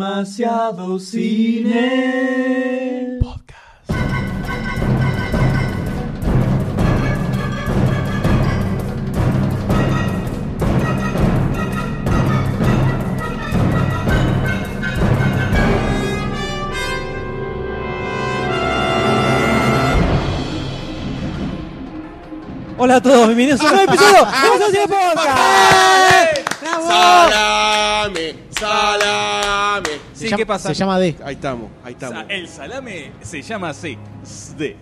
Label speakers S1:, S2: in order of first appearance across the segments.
S1: Demasiado cine.
S2: Hola a todos, bienvenidos a un nuevo episodio de Demasiado Cine Podcast. ¡Bravo!
S3: Salame, salame.
S4: Sí, ¿qué pasa?
S5: Se llama D.
S3: Ahí estamos, ahí
S4: Sa-
S3: estamos.
S4: El salame se llama así. SD.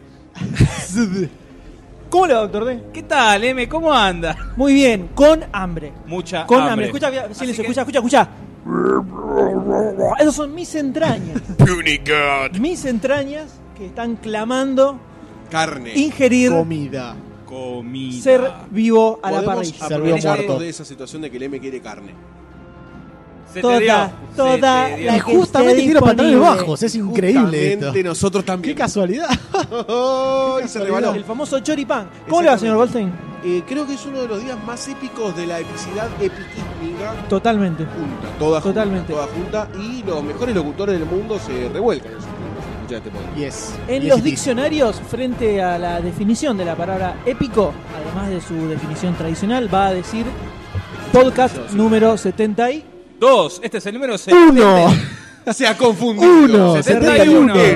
S2: ¿Cómo le va, doctor D?
S4: ¿Qué tal, M? ¿Cómo anda?
S2: Muy bien, con hambre.
S4: Mucha
S2: Con hambre.
S4: hambre.
S2: Escucha, mira,
S4: Así
S2: silencio,
S4: que-
S2: escucha, escucha, escucha. Esas son mis entrañas.
S3: Puny God.
S2: Mis entrañas que están clamando
S3: Carne.
S2: ingerir
S5: Comida.
S4: Comida.
S2: ser vivo a la
S3: Podemos
S2: parrilla.
S5: Servido
S3: aprovecharnos
S5: muerto.
S3: de esa situación de que el M quiere carne.
S4: Se te
S2: toda-
S4: dio,
S2: toda
S4: se te dio.
S2: la
S5: Y
S2: que
S5: justamente
S2: esté
S5: tiene los pantalones
S2: disponible.
S5: bajos. Es increíble esto.
S3: Justamente nosotros también.
S5: Qué casualidad.
S3: Ay, se rebaló.
S2: El famoso choripán. ¿Cómo le va, señor Goldstein?
S3: Eh, creo que es uno de los días más épicos de la epicidad epiquísmica
S2: Totalmente.
S3: junta. Toda
S2: Totalmente.
S3: Junta, toda junta. Y los mejores locutores del mundo se revuelcan en sus puntos. Escuchá este podcast.
S5: Yes.
S2: En
S5: Yes,
S2: los
S5: it is.
S2: diccionarios, frente a la definición de la palabra épico, además de su definición tradicional, va a decir podcast número 70 y...
S4: Dos. Este es el número 70.
S5: Uno.
S3: Se ha confundido.
S5: Uno,
S3: 71,
S4: 71,
S3: el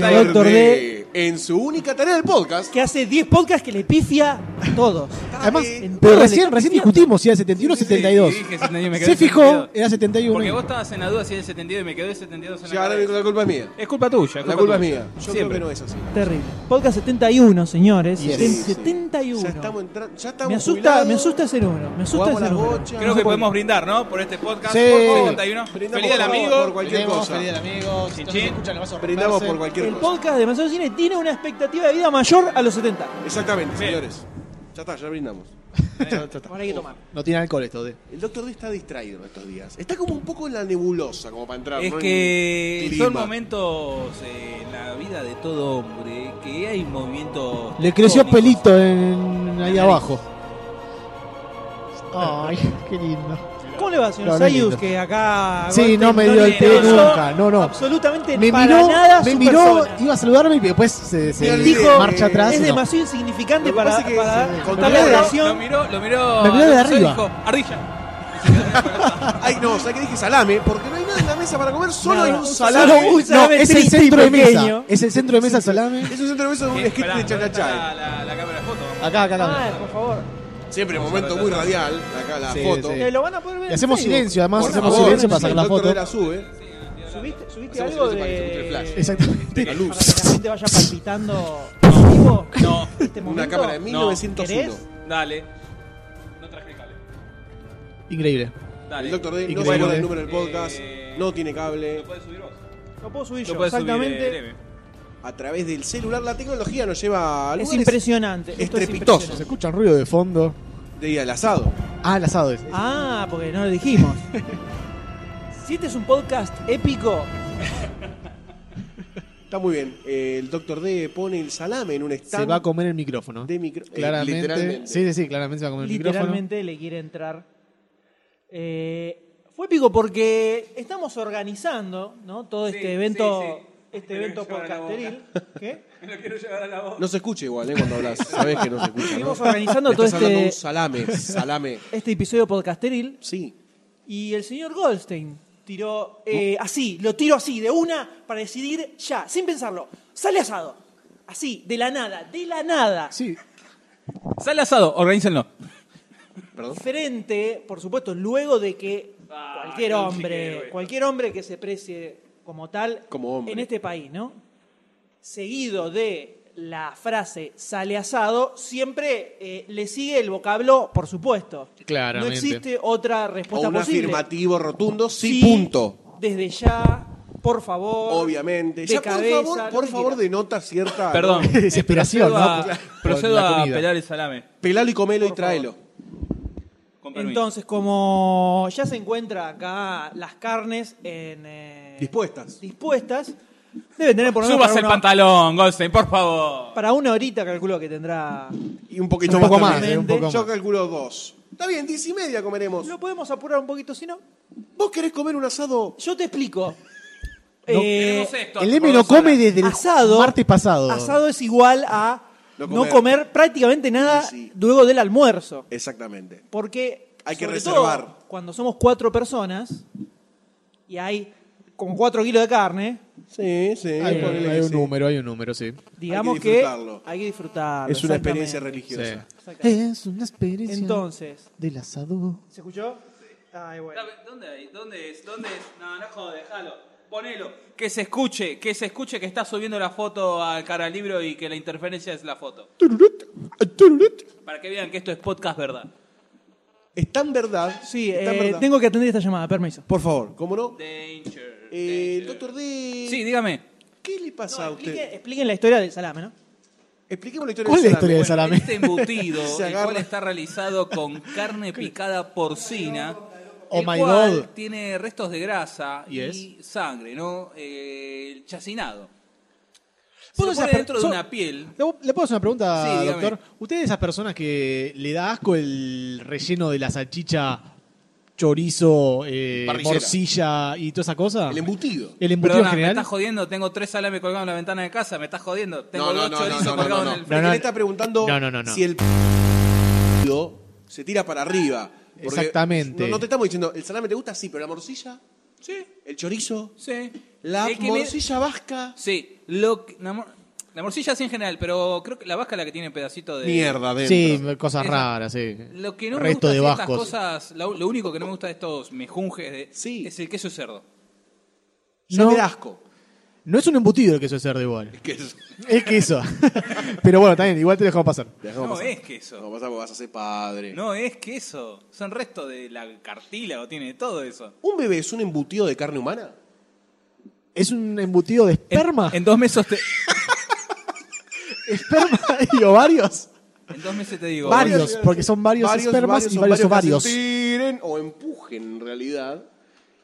S4: ¿verdad?
S3: Dr.
S2: Dr. D.
S3: D. En su única tarea del podcast.
S2: que hace 10 podcasts que le pifia a todos.
S5: Además,
S2: En todo
S5: pero
S2: le
S5: recién,
S2: está
S5: recién
S2: pifiando.
S5: discutimos si era 71 o
S4: Sí,
S5: 72.
S4: dije 71, me quedé
S5: Se fijó,
S4: 72.
S5: era 71.
S4: Porque vos estabas en la duda si era el 72 y me quedó el 72 en
S3: Ya,
S4: la
S3: ahora
S4: cabeza.
S3: la culpa es mía.
S4: Es culpa tuya.
S3: La culpa es
S4: tuya.
S3: mía. Yo creo
S4: Siempre.
S3: que no es así.
S2: Terrible. Podcast 71, señores.
S5: Yes.
S2: Seten-
S3: Sí, sí.
S2: 71.
S3: Ya estamos entrando. Ya estamos
S2: me asusta,
S3: jubilados,
S2: me asusta ese número. Me asusta
S3: jugamos
S2: ese
S3: las
S2: número.
S3: bochas.
S4: Creo que podemos brindar, ¿no? Por este podcast.
S5: Sí.
S4: Por 71.
S3: Brindamos
S4: Feliz del
S3: por-
S4: amigo.
S3: por cualquier
S5: Tenemos
S3: cosa.
S5: feliz del amigo, si no
S4: Chin,
S5: nos
S4: chin.
S5: escuchan, le vas a
S3: Brindamos
S5: romperse.
S3: por cualquier
S2: El
S3: cosa.
S2: podcast de Demasiado Cine tiene una expectativa de vida mayor a los 70.
S3: Exactamente,
S4: Bien.
S3: señores. Ya está, ya brindamos.
S2: Ahora hay que tomar.
S5: No tiene alcohol esto. De...
S3: El doctor D está distraído en estos días. Está como un poco en la nebulosa, como para entrar.
S4: Es
S3: ¿no?
S4: que
S3: En clima.
S4: son momentos eh, en la vida de todo hombre que hay movimientos.
S5: Le creció
S4: tectónicos.
S5: pelito en, ahí
S4: nariz.
S5: abajo. Ay, qué lindo.
S2: ¿Cómo le va, señor
S5: No, no es
S2: Sayus?
S5: lindo.
S2: Que acá.
S5: Sí,
S2: Goldstein
S5: no me dio
S2: le
S5: el pie
S2: interesó
S5: nunca. No, no.
S2: Absolutamente
S5: Me
S2: para
S5: miró,
S2: nada.
S5: me
S2: su
S5: miró,
S2: persona.
S5: iba a saludarme y después se, se
S2: Dijo,
S5: marcha atrás.
S2: Es
S5: y no.
S2: demasiado insignificante
S3: Lo que
S2: para,
S3: pasa es que
S2: para
S3: se-
S2: contar
S4: Lo
S2: la
S3: Mirá,
S4: miró, Lo
S2: relación.
S4: miró, lo miró.
S5: Me miró de
S4: Alonso y
S5: arriba.
S4: dijo, Ardilla.
S3: Ay, no, ¿sabes qué dije? Salame, porque no hay nada en la mesa para comer, solo hay un salame.
S5: Solo un- no,
S2: salame
S5: es el
S2: triste y
S5: centro de mesa.
S2: pequeño.
S5: Es el centro de mesa el salame.
S3: Es un centro de mesa de un
S4: Eh,
S3: sketch
S4: pará,
S3: de
S4: ¿dónde está
S3: chachachá.
S4: La, la, la cámara de foto.
S5: Acá, acá,
S2: Ah,
S5: acá.
S2: por favor.
S3: Siempre un momento muy radial, acá la
S5: Sí,
S3: foto.
S5: sí.
S2: Eh, lo van a poder ver.
S5: Y
S2: en
S5: hacemos
S2: Facebook.
S5: silencio, además
S3: Por
S5: hacemos
S3: favor,
S5: silencio para sacar
S3: el
S5: la
S3: doctor
S5: foto.
S3: D la sube.
S2: ¿Subiste, subiste
S3: Hacemos
S2: algo
S3: silencio para que se
S2: de.
S3: muestre el flash.
S5: Exactamente.
S3: La
S2: Para
S3: luz.
S2: que la gente vaya palpitando. en vivo,
S4: No,
S2: en este
S3: Una
S2: momento.
S3: cámara de
S4: No.
S3: 1901.
S2: ¿Querés?
S4: dale. No traje cable.
S5: Increíble.
S4: Dale.
S3: El doctor D no
S5: Increíble.
S3: se acuerda el número del podcast,
S4: Eh,
S3: no tiene cable.
S4: ¿Lo puedes subir vos?
S2: Lo puedo subir
S4: Lo
S2: yo,
S4: puedes subir,
S2: exactamente.
S4: eh, Leme.
S3: A través del celular la tecnología nos lleva a
S2: es
S3: lugares
S2: impresionante. Esto es
S3: estrepitoso.
S5: Se
S2: impresionante.
S5: escucha un ruido de fondo.
S3: de al asado.
S5: Ah, el asado es.
S2: Ah, porque no lo dijimos. si este es un podcast épico,
S3: Está muy bien. Eh, el doctor D pone el salame en un stand
S5: Se va a comer el micrófono.
S3: de micro. eh,
S5: Claramente.
S3: literalmente.
S5: Sí, sí, sí, claramente se va a comer el micrófono.
S2: literalmente le quiere entrar. Eh, fue épico porque estamos organizando ¿no? todo
S4: Sí,
S2: este evento,
S4: sí, sí.
S2: Este
S4: Me lo
S2: evento
S4: quiero llevar a la
S2: podcasteril. ¿Qué?
S4: Me lo quiero llevar a la voz.
S3: No se escucha igual, ¿eh? Cuando hablas. Sabes que no se escucha. ¿no?
S2: Estuvimos organizando
S3: Le
S2: todo
S3: estás hablando
S2: este-
S3: un salame. Salame.
S2: Este episodio podcasteril.
S3: Sí.
S2: Y el señor Goldstein tiró eh, así, lo tiro así, de una, para decidir ya, sin pensarlo. Sale asado. Así, de la nada, de la nada.
S5: Sí.
S4: Sale asado, organícenlo.
S3: Perdón.
S2: Frente, por supuesto, luego de que
S4: Ah,
S2: cualquier
S4: qué un
S2: hombre,
S4: chiquero esto.
S2: cualquier hombre que se precie como tal
S3: Como hombre.
S2: en este país, ¿no? Seguido de la frase sale asado, siempre eh, le sigue el vocablo, por supuesto.
S5: Claramente.
S2: No existe otra
S3: O
S2: respuesta
S3: un
S2: posible.
S3: afirmativo rotundo. Sí,
S2: Sí,
S3: punto.
S2: Desde ya, por favor.
S3: Obviamente.
S2: de
S3: Ya,
S2: cabeza,
S3: por favor,
S2: lo
S3: por
S2: que
S3: favor,
S2: quieras.
S3: denota cierta.
S4: Perdón.
S3: ¿no?
S5: Desesperación,
S4: Procedo a-
S5: ¿no? Por la-
S4: Procedo
S5: por la
S4: a
S5: comida.
S4: pelar el salame.
S3: Pelalo y comelo y
S2: Por
S3: tráelo.
S4: Con permiso.
S2: Entonces, como ya se encuentra acá las carnes en, eh,
S3: Dispuestas.
S2: dispuestas, deben tener por lo menos
S4: Subas
S2: para
S4: el
S2: una-
S4: pantalón, Goldstein, por favor.
S2: Para una horita calculo que tendrá.
S3: Y un poquito
S5: Un poco más,
S3: también.
S2: eh, un poco
S5: más.
S3: Yo calculo dos. Está bien, diez y media comeremos.
S2: Lo podemos apurar un poquito si no.
S3: ¿Vos querés comer un asado?
S2: Yo te explico. Eh,
S4: Tenemos esto,
S5: Eh, El M
S4: por
S5: no
S4: dos horas.
S5: come desde el
S2: asado,
S5: martes pasado.
S2: Asado es igual a
S3: No
S2: no
S3: comer.
S2: comer, prácticamente nada
S3: Sí, sí.
S2: luego del almuerzo.
S3: Exactamente.
S2: Porque
S3: Hay que
S2: sobre
S3: reservar.
S2: todo, cuando somos cuatro personas y hay como cuatro kilos de carne,
S3: Sí, sí.
S5: Hay, un-
S3: ponele
S5: hay
S3: que
S5: un
S3: sí.
S5: número, hay un número, sí.
S2: digamos que,
S3: disfrutarlo.
S2: hay que disfrutarlo.
S3: Es una experiencia
S2: exactamente.
S3: religiosa.
S5: Sí. Es una experiencia
S2: Entonces,
S5: del asado.
S2: ¿se escuchó? Ay, bueno.
S4: ¿Dónde hay? ¿Dónde es? ¿Dónde es? No, no jodas, déjalo. Ponelo. Que se escuche, que se escuche que está subiendo la foto al cara libro y que la interferencia es la foto. Para que vean que esto es podcast verdad.
S3: Es tan verdad.
S2: Sí,
S3: es tan
S2: eh,
S3: verdad.
S2: tengo que atender esta llamada, permiso.
S3: Por favor, ¿cómo no?
S4: Danger.
S3: Eh, el
S4: danger.
S3: doctor D.
S4: Sí, dígame.
S3: ¿Qué le pasa a
S2: Expliquen,
S3: usted?
S2: expliquen la historia del salame, ¿no?
S3: Expliquemos la historia
S5: ¿Cuál es
S3: del
S5: la historia
S3: salame.
S5: del salame?
S4: Este embutido,
S3: Se
S4: el
S3: agarra.
S4: cual está realizado con carne picada porcina,
S5: Oh
S4: el
S5: my
S4: cual
S5: God.
S4: tiene restos de grasa y
S5: Yes.
S4: sangre, ¿no? Eh, el chacinado. Se
S5: ¿Vos
S4: lo
S5: esas
S4: pone
S5: per-
S4: dentro de
S5: son-
S4: una piel.
S5: ¿Le le puedo hacer una pregunta,
S4: Sí, dígame.
S5: doctor? ¿Usted es de esas personas que le da asco el relleno de la salchicha, chorizo, eh,
S3: Parrillera.
S5: morcilla y toda esa cosa?
S3: El embutido.
S5: ¿El embutido
S4: Perdona,
S5: en
S4: me
S5: general?
S4: estás jodiendo, tengo tres salames colgados en la ventana de casa, me estás jodiendo, tengo
S3: No, no,
S4: dos
S3: no,
S4: chorizos
S3: no, no,
S4: colgados
S3: no,
S4: en el
S3: no.
S5: No, no.
S3: Él está preguntando
S5: No, no, no, no.
S3: si el se tira para arriba. Porque
S5: Exactamente.
S3: No, no te estamos diciendo, el salame te gusta, sí, pero la morcilla,
S4: Sí,
S3: el chorizo,
S4: sí.
S3: la
S4: Es que me-
S3: morcilla vasca.
S4: Sí, lo que- la, mor- la morcilla sí en general, pero creo que la vasca es la que tiene pedacito de...
S3: Mierda, dentro.
S5: Sí, cosas
S4: Esa-
S5: raras, sí.
S4: Lo que no
S5: Resto
S4: me
S5: de
S4: gusta de
S5: vascos.
S4: estas cosas, lo, lo único que no me gusta de estos mejunjes de,
S3: Sí.
S4: es el queso de cerdo.
S3: Ya
S5: No.
S3: me da asco.
S5: No es un embutido el queso de cerdo igual.
S3: Es que es-
S5: Es queso. Pero bueno, también, igual te dejamos pasar.
S3: Te dejamos
S4: No
S3: pasar.
S4: es queso.
S3: No pasa porque vas a ser padre.
S4: No es queso. Son restos de la cartílago, tiene todo eso.
S3: ¿Un bebé es un embutido de carne humana?
S5: ¿Es un embutido de
S4: En-
S5: esperma?
S4: En, dos meses te,
S5: ¿Esperma y ovarios?
S4: en dos meses te digo.
S5: Varios, porque son varios, espermas y varios ovarios.
S3: que se tiren o empujen en realidad.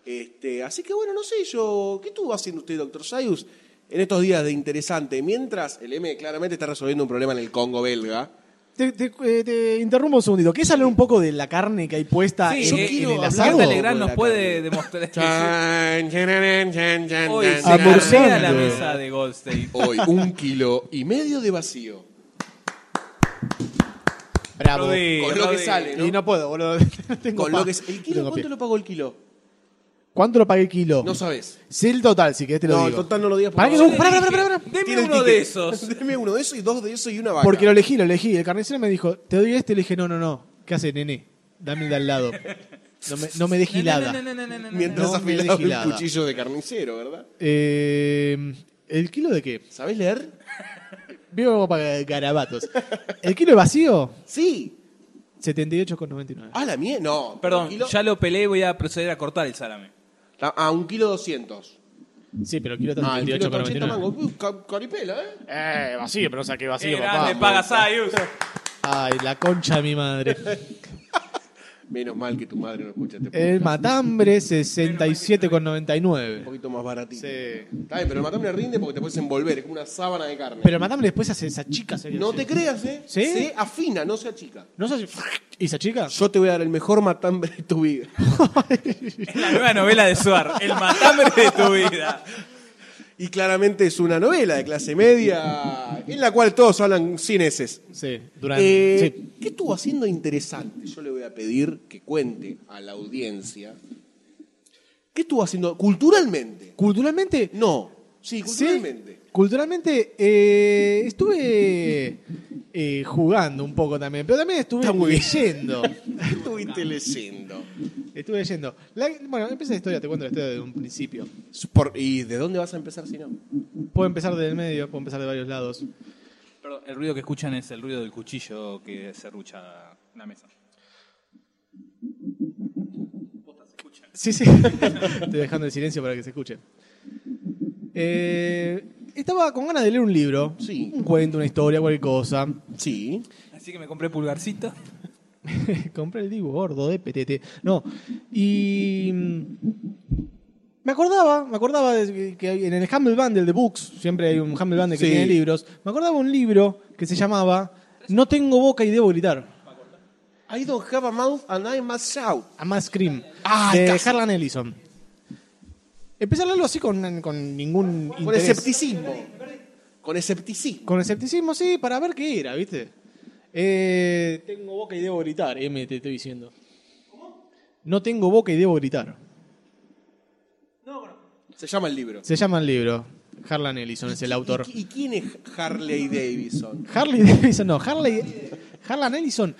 S3: Este, así que bueno, no sé yo, ¿qué estuvo haciendo usted, doctor Sayus, en estos días de interesante? Mientras el M claramente está resolviendo un problema en el Congo belga.
S5: Te, te- eh, te interrumpo un segundito. ¿Quieres hablar un poco de la carne que hay puesta
S4: Sí,
S5: en,
S4: eh,
S5: en
S3: quiero
S5: el
S3: hablar
S5: asado?
S4: Mirta Legrand
S3: Con
S4: nos
S3: la
S4: puede demostrar.
S3: Chan, chan, chan, chan, chan,
S4: Hoy se
S3: chan,
S5: Amor
S3: chan.
S4: a la
S5: santo.
S4: mesa de Goldstein.
S3: Hoy un kilo y medio de vacío.
S5: Bravo.
S4: Rodri,
S3: Con lo que
S4: Rodri.
S3: sale,
S5: Y
S3: ¿no?
S5: no puedo, boludo. Tengo
S3: Con
S5: pa-
S3: lo que es- ¿El kilo?
S5: tengo pie.
S3: ¿Cuánto lo pagó el kilo?
S5: ¿Cuánto lo pagué el kilo?
S3: No sabes.
S5: Sí, el total, si querés te lo
S3: No,
S5: digo.
S3: el total no lo digas, por
S5: Pará que
S3: favor.
S5: no, pará, pará, pará, pará.
S4: Deme
S3: Tiene el
S4: uno
S3: ticket.
S4: de esos.
S3: Deme uno de esos y dos de esos y una vaca.
S5: Porque lo elegí, lo elegí. El carnicero me dijo, te doy este. Le dije, no, no, no. ¿Qué hace, nene? Dame el de al lado. No me, no me des
S4: No,
S5: gilada.
S4: no, no, no, no, no, no,
S3: Mientras
S5: No me
S3: afilaba
S5: dejilaba.
S3: el cuchillo de carnicero, ¿verdad?
S5: Eh, ¿El kilo de qué?
S3: ¿Sabés leer?
S5: Vivo para garabatos. ¿El kilo de vacío?
S3: Sí.
S5: 78,99.
S3: Ah, la mía, no.
S4: no. Perdón,
S3: Un kilo-
S4: ya lo peleé y voy a proceder a cortar el salame.
S3: la- A un kilo doscientos.
S5: Sí, pero el kilo está
S3: Ah, el kilo está 80
S5: 78,99.
S3: mangos. Uh, ca- caripela, ¿eh?
S5: Eh, vacío, pero no sé qué
S4: Qué
S5: vacío,
S4: grande, paga Sayus.
S5: Ay, la concha de mi madre.
S3: Menos mal que tu madre no escucha este
S5: El
S3: podcast.
S5: matambre,
S3: Un
S5: 67,99.
S3: poquito más baratito.
S5: Sí.
S3: Está bien, pero el matambre rinde porque te puedes envolver. Es como una sábana de carne.
S5: Pero el matambre después se hace esa chica.
S3: no te creas, ¿eh?
S5: ¿Sí?
S3: Se afina, no se achica.
S5: ¿No se hace... ¿Y esa chica?
S3: Yo te voy a dar el mejor matambre de tu vida.
S4: Es la nueva novela de Suar, el matambre de tu vida.
S3: Y claramente es una novela de clase media en la cual todos hablan sin eses.
S5: Sí, durante...
S3: Eh,
S5: sí.
S3: ¿Qué estuvo haciendo interesante? Yo le voy a pedir que cuente a la audiencia. ¿Qué estuvo haciendo culturalmente?
S5: Culturalmente...
S3: No, sí,
S5: sí,
S3: culturalmente.
S5: culturalmente eh, estuve eh, jugando un poco también, pero también estuve
S3: Está muy bien.
S5: leyendo.
S3: ¿Qué estuviste leyendo?
S5: estuve leyendo. La- bueno, empieza la historia, te cuento la historia de un principio.
S3: Por- ¿Y de dónde vas a empezar si no?
S5: Puedo empezar del medio, puedo empezar de varios lados.
S4: Perdón, el ruido que escuchan es el ruido del cuchillo que serrucha la mesa.
S5: Sí, sí. Estoy dejando el silencio para que se escuche. Eh, estaba con ganas de leer un libro.
S3: Sí.
S5: Un cuento, una historia, cualquier cosa.
S3: Sí.
S4: Así que me compré pulgarcito.
S5: Compré el dibujo gordo de petete. No. Y. mm, Me acordaba, me acordaba de que- que en el Humble Bundle de Books, siempre hay un Humble Bundle que
S3: Sí.
S5: tiene libros. Me acordaba un libro que se llamaba No tengo boca y debo gritar.
S3: I don't have a mouth and I must shout.
S5: A Más Scream.
S3: Ah,
S5: de
S3: casi.
S5: Harlan Ellison. Empecé a leerlo así con, con ningún
S3: Con
S5: interés.
S3: escepticismo. Con escepticismo.
S5: Con escepticismo, sí, para ver qué era, ¿viste? Eh, tengo boca y debo gritar, M, te estoy diciendo. No tengo boca y debo gritar.
S3: Se llama el libro.
S5: Se llama el libro. Harlan Ellison es el autor.
S3: ¿Y, y quién es Harley Davidson?
S5: Harley Davidson, no, Harley, Harlan Ellison.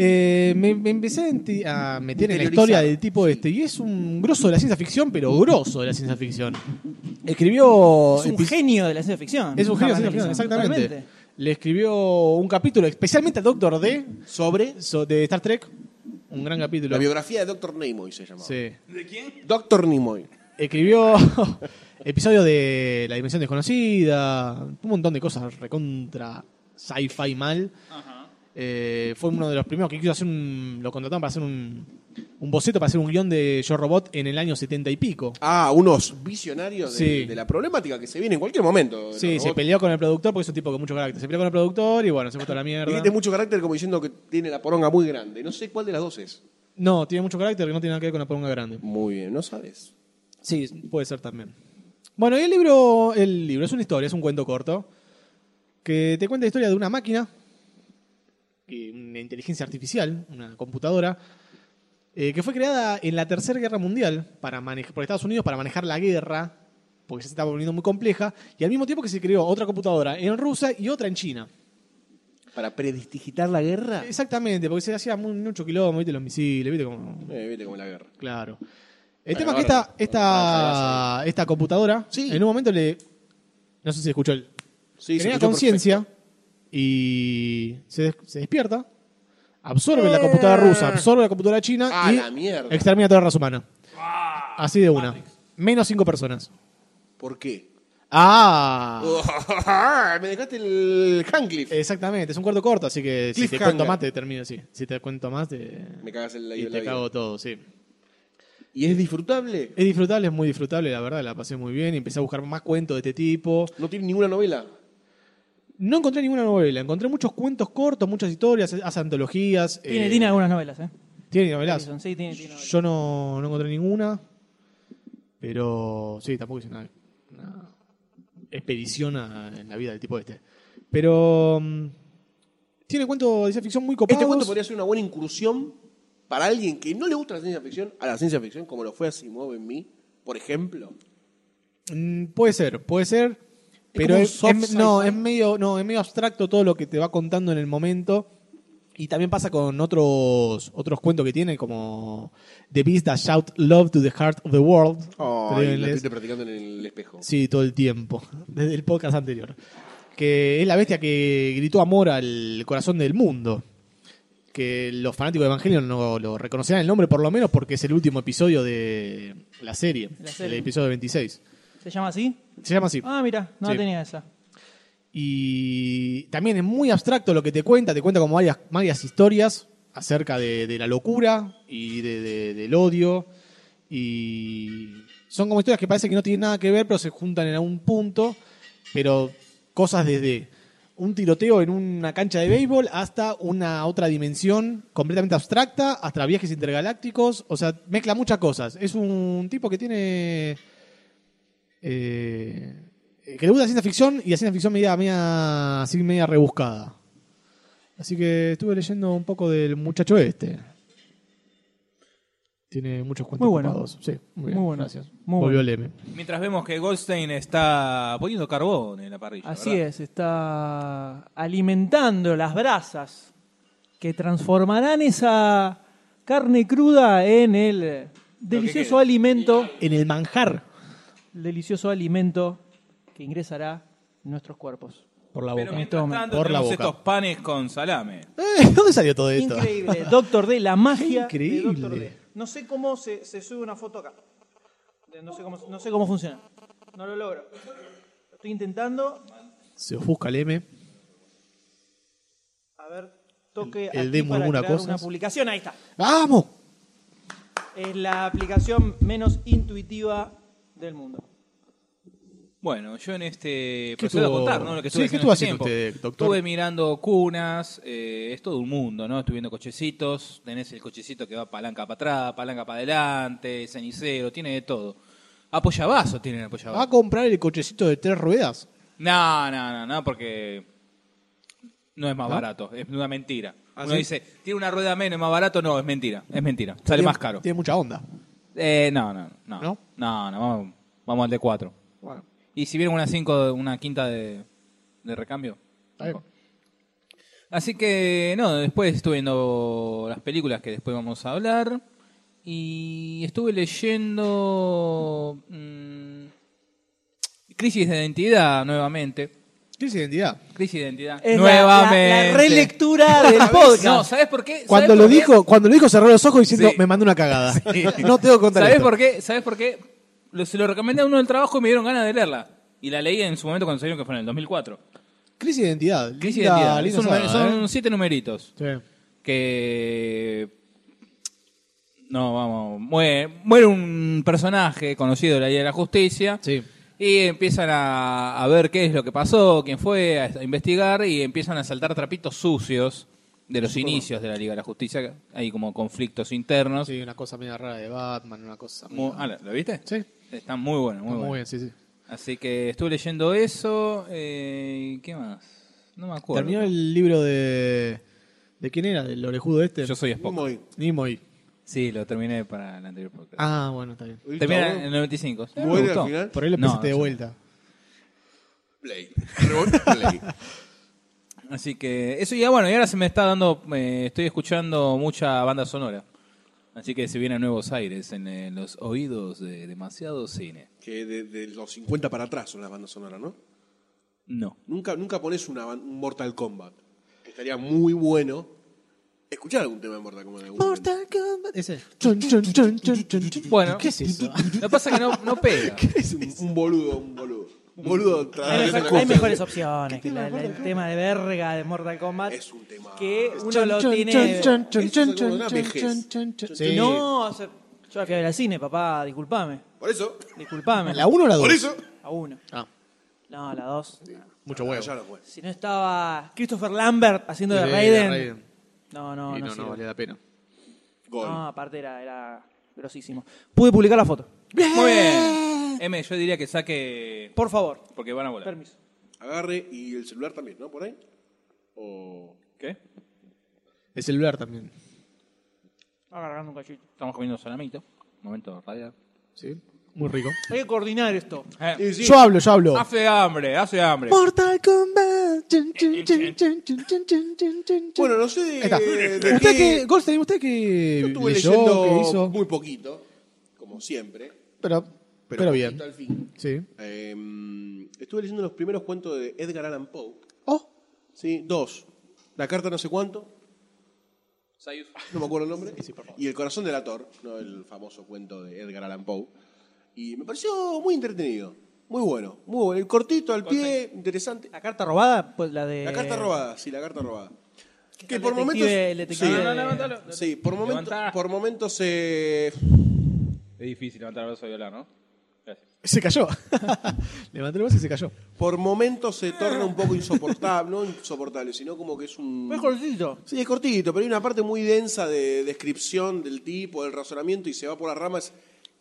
S5: Eh, me, me empecé a enti- a meter en la
S3: Interiorizar.
S5: historia del tipo este y es un grosso de la ciencia ficción, pero grosso de la ciencia ficción. Escribió
S2: Es un
S5: epi-
S2: genio de la ciencia ficción.
S5: es un genio de la
S2: Harlan
S5: ciencia ficción,
S2: Ellison,
S5: exactamente.
S2: totalmente.
S5: Le escribió un capítulo especialmente a Doctor D
S3: Sobre
S5: so- de Star Trek, un gran capítulo.
S3: la biografía de Doctor Nimoy se llamaba.
S5: Sí.
S4: ¿De quién?
S3: Doctor Nimoy.
S5: Escribió episodios de La Dimensión Desconocida, un montón de cosas recontra sci-fi mal.
S4: Ajá.
S5: Eh, fue uno de los primeros que quiso hacer un. Lo contrataron para hacer un, un boceto, para hacer un guión de Yo Robot en el año setenta y pico.
S3: Ah, unos visionarios de,
S5: Sí.
S3: de la problemática que se viene en cualquier momento.
S5: Sí,
S3: ¿no?
S5: se peleó con el productor porque es un tipo con mucho carácter. Se peleó con el productor y bueno, se fue toda la
S3: Y que
S5: mierda.
S3: tiene mucho carácter como diciendo que tiene la poronga muy grande. No sé cuál de las dos es.
S5: No, tiene mucho carácter que no tiene nada que ver con la poronga grande.
S3: Muy bien, no sabes.
S5: Sí, puede ser también. Bueno, y el libro, el libro es una historia, es un cuento corto que te cuenta la historia de una máquina, que- una inteligencia artificial, una computadora, eh, que fue creada en la Tercera Guerra Mundial para manejar, por Estados Unidos para manejar la guerra, porque se estaba volviendo muy compleja, y al mismo tiempo que se creó otra computadora en Rusia y otra en China.
S3: ¿Para predistigitar la guerra? eh,
S5: Exactamente, porque se hacía mu- mucho quilombo, viste, los misiles, viste, como...
S3: Eh, viste cómo es la guerra.
S5: Claro. El
S3: Bueno,
S5: tema es que
S3: ahora,
S5: esta, esta, esta computadora,
S3: Sí.
S5: en un momento le. No sé si escuchó el.
S3: Sí, se
S5: tenía
S3: escuchó
S5: conciencia y se, des- se despierta, absorbe la computadora rusa, absorbe la computadora china
S3: Ah,
S5: y
S3: Eh. la mierda.
S5: extermina a toda la raza humana. Así de una. Menos cinco personas.
S3: perfecto. ¿Por qué? Ah,
S5: Ah. Eh,
S3: Me dejaste el Hancliff.
S5: Exactamente, es un cuarto corto, así que si te
S3: Cliffhanger.
S5: cuento más te termino así. Si te cuento más te.
S3: Me cagas el
S5: y
S3: la
S5: te
S3: vida.
S5: cago todo, sí.
S3: ¿Y es disfrutable?
S5: Es disfrutable, es muy disfrutable, la verdad, la pasé muy bien. y Empecé a buscar más cuentos de este tipo.
S3: ¿No tiene ninguna novela?
S5: No encontré ninguna novela, encontré muchos cuentos cortos, muchas historias, hace antologías.
S2: Tiene,
S5: eh,
S2: tiene algunas novelas, ¿eh?
S5: tiene novelas.
S2: Ellison, sí, tiene, tiene novelas.
S5: Yo no, no encontré ninguna, pero sí, tampoco hice una, una expedición a- en la vida del tipo este. Pero mm, tiene cuentos de ciencia ficción muy copados.
S3: Este cuento podría ser una buena incursión para alguien que no le gusta la ciencia ficción a la ciencia ficción, como lo fue Asimov en mí, por ejemplo.
S5: Mm, puede ser, puede ser. Pero
S3: como un
S5: es-
S3: soft
S5: es- no,
S3: sci-fi.
S5: es medio, no, es medio abstracto todo lo que te va contando en el momento. Y también pasa con otros, otros cuentos que tiene, como The Beast That Shout Love to the Heart of the World. Creo en
S3: la
S5: inglés.
S3: estuviste practicando en el espejo.
S5: Sí, todo el tiempo. Desde el podcast anterior. Que es la bestia que gritó amor al corazón del mundo. Que los fanáticos de Evangelion no lo reconocerán el nombre, por lo menos, porque es el último episodio de la serie.
S2: La serie.
S5: El episodio 26.
S2: ¿Se llama así?
S5: Se llama así.
S2: Ah, mira, no
S5: Sí.
S2: tenía esa.
S5: Y también es muy abstracto lo que te cuenta, te cuenta como varias, varias historias acerca de, de la locura y de- de- del odio. Y son como historias que parece que no tienen nada que ver, pero se juntan en algún punto. Pero cosas desde un tiroteo en una cancha de béisbol hasta una otra dimensión completamente abstracta, hasta viajes intergalácticos. O sea, mezcla muchas cosas. Es un tipo que tiene eh, que le gusta la ciencia ficción y la ciencia ficción media, media, así media rebuscada. Así que estuve leyendo un poco del muchacho este. Tiene muchos cuentos
S2: Muy bueno.
S5: copados. Sí, muy, bien,
S2: Muy bueno.
S5: Gracias.
S2: Muy
S5: Volvió
S2: bueno.
S5: a leerme.
S4: Mientras vemos que Goldstein está poniendo carbón en la parrilla.
S2: Así
S4: ¿verdad?
S2: es, está alimentando las brasas que transformarán esa carne cruda en el delicioso
S4: quede.
S2: alimento,
S5: En el manjar
S2: el delicioso alimento que ingresará en nuestros cuerpos.
S5: por la
S4: Pero
S5: boca.
S4: mientras tanto
S5: por la
S4: tenemos
S5: boca.
S4: estos panes con salame.
S5: Eh, ¿Dónde salió todo esto?
S2: Increíble, Doctor D, la magia
S5: Qué increíble.
S2: de Doctor D. No sé cómo se, se sube una foto acá. De- No sé, cómo, no sé cómo funciona. No lo logro. Lo estoy intentando.
S5: Se ofusca el M.
S2: A ver, toque
S5: El- el
S2: aquí
S5: demo
S2: para
S5: alguna
S2: crear
S5: cosa.
S2: una publicación. Ahí está.
S5: ¡Vamos!
S2: Es la aplicación menos intuitiva del mundo.
S4: Bueno, yo en este
S5: ¿Qué
S4: procedo a
S5: estuvo-
S4: contar, ¿no? Lo que
S5: Sí,
S4: estuve
S5: ¿qué
S4: haciendo
S5: estuvo
S4: este
S5: haciendo
S4: tiempo.
S5: usted, doctor?
S4: Estuve mirando cunas, eh, es todo un mundo, ¿no? Estuve viendo cochecitos, tenés el cochecito que va palanca para atrás, palanca para adelante, cenicero, tiene de todo. Apoyabazo tienen
S5: ¿Va a
S4: apoyabazo.
S5: comprar el cochecito de tres ruedas?
S4: No, no, no, no, porque no es más barato, es una mentira.
S3: ¿Ah,
S4: Uno
S3: sí?
S4: dice, tiene una rueda menos, es más barato, no, es mentira, es mentira, sale
S5: Tiene-
S4: más caro.
S5: Tiene mucha onda.
S4: Eh, no, no, no, no,
S5: ¿No?
S4: no, vamos, vamos al de 4
S5: Bueno,
S4: Y si vieron una cinco, una quinta de, de recambio. Así que, no, después estuve viendo las películas que después vamos a hablar. Y estuve leyendo. mm, Crisis de identidad nuevamente.
S5: ¿Qué es identidad?
S4: Crisis de identidad
S2: Es la-
S4: nuevamente.
S2: La, la relectura del
S4: No,
S2: podcast.
S4: ¿sabes por qué? ¿Sabés
S5: Cuando lo
S4: por qué?
S5: dijo, cuando lo dijo cerró los ojos diciendo,
S4: Sí.
S5: me mandó una cagada. No tengo que contar
S4: ¿Sabés
S5: esto.
S4: por qué? ¿Sabés por qué? Lo- se lo recomendé a uno del trabajo y me dieron ganas de leerla. Y la leí en su momento cuando salieron, que fue en el 2004.
S5: Crisis de identidad.
S4: Crisis
S5: Linda-
S4: de identidad.
S5: linda
S4: Son-
S5: saga,
S4: son
S5: ¿eh?
S4: siete numeritos.
S5: Sí.
S4: que no vamos muere, muere un personaje conocido de la Liga de la Justicia
S5: Sí.
S4: y empiezan a, a ver qué es lo que pasó quién fue a investigar y empiezan a saltar trapitos sucios de los inicios de la Liga de la Justicia hay como conflictos internos
S5: Sí, una cosa media rara de Batman, una cosa.
S4: Mu-
S5: media-
S4: ah, ¿lo, lo viste?
S5: Sí.
S4: está muy bueno muy,
S5: Muy,
S4: bueno.
S5: bien, sí, sí.
S4: así que estuve leyendo eso eh, ¿qué más? no me acuerdo
S5: Terminó el libro de. ¿De quién era? ¿Del orejudo este?
S4: yo soy Spock
S3: Muy-
S5: Nimoy.
S4: sí lo terminé para el anterior podcast
S5: Ah, bueno, está bien.
S4: Termina en el 95. Eh, me
S3: ¿Muere al
S4: gustó.
S3: final?
S5: Por ahí lo
S4: No,
S5: pusiste de
S4: no sé.
S5: vuelta.
S3: Blade. Blade.
S4: Así que eso ya bueno, y ahora se me está dando, eh, estoy escuchando mucha banda sonora. Así que se viene a Nuevos Aires en eh, los oídos de demasiado cine.
S3: Que de, de los 50 para atrás son las bandas sonoras, ¿no?
S4: No.
S3: Nunca, nunca pones una, ban- un Mortal Kombat. Que estaría muy bueno escuchar algún tema de Mortal Kombat. en algún momento.
S5: Mortal Kombat. Ese. Chun, chun, chun, chun, chun, chun.
S4: Bueno.
S5: ¿Qué es eso?
S4: Lo que pasa es que no, no pega.
S3: Es un, un boludo, un boludo. Un boludo.
S2: Hay,
S3: tratando de
S2: mejor-
S3: hacer
S2: hay
S3: una
S2: mejores
S3: cosa.
S2: opciones que la- la- el tema de verga de Mortal Kombat.
S3: Es un tema.
S2: Que uno
S5: Chun,
S2: lo
S5: chun,
S2: tiene.
S5: chun, chun,
S3: Eso
S5: chun,
S3: es como una
S5: chun,
S3: vejez.
S5: chun, chun, chun. Sí.
S2: No, o sea, yo la fui a ver al cine, papá, disculpame.
S3: Por eso.
S2: Disculpame.
S5: ¿La 1 o la 2?
S3: Por eso.
S2: A uno.
S5: Ah,
S2: No, la dos.
S5: mucho huevo.
S3: Ah, Ya lo fue.
S2: Si no estaba Christopher Lambert haciendo de
S5: Sí,
S2: Raiden.
S5: de Raiden.
S2: No, no,
S5: Y no,
S2: no.
S5: no
S2: sirve.
S5: valía la pena.
S3: Gol.
S2: No, aparte era, era grosísimo. Pude publicar la foto.
S4: Muy bien. M, yo diría que saque
S2: Por favor.
S4: porque van a volar.
S2: Permiso.
S3: Agarre y el celular también, ¿no? Por ahí. O.
S4: ¿Qué?
S5: El celular también.
S2: Agarrando un cachito.
S4: Estamos comiendo salamito. Momento radial.
S5: Sí. Muy rico.
S2: Hay que coordinar esto.
S4: Eh,
S5: Yo hablo, yo hablo.
S4: hace hambre, hace hambre.
S5: Mortal Kombat. Chun, chun, chun, chun, chun, chun, chun, chun, chun.
S3: Bueno, no sé.
S5: Ahí
S3: De,
S5: está.
S3: de
S5: ¿Usted
S3: qué-
S5: qué, Goldstein, usted qué
S3: Estuve
S5: leyó,
S3: leyendo
S5: qué hizo?
S3: muy poquito, como siempre.
S5: Pero, pero,
S3: poquito
S5: bien.
S3: Al fin.
S5: Sí.
S3: Eh, estuve leyendo los primeros cuentos de Edgar Allan Poe.
S5: Oh,
S3: Sí, dos. La carta no sé cuánto,
S4: Sayus.
S3: no me acuerdo el nombre. Y El corazón del ator, ¿no? el famoso cuento de Edgar Allan Poe. Y me pareció muy entretenido, muy bueno, muy bueno. El cortito al pie, interesante.
S2: La carta robada, pues la
S5: Eh,
S2: de.
S3: La carta robada, sí, la carta robada.
S2: está
S3: Que
S2: el
S3: por
S2: detective-
S3: momentos.
S2: el detective
S3: sí,
S2: de-
S4: No, no, levantalo.
S3: sí, por momentos,
S4: Levantá.
S3: por momentos se.
S4: Es difícil levantar el brazo y violar, ¿no? Gracias.
S5: se cayó. Levanté el brazo y se cayó.
S3: por momentos se torna un poco insoportable, no insoportable, sino como que es un...
S2: Es cortito.
S3: Sí, es cortito, pero hay una parte muy densa de descripción del tipo, del razonamiento, y se va por las ramas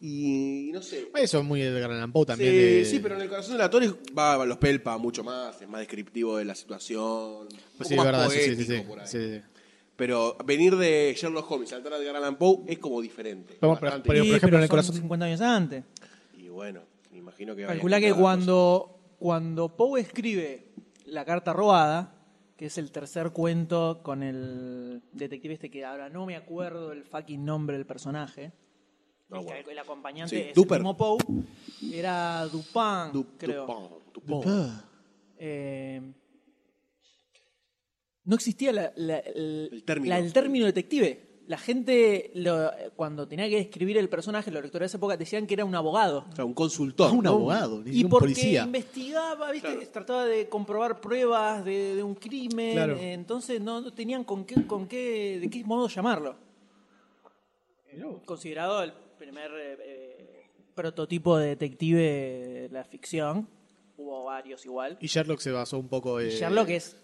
S3: y no sé.
S5: Eso es muy de Gran Poe también.
S3: Sí,
S5: de-
S3: sí, pero en el corazón de la Torre va, va- los pelpa mucho más, es más descriptivo de la situación. un
S5: Pues
S3: poco
S5: sí, es
S3: más
S5: verdad, sí, sí, sí,
S3: poético
S5: sí,
S3: por ahí.
S5: sí, sí.
S3: Pero venir de Sherlock Holmes y saltar a Edgar Allan Poe es como diferente.
S5: Vamos, pero-
S3: bastante.
S5: pero-
S2: Sí,
S5: por ejemplo,
S2: pero
S5: en el
S2: son
S5: corazón-
S2: 50 años antes.
S3: Y bueno, me imagino que... vayan
S2: Calculá que
S3: contando
S2: cuando,
S3: las
S2: cuando Poe escribe La carta robada, que es el tercer cuento con el detective este que ahora no me acuerdo el fucking nombre del personaje.
S3: cosas. No,
S2: el,
S3: bueno.
S2: que- el acompañante
S3: Sí,
S2: es el
S3: Duper.
S2: mismo Poe. Era Dupin,
S3: Du-
S2: creo.
S3: Dupont, Dupont.
S5: Ah,
S2: Eh, no existía la- la- el,
S3: El término.
S2: la- el término detective. La gente, lo- cuando tenía que escribir el personaje, los lectores de esa época decían que era un abogado.
S3: O sea, un consultor.
S5: Un
S3: Ah, ¿no?
S5: abogado, ni
S2: Y
S5: un
S2: porque
S5: policía.
S2: investigaba, ¿viste?
S3: Claro.
S2: trataba de comprobar pruebas de, de un crimen,
S5: Claro.
S2: eh, entonces no, no tenían con qué, con qué, de qué modo llamarlo. Considerado el primer eh, eh, prototipo de detective de la ficción, hubo varios igual.
S5: Y eh, Sherlock se basó un poco
S2: Y
S5: en. este
S2: Sherlock es,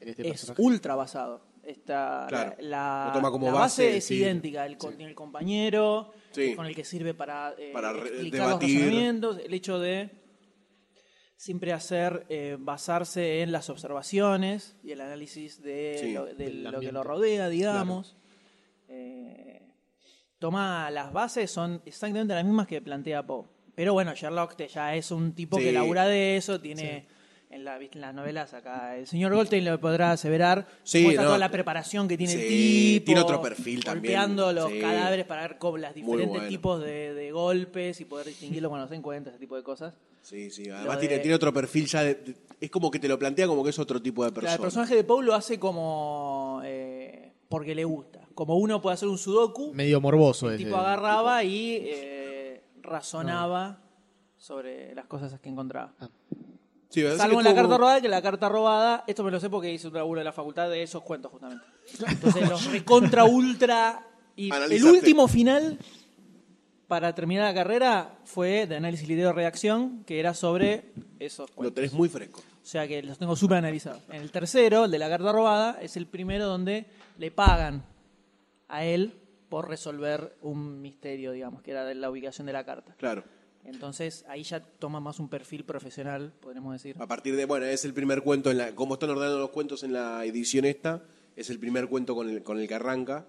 S5: en este
S2: es
S5: personaje.
S2: ultra basado. Está,
S3: Claro.
S2: la,
S3: Lo toma como
S2: la base,
S3: base,
S2: es
S5: sí.
S2: idéntica. El, con- el compañero
S3: Sí.
S2: con el que sirve para, eh,
S3: Para re-
S2: explicar los
S3: debatir.
S2: razonamientos. El hecho de siempre hacer eh, basarse en las observaciones y el análisis de,
S3: Sí,
S2: lo, de
S5: del
S2: lo que
S5: ambiente.
S2: lo rodea, digamos. Eh, toma las bases, son exactamente las mismas que plantea Poe. Pero bueno, Sherlock te- ya es un tipo
S3: Sí.
S2: que labura de eso, tiene en, la- viste, en las novelas acá. El señor Goldstein lo podrá aseverar.
S3: Sí,
S2: muestra
S3: no.
S2: toda la preparación que tiene el
S3: Sí,
S2: tipo.
S3: tiene otro perfil también.
S2: Golpeando los
S3: Sí.
S2: cadáveres para ver cómo las
S3: Muy
S2: diferentes
S3: bueno.
S2: tipos de, de golpes y poder distinguirlo cuando se encuentra, ese tipo de cosas.
S3: Sí, sí. Además
S2: Lo
S3: tiene,
S2: de-
S3: tiene otro perfil ya. de- de- es como que te lo plantea como que es otro tipo de
S2: Claro,
S3: persona.
S2: el personaje de Paul lo hace como. eh, porque le gusta. Como uno puede hacer un sudoku,
S5: Medio morboso.
S2: el
S5: es,
S2: tipo
S5: eh,
S2: agarraba y eh, razonaba sobre las cosas que encontraba.
S3: Sí, ¿verdad?
S2: Salvo en
S3: Así
S2: la
S3: Ah, que
S2: carta
S3: como-
S2: robada, que la carta robada, esto me lo sé porque hice un laburo de la facultad de esos cuentos justamente. Entonces los recontra ultra y
S3: Analizaste.
S2: el último final para terminar la carrera fue de análisis lidero reacción, que era sobre esos
S3: Lo
S2: cuentos.
S3: tenés muy fresco.
S2: O sea que los tengo súper analizados. En el tercero, el de la carta robada, es el primero donde le pagan a él por resolver un misterio, digamos, que era de la ubicación de la carta.
S3: Claro.
S2: Entonces ahí ya toma más un perfil profesional, podríamos decir.
S3: A partir de, bueno, es el primer cuento, en la, como están ordenando los cuentos en la edición esta, es el primer cuento con el, con el que arranca,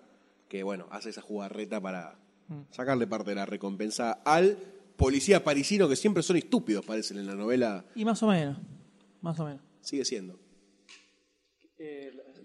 S3: que bueno, hace esa jugarreta para
S2: Mm.
S3: sacarle parte de la recompensa al policía parisino, que siempre son estúpidos, parecen en la novela,
S2: Y más o menos, más o menos.
S3: sigue siendo.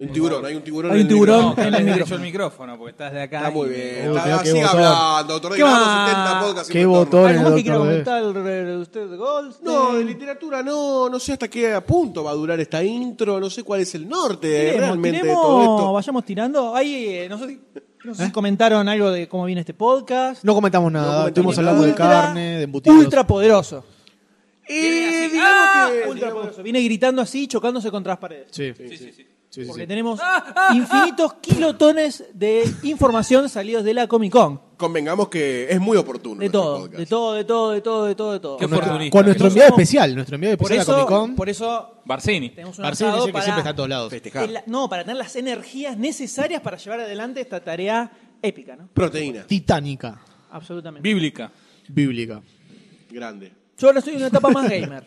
S3: Un tiburón, hay un tiburón.
S2: Hay un
S3: en el
S2: tiburón.
S3: micrófono.
S2: en el
S4: Hablale derecho
S2: micrófono.
S4: al micrófono porque estás de acá.
S3: Está muy
S4: y-
S3: bien.
S5: Uy,
S3: está,
S5: qué
S3: sigue
S5: botón.
S3: hablando, doctor.
S2: Qué
S3: Llevamos
S2: va-
S3: 70 podcasts.
S5: qué
S3: sin retorno.
S5: botón. Pobre
S2: ¿Algo más que
S5: doctor
S2: quiera
S5: D.
S2: comentar eh, usted de Goldstein?
S3: No, de literatura no, no sé hasta qué punto va a durar esta intro, no sé cuál es el norte
S2: Tiremos,
S3: realmente de
S2: Eh, tiremos,
S3: todo esto. Eh,
S2: Vayamos tirando. Ahí, eh, no sé, si- no sé si comentaron algo de cómo viene este podcast.
S5: No comentamos nada.
S3: comentamos
S5: Estuvimos
S3: nada.
S5: hablando de
S2: Ultra-
S5: carne, de embutidos.
S2: Ultra poderoso.
S3: Eh, digamos
S4: ¡Ah!
S3: que-
S2: Ultra poderoso. Viene gritando así, chocándose contra las paredes.
S5: Sí,
S4: Sí, sí, sí.
S5: sí, sí,
S2: Porque
S5: sí. Ah,
S2: tenemos infinitos kilotones de información salidos de la Comic Con.
S3: Convengamos que es muy oportuno.
S2: De
S3: nuestro
S2: todo,
S3: podcast.
S2: de todo, de todo, de todo, de todo, de todo.
S4: Qué
S2: O sea,
S4: oportunista.
S5: Con nuestro
S2: No
S5: enviado
S2: somos-
S5: especial, nuestro enviado
S2: Por
S5: especial a Comic
S2: eso,
S5: Con.
S2: por eso
S4: Barcini.
S2: tenemos un
S5: Marcelo
S2: asado
S5: dice que
S2: para,
S5: siempre está a todos lados.
S3: Festejar.
S2: el- no, para tener las energías necesarias para llevar adelante esta tarea épica, ¿no?
S3: Proteína.
S5: Titánica,
S2: Absolutamente.
S4: Bíblica.
S5: bíblica.
S3: Grande.
S2: Yo ahora estoy en una etapa más gamer.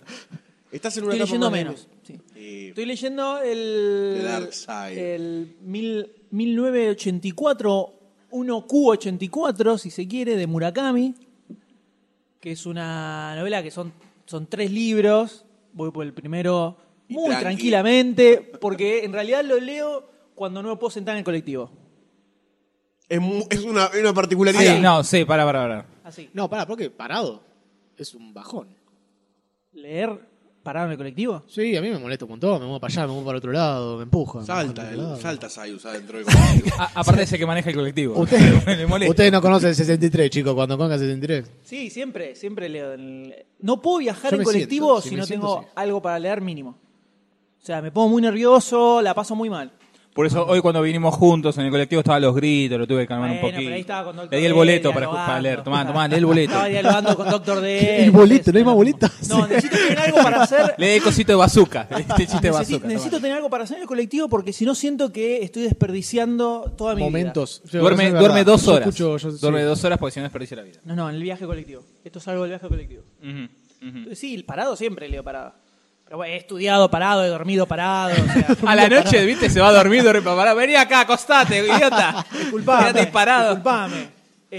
S3: Estás en una
S2: Estoy
S3: etapa
S2: leyendo menos.
S3: más de-
S2: sí.
S3: Eh,
S2: Estoy leyendo el.
S3: The Dark Side.
S2: El mil- 1984, 1Q84, si se quiere, de Murakami. Que es una novela que son, son tres libros. Voy por el primero
S3: Y
S2: muy
S3: tranqui.
S2: tranquilamente, porque en realidad lo leo cuando no me puedo sentar en el colectivo.
S3: es, mu- es una, una particularidad.
S4: Sí, no, sí, para, para, para.
S2: Así.
S5: No, pará, porque parado es un bajón.
S2: Leer parado en el colectivo.
S5: Sí, a mí me molesta un montón. Me muevo para allá, me muevo para otro lado, me empuja. me muevo
S3: Salta,
S5: para
S3: el-
S5: otro lado.
S3: salta Sayus adentro del colectivo.
S4: A- aparte ese que maneja el colectivo.
S5: Usted-
S4: Le molesta.
S5: Ustedes no conocen el 63, chicos, cuando conga el 63.
S2: Sí, siempre, siempre leo. en- No puedo viajar
S5: Yo
S2: en
S5: me siento,
S2: colectivo
S5: si
S2: si,
S5: me
S2: no
S5: siento,
S2: tengo
S5: sí.
S2: algo para leer mínimo. O sea, me pongo muy nervioso, la paso muy mal.
S4: Por eso hoy cuando vinimos juntos en el colectivo estaban los gritos, lo tuve que calmar un
S2: Bueno,
S4: poquito.
S2: pero ahí estaba con Dr.
S4: Le di el
S2: D,
S4: boleto para,
S2: dialogando.
S4: para leer. Tomá, tomá, leí el boleto.
S2: Estaba dialogando con Doctor D.
S5: El boleto, ¿no hay
S2: Entonces,
S5: más boletas?
S2: No, necesito tener algo para hacer.
S4: Le di el cosito de bazooka. Este chiste de
S2: Necesi-
S4: bazooka.
S2: necesito
S4: tomá.
S2: tener algo para hacer en el colectivo porque si no siento que estoy desperdiciando toda mi
S5: Momentos. Sí,
S4: Duerme,
S5: eso es
S4: duerme
S5: verdad.
S4: dos
S5: Yo
S4: horas.
S5: escucho- yo- sí.
S4: duerme dos horas porque si no desperdicia la vida.
S2: vida. No, no, en el viaje colectivo. Esto es algo del viaje colectivo.
S4: Mm.
S2: Entonces, Sí, el parado siempre leo parado. Pero bueno, he estudiado parado, he dormido parado. o sea,
S4: A la noche, viste, se va a dormir, duerme para parar. Vení acá, acostate, idiota.
S2: Disculpame.
S4: Quédate ahí parado.
S2: Disculpame.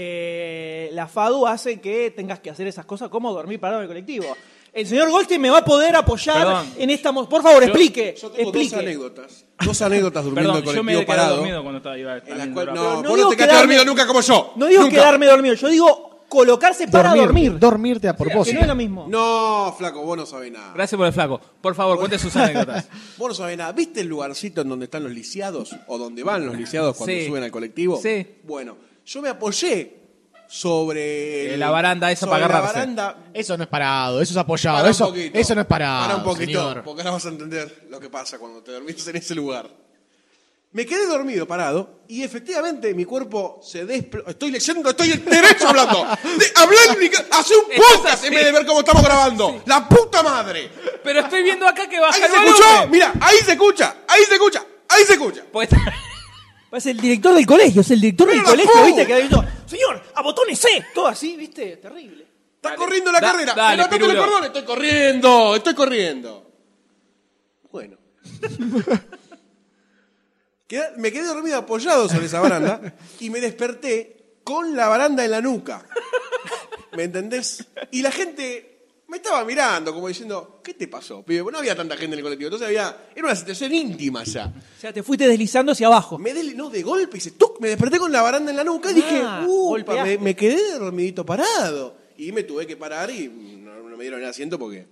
S2: Eh, la FADU hace que tengas que hacer esas cosas como dormir parado en el colectivo. El señor Goldstein me va a poder apoyar
S4: Perdón.
S2: en esta... mo- Por favor, explique.
S3: Yo tengo
S2: explique.
S3: dos anécdotas. Dos anécdotas durmiendo
S4: Perdón,
S3: en el
S4: yo me he
S3: colectivo
S4: quedado
S3: parado.
S4: dormido cuando estaba iba
S3: en las
S4: también
S3: cuales-
S4: duraba.
S3: no,
S2: Pero no
S3: vos no
S2: digo
S3: te quedaste
S2: quedarme-
S3: dormido nunca como yo.
S2: No digo
S3: Nunca.
S2: quedarme dormido, yo digo colocarse para dormir.
S5: Dormirte a propósito.
S2: Que no es lo mismo.
S3: No, flaco, vos no sabés nada.
S4: Gracias por el flaco. Por favor, cuente sus anécdotas.
S3: Vos no sabés nada. ¿Viste el lugarcito en donde están los lisiados? ¿O donde van los lisiados cuando
S4: Sí.
S3: suben al colectivo?
S4: Sí.
S3: Bueno, yo me apoyé sobre...
S4: Eh,
S3: el-
S4: la baranda esa
S3: sobre
S4: para
S3: la
S4: agarrarse.
S3: baranda
S5: Eso no es parado, eso es apoyado.
S3: Para un
S5: eso,
S3: poquito.
S5: eso no es parado.
S3: Para un poquito,
S5: señor.
S3: porque ahora vas a entender lo que pasa cuando te dormís en ese lugar. Me quedé dormido, parado, y efectivamente mi cuerpo se desplomó. Estoy leyendo, estoy derecho hablando. De- hablé en mi ca- Hace un
S4: Estás
S3: podcast
S4: así.
S3: en vez de ver cómo estamos grabando. ¡La puta madre!
S4: Pero estoy viendo acá que baja
S3: ¡Ahí
S4: el
S3: se escuchó!
S4: volumen.
S3: ¡Mira! ¡Ahí se escucha! ¡Ahí se escucha! ¡Ahí se escucha!
S4: Pues-
S2: Es Pues el director del colegio, es el director del
S3: Pero la
S2: colegio,
S3: puta.
S2: ¿viste? Que ha dicho, señor, a botones C, todo así, ¿viste? Terrible.
S3: Está
S4: Dale,
S3: corriendo la
S4: da-
S3: carrera.
S4: dale,
S3: Pero acá te
S4: Pirulo.
S3: lo perdono. Estoy corriendo, estoy corriendo. Bueno. Queda- me quedé dormido apoyado sobre esa baranda y me desperté con la baranda en la nuca. ¿Me entendés? Y la gente me estaba mirando como diciendo, ¿qué te pasó, pibe? Bueno, no había tanta gente en el colectivo. Entonces había, era una situación íntima ya.
S2: O sea, te fuiste deslizando hacia abajo.
S3: Me delenó de golpe y se tuc, me desperté con la baranda en la nuca y dije,
S2: Ah,
S3: "Upa,
S2: golpeaste".
S3: me, me quedé dormidito parado. Y me tuve que parar y no, no me dieron el asiento porque...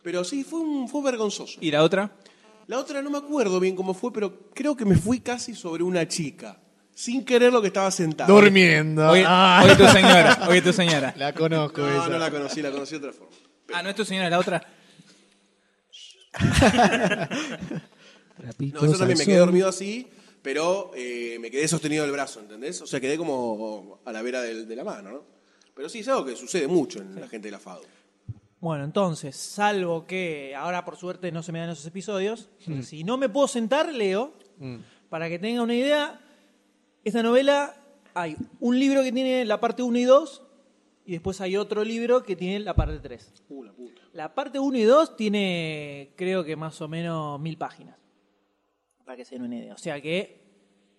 S3: Pero sí, fue, un, fue vergonzoso.
S4: ¿Y la otra?
S3: La otra no me acuerdo bien cómo fue, pero creo que me fui casi sobre una chica. Sin querer lo que estaba sentado.
S5: Durmiendo.
S4: Oye,
S5: Ah.
S4: oye tu señora, oye tu señora.
S5: La conozco
S3: No,
S5: esa.
S3: no la conocí, la conocí de otra forma.
S4: Ah, no es tu señora, la otra.
S3: No, yo también me quedé dormido así, pero eh, me quedé sostenido el brazo, ¿entendés? O sea, quedé como a la vera del- de la mano, ¿no? Pero sí, es algo que sucede mucho en la gente de la FADU.
S2: Bueno, entonces, salvo que ahora por suerte no se me dan esos episodios, entonces, si no me puedo sentar, leo. Para que tenga una idea, esta novela hay un libro que tiene la parte 1 y 2 y después hay otro libro que tiene la parte 3.
S3: Uh, la puta.
S2: La parte 1 y 2 tiene, creo que más o menos mil páginas. Para que se den una idea. O sea que,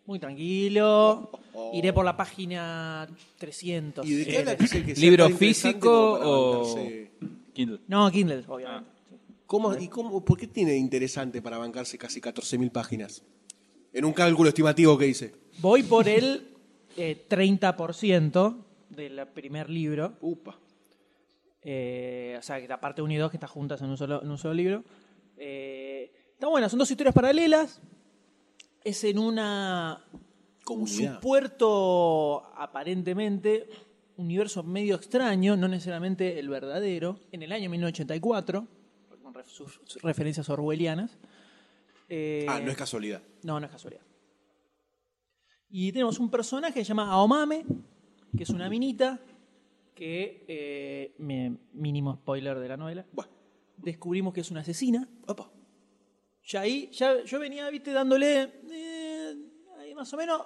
S2: muy tranquilo. Iré por la página Eh, 300.
S3: Oh, ¿Y de
S2: si
S3: qué habla
S2: querés.
S3: que sea- que sea
S4: ¿Libro
S3: tan interesante
S4: físico
S3: como para
S4: o-
S3: bancarse?
S4: Kindle.
S2: No, Kindle,
S3: Ah.
S2: obviamente.
S3: ¿Cómo- y cómo, ¿Por qué tiene interesante para bancarse casi 14.000 páginas? En un cálculo estimativo que hice.
S2: Voy por el eh, 30% del primer libro.
S3: Upa.
S2: Eh, o sea, que la parte 1 y 2 que están juntas en un solo, en un solo libro. Eh, está buena, son dos historias paralelas. Es en una. Un
S3: Comunidad.
S2: supuerto, aparentemente, universo medio extraño, no necesariamente el verdadero, en el año 1984, con ref- sus- sus referencias orwellianas. Eh,
S3: Ah, no es casualidad.
S2: no, no es casualidad. Y tenemos un personaje que se llama Aomame, que es una minita, que, eh, mi- mínimo spoiler de la novela,
S3: Bueno,
S2: descubrimos que es una asesina.
S3: opa.
S2: Ya ahí, ya yo venía, viste, dándole, eh, ahí más o menos,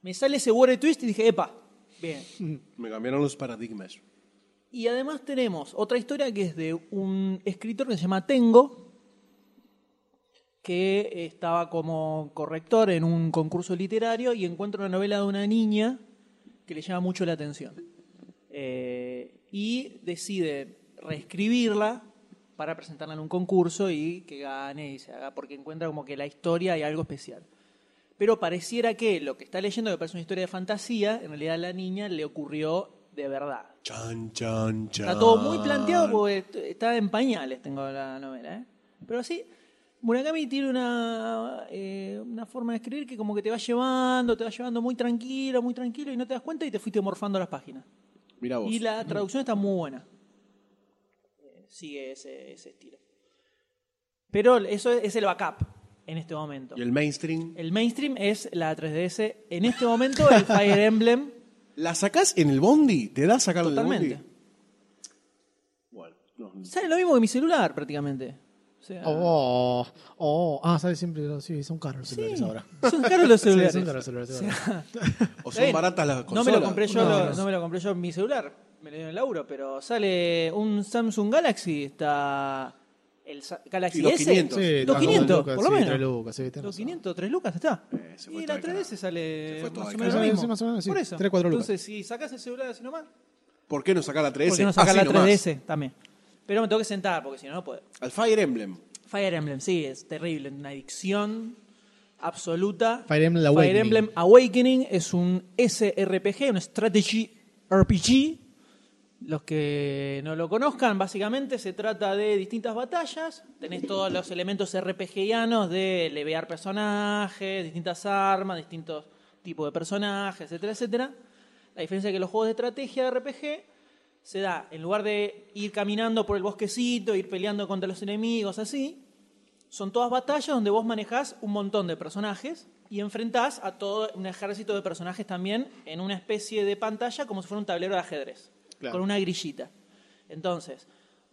S2: me sale ese word twist y dije, epa, bien.
S3: Me cambiaron los paradigmas.
S2: Y además tenemos otra historia que es de un escritor que se llama Tengo, que estaba como corrector en un concurso literario y encuentra una novela de una niña que le llama mucho la atención. Eh, y decide reescribirla para presentarla en un concurso y que gane y se haga, porque encuentra como que la historia hay algo especial. Pero pareciera que lo que está leyendo, que parece una historia de fantasía, en realidad a la niña le ocurrió de verdad.
S3: Chan, chan, chan.
S2: Está todo muy planteado porque est- está en pañales, tengo la novela. ¿eh? Pero sí, Murakami tiene una, eh, una forma de escribir que como que te va llevando, te va llevando muy tranquilo, muy tranquilo y no te das cuenta y te fuiste morfando las páginas.
S3: Mira vos.
S2: Y la traducción está muy buena. Eh, Sigue ese, ese estilo. Pero eso es es el backup en este momento.
S3: Y el mainstream.
S2: El mainstream es la 3DS. En este momento el Fire Emblem
S3: ¿La sacás en el bondi? ¿Te da sacarlo del
S2: totalmente.
S3: bondi? Bueno, no.
S2: Sale lo mismo que mi celular prácticamente. O sea,
S5: Oh, oh. Ah, sabes siempre. Sí, son caros los celulares ahora.
S2: Son caros los
S5: Sí,
S2: celulares.
S5: son caros los celulares ahora.
S3: O
S2: Está bien.
S3: son baratas las
S2: No
S3: consolas.
S2: me lo compré yo,
S5: No,
S2: lo-
S5: no.
S2: no me lo compré yo en mi celular. Me lo dio en el laburo, pero sale un Samsung Galaxy, está el Sa- Galaxy
S3: Y los
S2: S.
S3: 500.
S5: Sí,
S2: Los
S5: está
S2: 500,
S5: como
S2: por lo
S5: sí,
S2: menos.
S5: tres lucas, sí, tenés
S2: Los
S5: razón.
S2: 500, 3 lucas, está.
S3: Eh, se fue
S2: y
S3: todo
S2: la
S3: al
S2: 3DS
S3: carajo.
S2: sale
S3: Se fue todo
S2: más o
S3: al
S2: menos lo
S5: carajo.
S2: mismo.
S5: Sí, más o menos, sí.
S2: Por eso.
S5: Tres, cuatro lucas.
S2: Entonces, si sacás el celular así nomás,
S3: ¿Por qué no sacar la 3S?
S2: ¿por qué no sacás
S3: Así
S2: la E?
S3: nomás.
S2: 3DS también? Pero me tengo que sentar, porque si no, no puedo.
S3: Al Fire Emblem.
S2: Fire Emblem, sí, es terrible, una adicción absoluta.
S5: Fire Emblem Awakening.
S2: Fire Emblem Awakening es un SRPG, un Strategy RPG. Los que no lo conozcan, básicamente se trata de distintas batallas. Tenés todos los elementos RPGianos de levear personajes, distintas armas, distintos tipos de personajes, etcétera, etcétera. La diferencia es que los juegos de estrategia de RPG se da, en lugar de ir caminando por el bosquecito, ir peleando contra los enemigos, así, son todas batallas donde vos manejás un montón de personajes y enfrentás a todo un ejército de personajes también en una especie de pantalla como si fuera un tablero de ajedrez,
S5: Claro.
S2: con una grillita. Entonces,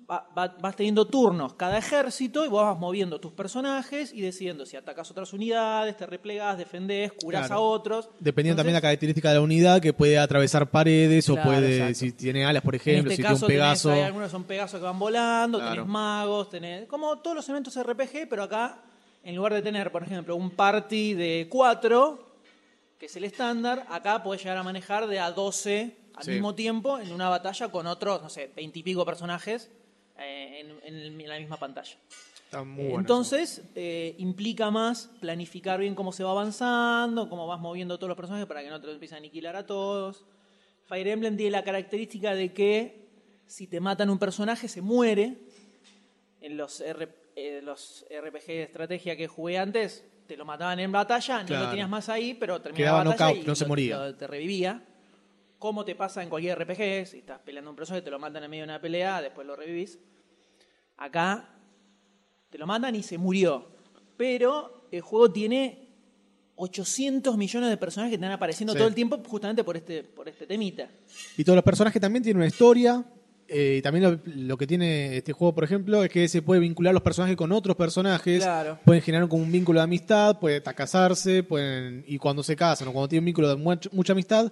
S2: va- va- vas teniendo turnos cada ejército y vos vas moviendo tus personajes y decidiendo si atacas otras unidades, te replegás, defendés, curás
S5: Claro.
S2: a otros.
S5: Dependiendo también
S2: Entonces,
S5: la característica de la unidad, que puede atravesar paredes o
S2: Claro,
S5: puede,
S2: exacto.
S5: si tiene alas, por
S2: En
S5: ejemplo,
S2: este
S5: si tiene
S2: caso
S5: un
S2: tenés-
S5: pegaso.
S2: hay algunos son Pegaso que van volando,
S3: Claro.
S2: tenés magos, tenés. Como todos los elementos RPG, pero acá, en lugar de tener, por ejemplo, un party de 4, que es el estándar, acá podés llegar a manejar de a 12 al
S5: Sí.
S2: mismo tiempo en una batalla con otros, no sé, 20 y pico personajes eh, en- en el- en la misma pantalla.
S5: Está muy bueno
S2: Entonces, eh, implica más planificar bien cómo se va avanzando, cómo vas moviendo todos los personajes para que no te lo empiecen a aniquilar a todos. Fire Emblem tiene la característica de que si te matan un personaje, se muere. En los, R- eh, los RPG de estrategia que jugué antes, te lo mataban en batalla, no
S5: Claro.
S2: lo tenías más ahí, pero terminaba
S5: Quedaba
S2: la batalla
S5: knockout,
S2: y
S5: no se
S2: lo-
S5: moría.
S2: lo- te revivía. Como te pasa en cualquier RPG, si estás peleando a un personaje, te lo matan en medio de una pelea, después lo revivís. Acá te lo mandan y se murió. Pero el juego tiene 800 millones de personajes que están apareciendo
S5: Sí.
S2: todo el tiempo justamente por este, por este temita.
S5: Y todos los personajes también tienen una historia. eh, y también lo, lo que tiene este juego, por ejemplo, es que se puede vincular los personajes con otros personajes.
S2: Claro.
S5: Pueden generar como un vínculo de amistad, pueden hasta casarse, pueden, y cuando se casan o cuando tienen vínculo de much- mucha amistad,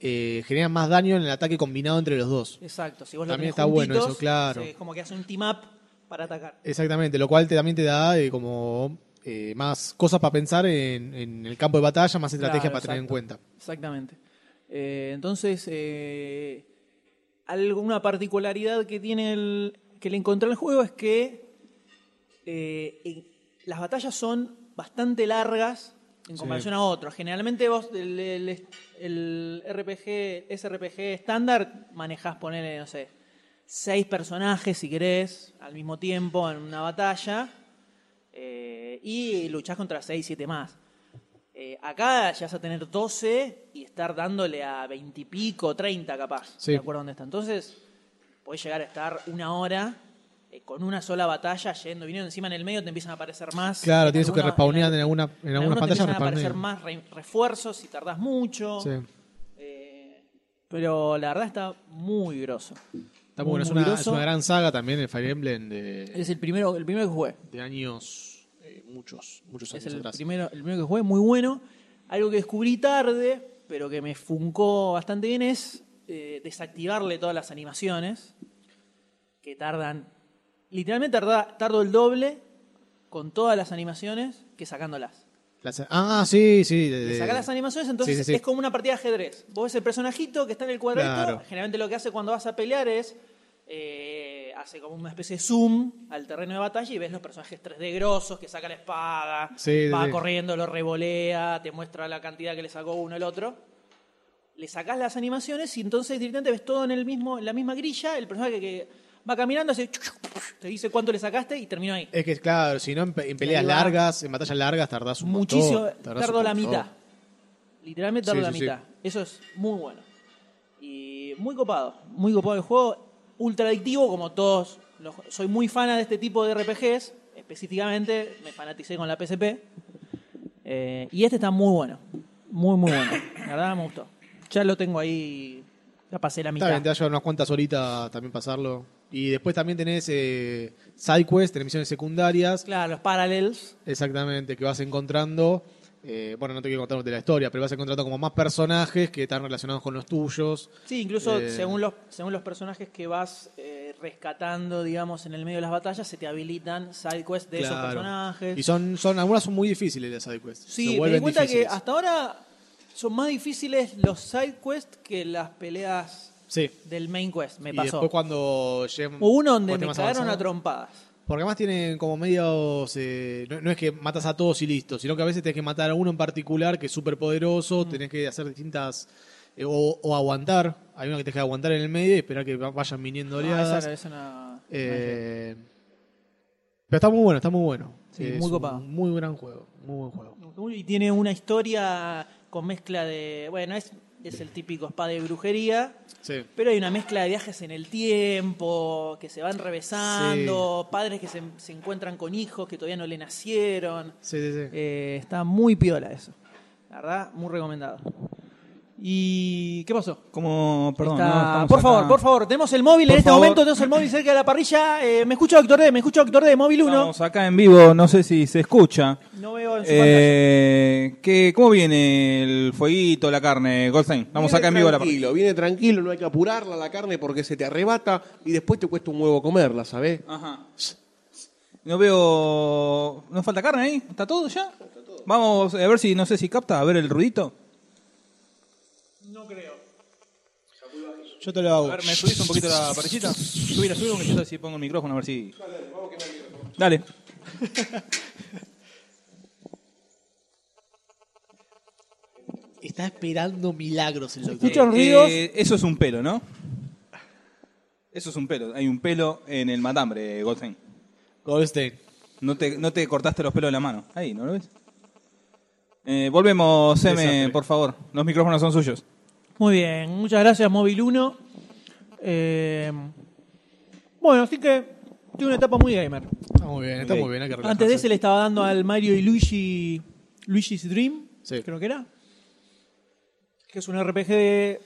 S5: eh, generan más daño en el ataque combinado entre los dos.
S2: Exacto. Si vos lo
S5: También
S2: tenés
S5: está bueno
S2: juntitos,
S5: eso, claro.
S2: Es como que hace un team up para atacar.
S5: Exactamente, lo cual te- también te da eh, como eh, más cosas para pensar en, en el campo de batalla, más estrategias
S2: Claro,
S5: para tener en
S2: exacto.
S5: cuenta.
S2: Exactamente. Eh, entonces, eh, alguna particularidad que tiene el. que le encontré al juego es que eh, en- las batallas son bastante largas en
S5: Sí.
S2: comparación a otros. Generalmente vos el, el- el RPG, SRPG estándar, manejás ponerle, no sé, seis personajes si querés, al mismo tiempo en una batalla. eh, y luchás contra seis, siete más. Eh, acá ya vas a tener 12 y estar dándole a 20 y pico, 30 capaz.
S5: Sí.
S2: De acuerdo dónde está. Entonces, podés llegar a estar una hora eh, con una sola batalla yendo, viniendo. Encima en el medio te empiezan a aparecer más.
S5: Claro,
S2: En
S5: tienes que
S2: algunos-
S5: respawnear
S2: en
S5: en,
S2: al-
S5: alguna, en
S2: en
S5: algunas
S2: algunos
S5: pantallas.
S2: te empiezan a aparecer
S5: respawnean.
S2: más re- refuerzos si tardás mucho.
S5: Sí.
S2: Eh, pero la verdad está muy grosso.
S5: Está muy
S2: Muy,
S5: bueno, es
S2: muy
S5: una, es
S2: grosso.
S5: una gran saga también el Fire Emblem de,
S2: Es el primero, el primero que jugué.
S5: de años, eh, muchos, muchos años
S2: Es el
S5: atrás.
S2: primero, el primero que jugué, muy bueno. Algo que descubrí tarde, pero que me funcó bastante bien, es eh, desactivarle todas las animaciones, que tardan, literalmente tarda- tardo el doble con todas las animaciones que sacándolas.
S5: Las- ah, sí, sí. de-
S2: Le
S5: de-
S2: sacás las animaciones, entonces
S5: Sí, sí, sí.
S2: es como una partida de ajedrez. Vos ves el personajito que está en el cuadrito,
S5: Claro.
S2: generalmente lo que hace cuando vas a pelear es... eh, hace como una especie de zoom al terreno de batalla y ves los personajes 3D grosos que saca la espada,
S5: Sí, sí,
S2: va
S5: sí.
S2: corriendo, lo revolea, te muestra la cantidad que le sacó uno al otro. Le sacás las animaciones y entonces directamente ves todo en, el mismo, en la misma grilla, el personaje que va caminando hace te dice cuánto le sacaste y terminó ahí.
S5: Es que, claro, si no, en, pe- en peleas
S2: Ahí va.
S5: largas, en batallas largas, tardás un
S2: muchísimo.
S5: montón. tardás un
S2: tardo la
S5: montón.
S2: mitad. Literalmente tardo
S5: Sí,
S2: la
S5: sí, sí.
S2: mitad. Eso es muy bueno. Y muy copado. Muy copado el juego. Ultra adictivo, como todos. los- soy muy fana de este tipo de RPGs. Específicamente, me fanaticé con la PSP. Eh, y este está muy bueno. Muy, muy bueno. La verdad me gustó. Ya lo tengo ahí. Ya pasé la mitad.
S5: Está bien, te va a llevar unas cuantas horitas también pasarlo. Y después también tenés eh, sidequests, tenés misiones secundarias.
S2: Claro, los parallels.
S5: Exactamente, que vas encontrando. eh, bueno, no te quiero contar de la historia, pero vas encontrando como más personajes que están relacionados con los tuyos.
S2: Sí, incluso
S5: Eh,
S2: según los según los personajes que vas eh, rescatando, digamos, en el medio de las batallas, se te habilitan sidequests de esos
S5: Claro.
S2: personajes.
S5: Y son, son, algunas son muy difíciles las sidequests.
S2: sí,
S5: se
S2: me di
S5: vuelven
S2: cuenta
S5: difíciles.
S2: que hasta ahora son más difíciles los sidequests que las peleas
S5: Sí.
S2: del main quest, me
S5: y
S2: pasó.
S5: después cuando llegan-
S2: Hubo uno donde
S5: cuando
S2: me
S5: estés más
S2: cagaron a
S5: avanzado.
S2: trompadas.
S5: Porque además tienen como medios. eh, no, no es que matas a todos y listo, sino que a veces tenés que matar a uno en particular que es súper poderoso,
S2: Mm.
S5: tenés que hacer distintas. eh, o, o aguantar. Hay uno que tenés que aguantar en el medio y esperar que va- vayan viniendo
S2: Ah, esa
S5: oleadas.
S2: era- esa era-
S5: Eh, pero está muy bueno, está muy bueno.
S2: Sí,
S5: Es
S2: muy
S5: un
S2: copado.
S5: Muy gran juego, muy buen juego.
S2: Y tiene una historia con mezcla de. Bueno, es, es el típico spa de brujería.
S5: Sí.
S2: Pero hay una mezcla de viajes en el tiempo, que se van revesando, padres que se, se encuentran con hijos que todavía no le nacieron.
S5: Sí, sí, sí.
S2: Eh, está muy piola eso. La verdad, muy recomendado. ¿Y qué pasó?
S1: Como, perdón.
S2: Está-
S1: no, estamos
S2: por
S1: acá.
S2: favor, por favor, tenemos el móvil
S1: Por
S2: en este
S1: favor.
S2: momento, tenemos el móvil cerca de la parrilla. Eh, me escucha Doctor D, me escucha Doctor D, móvil 1.
S1: Estamos acá en vivo, no sé si se escucha.
S2: No veo en su
S1: Eh, ¿qué- ¿Cómo viene el fueguito, la carne, Goldstein? Estamos
S3: Viene
S1: acá en vivo. La...
S3: tranquilo, viene tranquilo, no hay que apurarla la carne porque se te arrebata y después te cuesta un huevo comerla, ¿sabés?
S1: Ajá. No veo... ¿No falta carne ahí? ¿Está todo ya? Vamos a ver si, no sé si capta, a ver el ruidito.
S5: Yo te lo hago.
S1: A ver, ¿me subís un poquito la parrillita? Subir, subir, porque yo sé si pongo el micrófono, a ver si... Eh, Dale.
S5: Está esperando milagros el doctor.
S2: escuchan
S1: Eh,
S2: ruidos?
S1: eh, eso es un pelo, ¿no? Eso es un pelo. Hay un pelo en el matambre, Goldstein.
S5: Goldstein.
S1: No te, no te cortaste los pelos de la mano. Ahí, ¿no lo ves? Eh, volvemos, M,
S5: Desastre.
S1: por favor. Los micrófonos son suyos.
S2: Muy bien, muchas gracias Móvil 1. Eh, bueno, así que tuve una etapa muy gamer.
S5: Está muy bien, está
S1: Ok.
S5: muy bien. Hay que relajarse.
S2: Antes de ese le estaba dando al Mario y Luigi Luigi's Dream,
S5: Sí.
S2: creo que era. Que es un RPG de-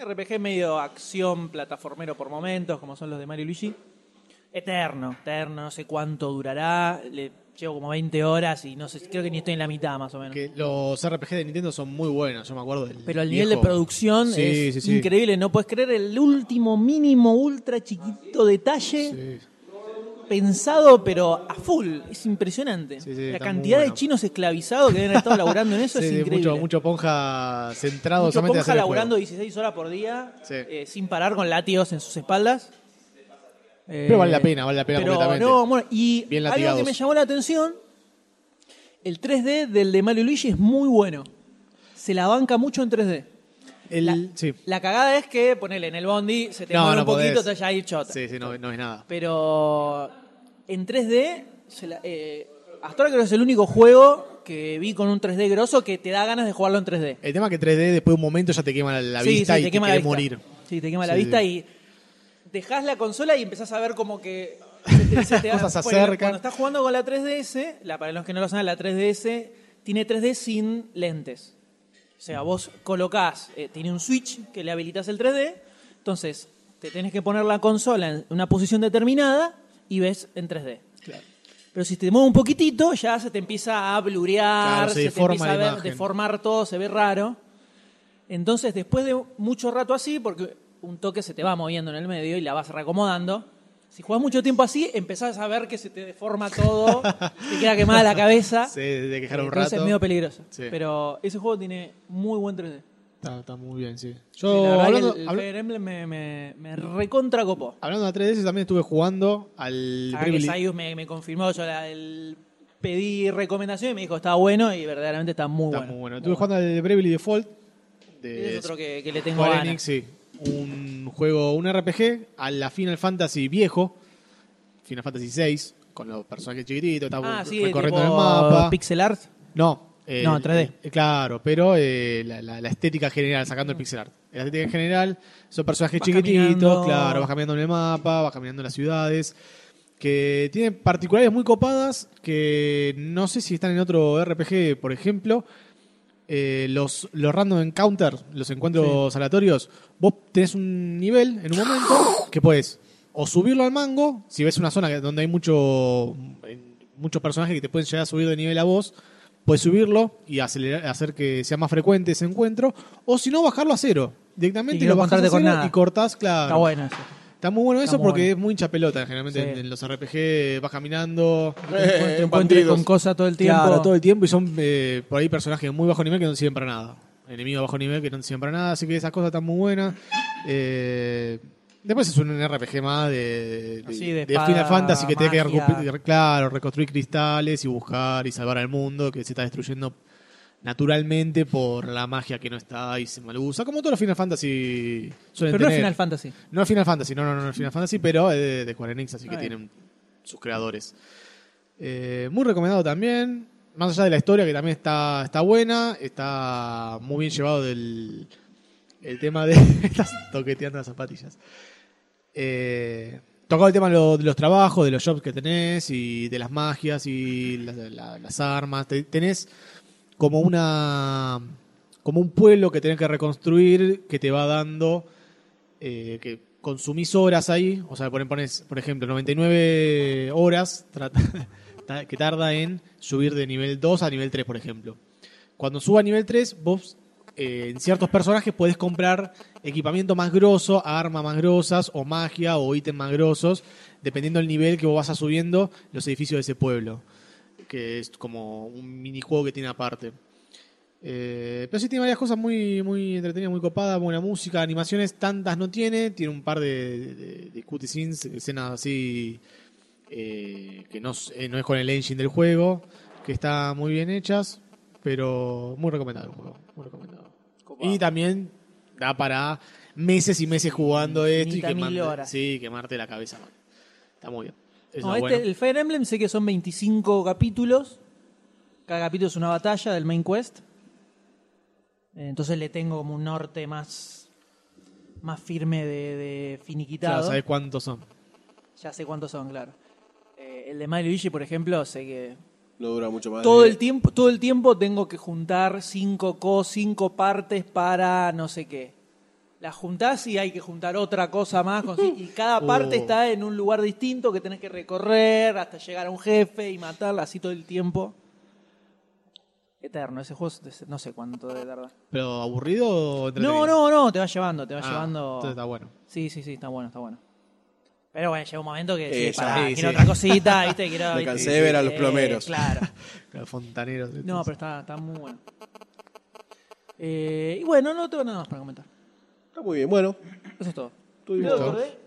S2: RPG medio acción plataformero por momentos, como son los de Mario y Luigi. Eterno, eterno, no sé cuánto durará. Le llevo como 20 horas y no sé, creo que ni estoy en la mitad más o menos.
S5: Que los RPG de Nintendo son muy buenos, yo me acuerdo del
S2: Pero el
S5: viejo.
S2: nivel de producción
S5: Sí,
S2: es
S5: sí, sí.
S2: increíble, no puedes creer el último mínimo ultra chiquito detalle
S5: Sí.
S2: pensado pero a full, es impresionante.
S5: Sí, sí,
S2: la
S5: está
S2: cantidad
S5: muy
S2: de
S5: bueno.
S2: chinos esclavizados que deben haber estado laburando en eso
S5: Sí,
S2: es
S5: sí,
S2: increíble.
S5: mucho, mucho ponja centrado
S2: Mucho
S5: solamente en
S2: ponja
S5: hacer el
S2: laburando
S5: juego.
S2: 16 horas por día,
S5: Sí.
S2: eh, sin parar con látigos en sus espaldas. Eh,
S5: Pero vale la pena, vale la pena
S2: Pero
S5: completamente.
S2: no, bueno, y
S5: Bien
S2: algo que
S5: latigados.
S2: me llamó la atención, el 3D del de Mario y Luigi es muy bueno. Se la banca mucho en 3D.
S5: El-
S2: La,
S5: sí.
S2: la cagada es que, ponele, en el bondi, se te
S5: No,
S2: mueve
S5: no
S2: un poquito,
S5: podés.
S2: te ya ir chota.
S5: Sí, sí, no, no es nada.
S2: Pero en 3D, se la- eh, hasta ahora creo que es el único juego que vi con un 3D grosso que te da ganas de jugarlo en 3D.
S5: El tema es que 3D después de un momento ya te quema la, la
S2: Sí,
S5: vista
S2: sí,
S5: y
S2: te
S5: te,
S2: quema la
S5: querés
S2: vista.
S5: morir.
S2: Sí, te quema la
S5: Sí,
S2: vista
S5: sí.
S2: y dejás la consola y empezás a ver como que se te- se te-
S5: Cosas se
S2: Bueno,
S5: acercan.
S2: Cuando estás jugando con la 3DS, la, para los que no lo saben, la 3DS tiene 3D sin lentes. O sea, vos colocás, eh, tiene un switch que le habilitas el 3D, entonces te tenés que poner la consola en una posición determinada y ves en 3D. Pero si te mueve un poquitito, ya se te empieza a blurear,
S5: Claro, se
S2: se, te
S5: deforma
S2: empieza
S5: la
S2: a ver,
S5: imagen.
S2: deformar todo, se ve raro. Entonces, después de mucho rato así, porque un toque se te va moviendo en el medio y la vas reacomodando, si jugás mucho tiempo así, empezás a ver que se te deforma todo, te queda quemada la cabeza.
S5: Sí, de quejar un
S2: Entonces
S5: rato.
S2: es medio peligroso.
S5: Sí.
S2: Pero ese juego tiene muy buen 3D.
S5: Está, está muy bien, sí.
S2: Sí, la
S5: Yo
S2: verdad
S5: hablando,
S2: que el, el
S5: habla-
S2: Fire Emblem me, me, me recontra copó.
S5: hablando de 3DS también estuve jugando al
S2: Acá Ah, que
S5: Bravely-
S2: Sayus me, me confirmó, yo la- el- pedí recomendación y me dijo, está bueno y verdaderamente está muy
S5: Está
S2: bueno.
S5: muy bueno. Estuve jugando al Bravely Default. De
S2: Es otro que, que le tengo
S5: Square
S2: ganas.
S5: Enix, sí. Un juego, un RPG a la Final Fantasy viejo, Final Fantasy VI, con los personajes chiquititos, está
S2: Ah, sí,
S5: recorriendo el
S2: tipo
S5: mapa.
S2: Pixel art.
S5: No, eh,
S2: No, 3D.
S5: eh, claro, pero eh, la, la- la estética general, sacando el pixel art. La estética en general son personajes
S2: Vas
S5: chiquititos,
S2: caminando.
S5: claro, vas caminando en el mapa, vas caminando en las ciudades, que tienen particularidades muy copadas que no sé si están en otro RPG, por ejemplo. eh, los, los random encounters, los encuentros aleatorios, vos tenés un nivel en un momento que puedes o subirlo al mango, si ves una zona que- donde hay mucho, eh, muchos personajes que te pueden llegar a subir de nivel a vos, puedes subirlo y acelerar, hacer que sea más frecuente ese encuentro, o si no, bajarlo a cero.
S2: Y
S5: Directamente
S2: que
S5: lo
S2: no
S5: bajas a
S2: contarte con
S5: cero
S2: nada.
S5: y cortás, claro.
S2: Está bueno eso.
S5: Está muy bueno eso
S2: Está muy
S5: porque
S2: bueno.
S5: es muy chapelota, generalmente
S2: Sí.
S5: en- en los RPG vas caminando,
S2: Te encuentres con cosas todo el tiempo.
S5: Claro, todo el tiempo y son eh, por ahí personajes muy bajo nivel que no sirven para nada. Enemigos de bajo nivel que no sirven para nada, así que esas cosas están muy buenas. Eh, después es un RPG más de, de-
S2: Así, de
S5: de
S2: espada,
S5: Final Fantasy que tenés que
S2: magia.
S5: recuperar, claro, reconstruir cristales y buscar y salvar al mundo que se está destruyendo naturalmente por la magia que no está y se mal usa, como todos los Final Fantasy suelen
S2: Pero no es
S5: tener.
S2: Final Fantasy.
S5: No es Final Fantasy, no, no, no, no es Final Fantasy, pero es de, de Square Enix, así que
S2: Ah, bien.
S5: tienen sus creadores. Eh, muy recomendado también. Más allá de la historia, que también está, está buena, está muy bien llevado del el tema de. Estás toqueteando las zapatillas. Eh, tocado el tema de lo- de los trabajos, de los jobs que tenés, y de las magias y la- la- las armas. Te- tenés como una. como un pueblo que tenés que reconstruir, que te va dando, eh, que consumís horas ahí, o sea, ponen- pones, por ejemplo, 99 horas trata- ta- que tarda en subir de nivel 2 a nivel 3, por ejemplo. Cuando suba a nivel 3, vos eh, en ciertos personajes podés comprar equipamiento más grosso, armas más grosas, o magia, o ítems más grosos, dependiendo del nivel que vos vas a subiendo los edificios de ese pueblo. Que es como un minijuego que tiene aparte. Eh, pero sí tiene varias cosas muy, muy entretenidas, muy copadas, buena música, animaciones, tantas no tiene. Tiene un par de, de, de cutscenes, escenas así eh, que no, es- eh, no es con el engine del juego, que está muy bien hechas, pero muy recomendado el juego, muy recomendado. Y también da para meses y meses jugando esto y
S2: Infinita mil
S5: quemarte,
S2: horas.
S5: sí, quemarte la cabeza. man. Está muy bien. Eso
S2: No,
S5: es
S2: este,
S5: bueno.
S2: el Fire Emblem sé que son 25 capítulos. Cada capítulo es una batalla del main quest. Eh, Entonces le tengo como un norte más, más firme de, de
S5: Ya
S2: finiquitado.
S5: sabes cuántos son.
S2: Ya sé cuántos son, claro. Eh, el de Mario y Luigi, por ejemplo, sé que
S3: No dura mucho más.
S2: todo
S3: de-
S2: el tiempo, todo el tiempo tengo que juntar cinco co, cinco partes para no sé qué. Las juntás y hay que juntar otra cosa más. con- y cada parte
S5: Oh.
S2: está en un lugar distinto que tenés que recorrer hasta llegar a un jefe y matarla así todo el tiempo. Eterno, ese juego es- no sé cuánto de verdad.
S5: ¿Pero aburrido o entretenido?
S2: No, no, no, te va llevando, te va
S5: Ah,
S2: llevando.
S5: Entonces está bueno.
S2: Sí, sí, sí, está bueno, está bueno. Pero bueno, llega un momento que
S3: Eh,
S2: decís,
S3: ya.
S2: pará,
S5: Sí,
S2: quiero
S5: sí.
S2: otra cosita, ¿viste? Quiero,
S3: Me
S2: ¿viste?
S3: cansé de ver a los
S2: Eh,
S3: plomeros.
S2: claro.
S5: Los fontaneros.
S2: No, pero está, está muy bueno. Eh, y bueno, no tengo nada más para comentar.
S3: Está muy bien, bueno.
S2: Eso es todo.
S3: Tuvimos-
S2: Creo que acordé,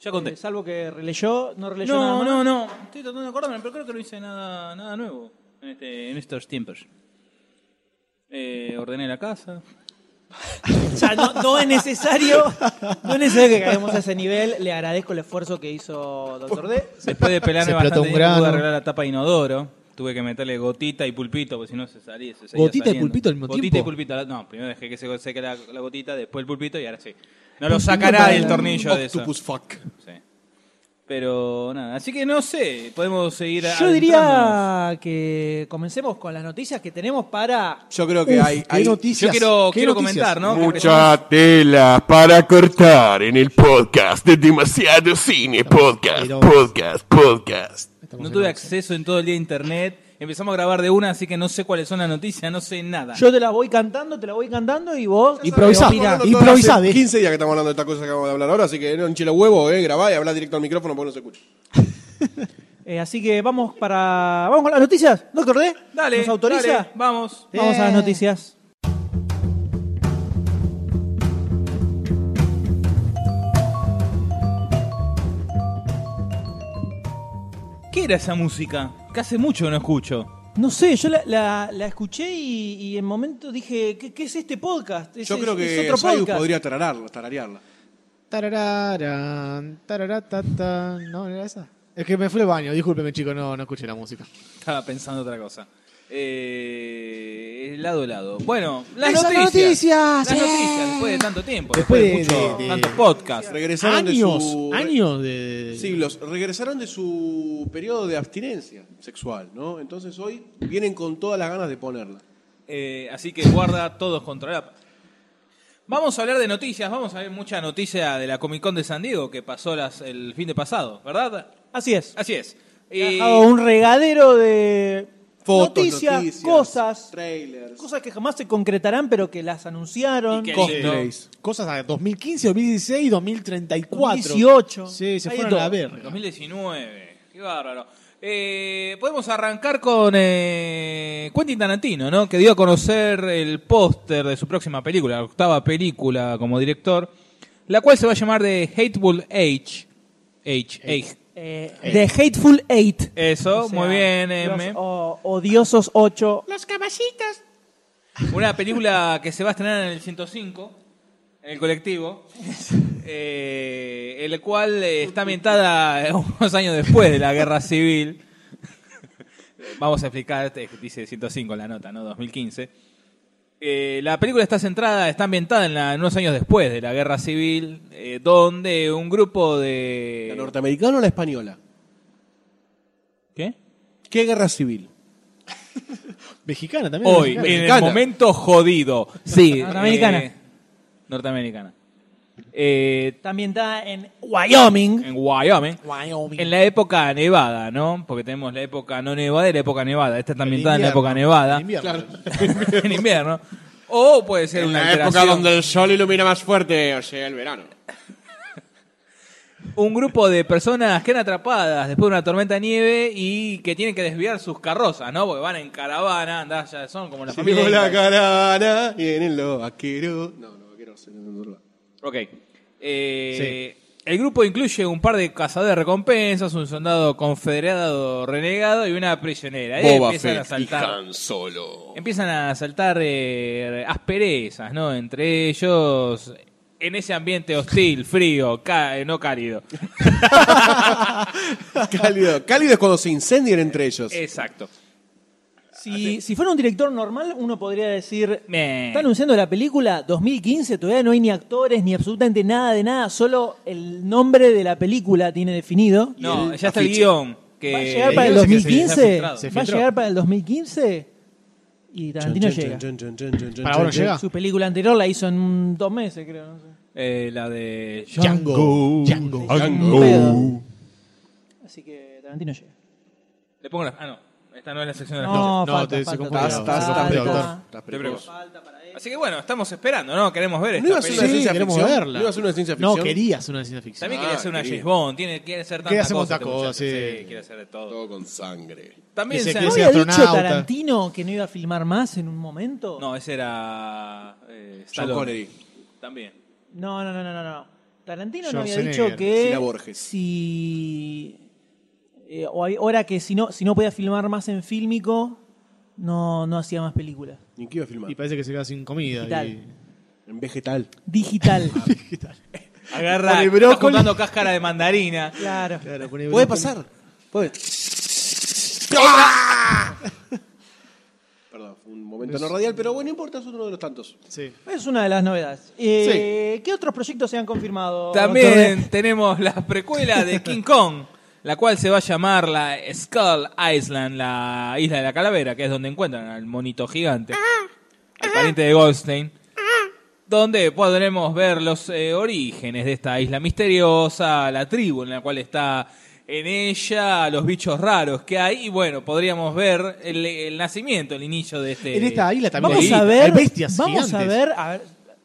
S6: Ya conté.
S2: eh, salvo que releyó, no releyó nada
S4: No,
S2: más.
S4: no, no. Estoy tratando de acordarme, pero creo que no hice nada, nada nuevo en, este, en estos tiempos. Eh, ordené la casa.
S2: O sea, no, no es necesario, no es necesario que caigamos a ese nivel. Le agradezco el esfuerzo que hizo Doctor D.
S4: Después de
S5: Se
S4: pelearme
S5: explotó
S4: bastante,
S5: un
S4: tiempo, pude
S5: grano.
S4: arreglar la tapa de inodoro. Tuve que meterle gotita y pulpito, porque si no se salía. Se seguía
S5: ¿Gotita y
S4: saliendo.
S5: pulpito al mismo
S4: Gotita
S5: tiempo?
S4: y pulpito. No, primero dejé que se seque la, la gotita, después el pulpito y ahora sí. No lo sacará del tornillo de eso.
S3: Octopus fuck.
S4: Sí. Pero nada, así que no sé, podemos seguir
S2: Yo
S4: adentrándonos.
S2: diría que comencemos con las noticias que tenemos para
S3: Yo creo que
S5: Uf,
S3: hay,
S5: qué
S3: hay
S5: noticias.
S4: Yo quiero,
S5: qué
S4: quiero
S5: noticias.
S4: comentar, ¿no? Que
S7: Mucha tela para cortar en el podcast de Demasiado Cine Podcast, podcast, podcast.
S5: Estamos
S4: No
S5: en
S4: tuve
S5: once.
S4: acceso en todo el día a internet. Empezamos a grabar de una, así que no sé cuáles son las noticias, no sé nada.
S2: Yo te la voy cantando, te la voy cantando y vos.
S5: Improvisá,
S2: Mirá,
S5: Hablando
S3: Todo
S5: improvisá,
S3: hace
S5: de-
S3: 15 días que estamos hablando de estas cosas que acabamos de hablar ahora, así que no enchile huevo, eh, grabá y hablá directo al micrófono porque no se escucha.
S2: eh, así que vamos para. Vamos con las noticias, Doctor D.
S4: dale,
S2: ¿Nos autoriza?
S4: dale, vamos. Eh,
S2: Vamos a las noticias.
S4: ¿Qué era esa música? Que hace mucho que no escucho.
S2: No sé, yo la, la- la escuché y, y en momento dije, ¿qué, qué es este podcast? Es,
S3: Yo
S2: es-
S3: creo
S2: es
S3: que
S2: otro
S3: Sayus
S2: podcast.
S3: podría tararearla, tararearla.
S5: Tarararán, tararatatán. No, ¿no era esa. Es que me fui al baño, discúlpeme, chico, no, no escuché la música.
S4: Estaba pensando otra cosa. Eh, lado a lado. Bueno, las
S5: Esas
S4: noticias.
S5: noticias,
S4: Las
S5: eh.
S4: noticias, después de tanto tiempo.
S5: Después
S4: Después,
S5: de-
S4: de, mucho,
S5: de- de-
S4: tantos podcasts.
S3: Regresaron
S5: Ah, Años,
S3: de su...
S5: años de.
S3: Siglos. Regresaron de su periodo de abstinencia sexual, ¿no? Entonces hoy vienen con todas las ganas de ponerla.
S4: Eh, así que guarda todos contra la... Vamos a hablar de noticias, vamos a ver mucha noticia de la Comic Con de San Diego que pasó las, el fin de pasado, ¿verdad?
S2: Así es.
S4: Así es. Eh,
S2: Ha
S4: Y-
S2: dejado un regadero de
S3: Fotos,
S2: noticias,
S3: noticias,
S2: cosas,
S3: trailers,
S2: cosas que jamás se concretarán, pero que las anunciaron.
S4: Y que-
S3: cosplays.
S5: Cosas a 2015, 2016, 2034.
S2: 2018.
S5: Sí, se
S2: Hay
S5: fueron a
S2: de
S5: la
S2: todo.
S5: verga.
S4: 2019. Qué bárbaro. Eh, podemos arrancar con eh, Quentin Tarantino, ¿no? Que dio a conocer el póster de su próxima película, la octava película como director, la cual se va a llamar The Hateful Age. Age, Age.
S2: Eh, The Hateful Eight.
S4: Eso,
S2: O sea,
S4: Oh, muy bien,
S2: los,
S4: M.
S2: o- odiosos 8.
S4: Una película que se va a estrenar en el 105, en el colectivo, eh, el cual eh, está ambientada eh, unos años después de la guerra civil. Vamos a explicar, este, dice 105 la nota, ¿no? 2015. Eh, la película está centrada, está ambientada en, la- en unos años después de la guerra civil, eh, donde un grupo
S3: ¿La
S4: de...
S3: norteamericana o la española?
S4: ¿Qué?
S3: ¿Qué guerra civil?
S5: Mexicana también.
S4: Hoy,
S5: mexicana.
S4: en el
S3: Mexicana.
S4: momento jodido. Sí.
S2: Norteamericana.
S4: eh, norteamericana. Eh,
S2: Está ambientada en Wyoming.
S4: en Wyoming.
S2: Wyoming.
S4: En la época nevada, ¿no? Porque tenemos la época no nevada y la época nevada. Esta está ambientada en la época
S5: invierno,
S4: nevada.
S5: en invierno.
S4: en invierno. O puede ser una alteración.
S3: el sol ilumina más fuerte, o sea, el verano.
S4: Un grupo de personas quedan atrapadas después de una tormenta de nieve y que tienen que desviar sus carrozas, ¿no? Porque van en caravana, andá, ya son como la familia.
S3: Llegó la
S4: Ingalls.
S3: caravana, vienen los vaqueros. No, no, vaqueros, en otro lugar.
S4: Ok. Eh, El grupo incluye un par de cazadores de recompensas, un soldado confederado renegado y una prisionera. Eh,
S3: Boba
S4: empiezan
S3: Fett
S4: a
S3: y
S4: saltar.
S3: Han Solo.
S4: Empiezan a saltar eh, asperezas, ¿no? Entre ellos, en ese ambiente hostil, frío, ca- eh, no cálido.
S3: Cálido. Cálido es cuando se incendian entre ellos.
S5: Eh,
S4: Exacto.
S2: Si, si fuera un director normal, uno podría decir,
S4: Me-
S2: está anunciando la película 2015, todavía no hay ni actores, ni absolutamente nada de nada, solo el nombre de la película tiene definido.
S4: No, ya está el guión. Que
S2: va a llegar para el
S5: dice que se-
S2: 2015,
S4: Eh, se ha
S5: filtrado.
S2: va a llegar para el 2015 y Tarantino llega.
S5: Para ahora llega.
S2: Su película anterior la hizo en un- dos meses, creo. no sé.
S4: Eh, la de
S7: Oh,
S5: Django. Django.
S2: Un pedo. Así que Tarantino llega.
S4: Le pongo la... Ah, no. Esta no es la sección de las
S2: No,
S5: no,
S2: falta,
S5: te- se
S2: falta,
S5: confunde,
S2: falta,
S5: se confunde,
S2: falta.
S5: doctor.
S4: Así que bueno, estamos esperando, ¿no? Queremos ver
S3: ¿No iba a
S4: esta
S3: ser
S4: peli.
S3: una
S5: Sí,
S3: ciencia
S5: queremos
S3: ficción?
S5: verla.
S3: ¿No iba a ser una ciencia
S5: No,
S3: ficción?
S5: quería una ciencia ficción.
S4: También
S3: Ah,
S4: quiere hacer una
S3: quería.
S4: James Bond, tiene, quiere hacer
S5: Quiere
S4: tantas
S5: hacer
S4: cosas.
S5: muchas
S4: este muchacho,
S5: cosas, sí.
S4: quiere hacer de todo.
S3: Todo con sangre.
S4: También
S5: Que se
S4: se-
S5: quiere
S2: ¿No
S5: Ese
S2: había dicho
S5: astronauta.
S2: Tarantino que no iba a filmar más en un momento?
S4: No, ese era... eh,
S3: John
S4: Stallone.
S3: Connery.
S4: También.
S2: No, no, no, no, no, no. Tarantino no había
S5: Schwarzenegger,
S2: dicho que
S3: Sina Borges.
S2: si eh, o hay- ahora que si no si no podía filmar más en fílmico no no hacía más películas.
S3: ¿Y en qué iba a filmar?
S5: Y parece que se queda sin comida.
S2: Digital.
S5: y-
S3: En vegetal.
S2: Digital.
S4: Agarra,
S5: Con el
S4: está
S5: brócoli.
S4: juntando cáscara de mandarina.
S2: claro.
S5: Claro, pone-
S3: ¿Puede pasar? Puede. Perdón, fue un momento no radial, pero bueno, no importa, es uno de los tantos.
S5: Sí.
S2: Es una de las novedades. Eh, ¿Qué otros proyectos se han confirmado? doctor
S4: También tenemos la precuela de King Kong, la cual se va a llamar la Skull Island, la isla de la calavera, que es donde encuentran al monito gigante, al pariente de Goldstein, donde podremos ver los eh, orígenes de esta isla misteriosa, la tribu en la cual está en ella, los bichos raros que hay, y bueno, podríamos ver el, el nacimiento, el inicio de este...
S5: En esta isla
S2: de-
S5: también
S2: Vamos
S5: hay-
S2: a ver.
S5: hay bestias
S2: vamos a
S5: gigantes.
S2: ver, a ver,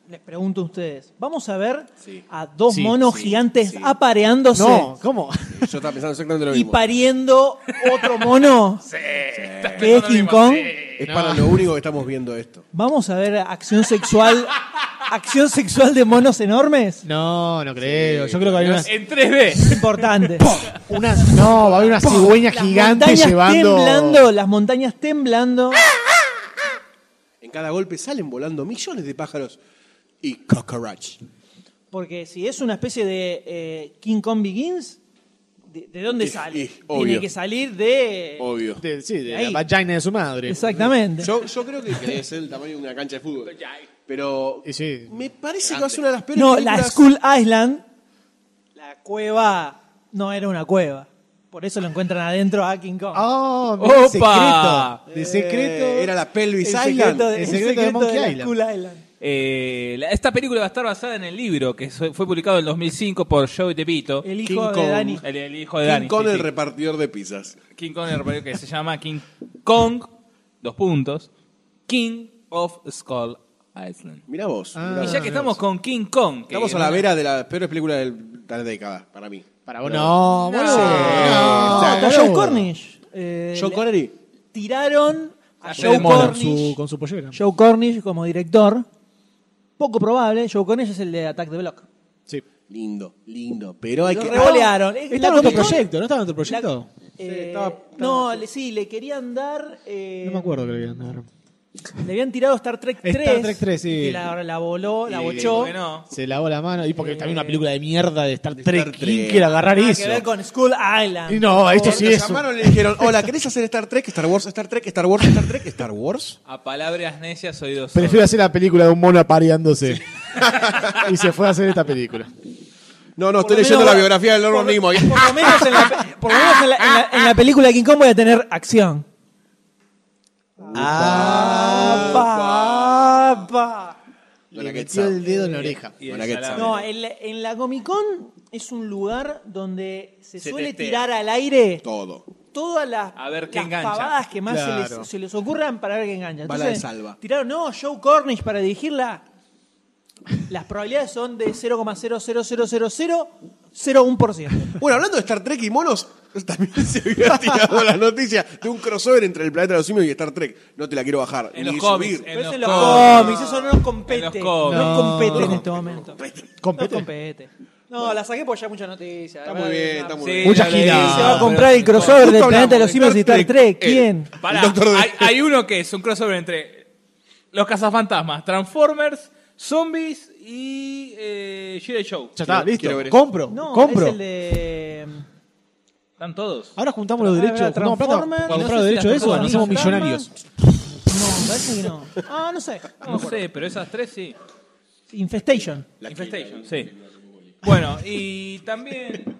S2: les pregunto a ustedes. Vamos a ver
S3: Sí.
S2: a dos
S5: Sí,
S2: monos
S3: sí,
S2: gigantes
S3: sí.
S2: apareándose
S5: No, ¿cómo?
S3: Yo estaba pensando exactamente lo
S2: y
S3: mismo.
S2: pariendo otro mono que es King Kong.
S3: Es para lo único que estamos viendo esto.
S2: Vamos a ver acción sexual. acción sexual de monos enormes.
S5: No, no creo. Yo creo que hay unas.
S4: En 3D.
S2: Importante.
S5: unas no, va a haber una cigüeña gigante
S2: montañas
S5: llevando.
S2: temblando, las montañas temblando.
S3: En cada golpe salen volando millones de pájaros y cockroach.
S2: Porque si es una especie de eh, King Kong Begins, ¿de, de dónde
S3: Y-
S2: sale?
S3: y-
S2: Tiene
S3: obvio.
S2: que salir de.
S3: Obvio.
S5: De, sí, de
S2: Ahí.
S5: la vagina de su madre.
S2: Exactamente.
S3: Yo, yo creo que debe ser el tamaño de una cancha de fútbol. Pero
S5: Y sí.
S3: me parece que va a ser una de las peores
S2: no, la
S3: películas.
S2: Skull Island, la cueva, no era una cueva. Por eso lo encuentran adentro a King Kong.
S5: Oh, mira, el
S4: Opa.
S5: secreto. De secreto.
S3: Eh, era la
S2: El
S3: pelvis Island.
S2: secreto de-
S5: el
S2: el
S5: secreto de
S2: secreto
S5: Monkey
S2: de la
S5: Island.
S2: Skull Island.
S4: Eh, la- esta película va a estar basada en el libro que so- fue publicado en 2005 por Joey DeVito, el,
S2: El
S3: King
S2: hijo de
S3: Kong.
S2: Danny.
S4: el hijo de
S3: King
S4: Dani.
S3: Kong
S4: sí,
S3: el
S4: sí.
S3: repartidor de pizzas.
S4: King Kong el repartidor, que se llama King Kong, dos puntos, King of Skull Island.
S3: Mirá vos. mirá
S4: Y
S3: vos.
S4: ya que estamos con King Kong, que
S3: Estamos a la vera de las peores películas del- de la década, para mí.
S5: Para vos. No, boludo.
S3: No.
S5: No,
S2: Hasta
S5: boludo.
S2: Joe Cornish. eh,
S3: John
S2: le-
S3: Connery.
S2: Tiraron a
S4: Hacer
S2: Joe
S4: el mono.
S5: Con su,
S2: Cornish.
S5: con su pollera.
S2: Joe Cornish como director. Poco probable. Joe Cornish es el de Attack the Block.
S5: Sí.
S3: Lindo, lindo. Pero hay
S2: Lo
S3: que.
S2: revolearon. Eh,
S5: Está
S2: la
S5: en otro
S2: Comic Con-
S5: proyecto, ¿no estaba en otro
S2: la-
S5: proyecto?
S2: eh,
S3: estaba- estaba-
S2: no, le- sí, le querían dar. eh,
S5: No me acuerdo que lo habían dado.
S2: Le habían tirado Star Trek 3.
S5: Star Trek 3, sí.
S2: Que la, la voló, la
S4: Y
S2: bochó.
S4: dijo que no.
S5: Se lavó la mano. Y porque
S2: Eh,
S5: también una película de mierda de Star Trek.
S3: Trek.
S5: ¿Quién quiere agarrar
S2: Nada
S5: eso?
S2: que ver con Skull Island.
S5: Y no, esto sí
S3: Lo
S5: es.
S3: llamaron y le dijeron, hola, ¿querés hacer Star Trek, Star Wars, Star Trek, Star Wars, Star Trek, Star Wars?
S4: a palabras necias oídos. sordos.
S5: Prefiero hacer la película de un mono apareándose. y se fue a hacer esta película.
S3: No,
S2: Por
S3: no, estoy
S2: lo
S3: leyendo
S2: menos-
S3: la biografía del Lord Nimo.
S2: Por lo menos, en la, por lo menos en la- en la- en la película de King Kong voy a tener acción. ¡Apa! ¡Apa!
S5: Le
S3: Buena
S5: metió
S3: quetzal.
S5: el dedo en la oreja.
S4: Y el
S3: Buena que
S4: salame.
S2: No, eh, en la, en la Comic Con es un lugar donde se,
S4: Se
S2: suele
S4: testea.
S2: tirar al aire
S3: Todo.
S2: todas las,
S4: A ver qué
S2: las
S4: engancha.
S2: pavadas que más se les- se,
S5: Claro.
S2: les, ocurran para ver qué engancha.
S3: Bala de salva.
S2: Tiraron, no, Joe Cornish para dirigirla. Las probabilidades son de 0,0000001%.
S3: Bueno, hablando de Star Trek y monos, también se había tirado la noticia de un crossover entre el planeta de los simios y Star Trek. No te la quiero bajar.
S4: En
S3: ni
S4: los cómics,
S3: subir.
S4: en-
S2: Pero eso en
S4: los
S2: los
S4: cómics.
S2: cómics, eso no nos
S4: En los
S2: compete. No,
S4: cómics.
S2: compete
S5: No.
S2: en este momento.
S3: eh,
S2: No
S5: Compete.
S2: compete. No, la saqué porque ya hay mucha noticia.
S3: Está muy bien, está muy
S4: Sí,
S3: bien.
S5: Mucha
S4: lo leí.
S5: gira.
S2: Se va a comprar el crossover del
S3: Justo
S2: planeta de los
S3: hablamos de
S2: simios y
S3: Star
S2: Star Trek.
S3: Trek.
S2: ¿Quién?
S4: Eh, Pará,
S3: El doctor de-
S4: hay, hay uno que es un crossover entre los cazafantasmas, Transformers, zombies y eh, G.I. Show.
S5: Ya está,
S3: Quiero-
S5: listo.
S3: quiero ver eso.
S5: Compro,
S2: No,
S5: compro.
S2: es el de.
S4: Están todos.
S5: Ahora juntamos los
S2: Ah,
S5: derechos,
S2: verdad,
S5: juntamos plata
S2: Transformers.
S5: para
S2: No
S5: comprar
S2: sé
S5: los
S2: si
S5: derechos de
S2: las
S5: eso, nos hacemos
S2: Transformers.
S5: millonarios.
S2: No, parece que no. Ah, no sé. No me
S4: No
S2: acuerdo.
S4: sé, pero esas tres sí.
S2: Infestation.
S4: Infestation, sí. Bueno, y también.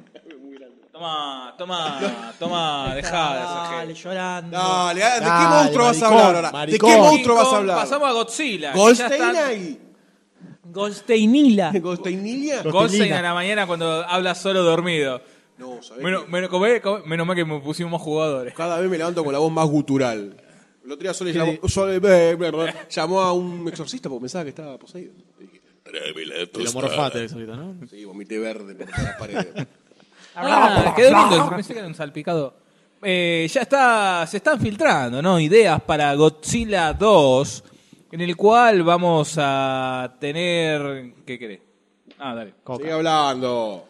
S4: Toma, toma, toma, dejá de hacer
S2: Dale,
S4: gel.
S2: llorando.
S3: Dale, ah, ¿de qué
S5: Dale,
S3: monstruo vas a
S5: maricón,
S3: hablar ahora?
S5: maricón.
S3: ¿De qué
S4: Y
S3: monstruo vas
S4: con-
S3: a hablar?
S4: Pasamos a Godzilla. que ya está-
S3: ¿Golsteina y
S2: Goldsteinila.
S3: Golsteinilia?
S4: Godzilla en la mañana cuando habla solo dormido.
S3: No, ¿sabés
S4: Menos,
S3: qué?
S4: menos- como es- como- menos mal que me pusimos más jugadores.
S3: Cada vez me levanto con la voz más gutural. El otro día Sole llamó, Sole- eh, llamó a un exorcista porque pensaba que estaba poseído. Le dije, "Tráeme la
S5: Te lo
S3: tostada".
S5: morfaste de eso ahorita, ¿no?
S3: Sí, vomité verde por todas las paredes.
S4: Ah, quedó lindo, pensé que era un salpicado. Eh, ya está, se están filtrando, ¿no? Ideas para Godzilla 2, en el cual vamos a tener... ¿Qué querés? Ah, dale.
S5: Coca.
S3: Sigue hablando.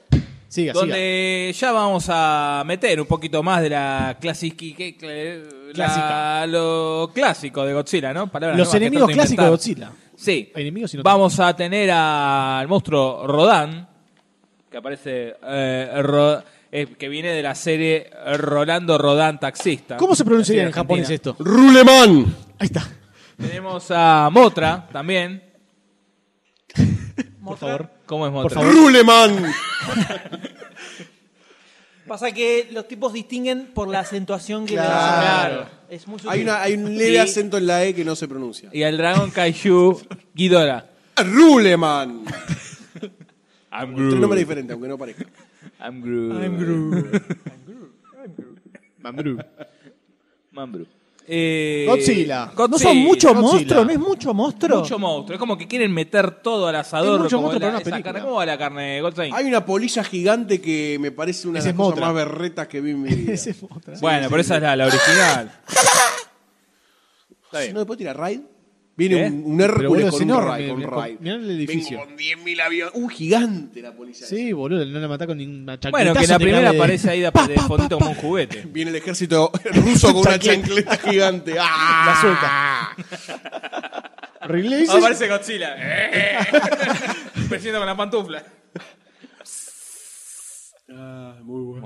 S5: Siga, siga.
S4: Donde ya vamos a meter un poquito más de la clasiqui- que- que- la-
S5: Clásica.
S4: lo clásico de Godzilla, ¿no? Palabras nuevas
S5: Los
S4: que
S5: enemigos
S4: trato
S5: clásicos de
S4: inventar.
S5: Godzilla.
S4: Sí.
S5: Enemigos y no-
S4: Vamos a tener al monstruo Rodan, que aparece, eh, Ro- eh, que viene de la serie Rolando Rodan Taxista.
S5: ¿Cómo se pronunciaría en
S4: Así de Argentina.
S5: japonés esto?
S3: Ruleman.
S5: Ahí está.
S4: Tenemos a Motra también.
S5: Por favor.
S4: ¿Cómo es Motra?
S5: Por favor.
S3: Ruleman.
S2: Pasa que los tipos distinguen por la acentuación que le
S4: Claro.
S2: hacen. Es muy sutil.
S3: Hay, una- hay un leve
S4: Y-
S3: acento en la E que no se pronuncia.
S4: Y al dragón Kaiju Ghidorah.
S3: Ruleman.
S4: I'm
S3: Tres nombres
S4: Groot.
S3: diferentes, aunque no parezca.
S4: I'm Groot.
S5: Mambrú.
S4: Mambru. Eh,
S5: Godzilla.
S2: No son
S5: Godzilla.
S2: muchos monstruos, no es mucho monstruo.
S4: Mucho monstruo. Es como que quieren meter todo al asador.
S5: Es mucho
S4: como
S5: monstruo para
S4: la-
S5: una
S4: esa
S5: película.
S4: carne- ¿Cómo va la carne de Goldstein?
S3: Hay una polilla gigante que me parece una de
S5: Ese
S3: las
S5: es
S3: cosas
S5: Mothra.
S3: más berretas que vi en mi vida.
S5: Ese es otra.
S4: bueno, pero esa es la, la original. Está
S3: Si no,
S4: bien.
S3: después tira Raid. Viene
S4: ¿Eh?
S3: un, un
S5: Pero
S3: Hércules
S5: boludo, es
S3: con un
S5: enorme.
S3: Raid. Con un
S5: mirá-
S3: Raid.
S5: Mirá el edificio.
S3: Vengo con 10.000 aviones. Un gigante la polilla.
S5: Sí, boludo, no la matá con ninguna chaqueta.
S4: Bueno, que en la primera aparece ahí de, de fondito como un juguete.
S3: Viene el ejército ruso con una chancleta gigante. ¡Ah!
S5: La suelta. Releases.
S4: Aparece Godzilla. Persiguiendo con la pantufla.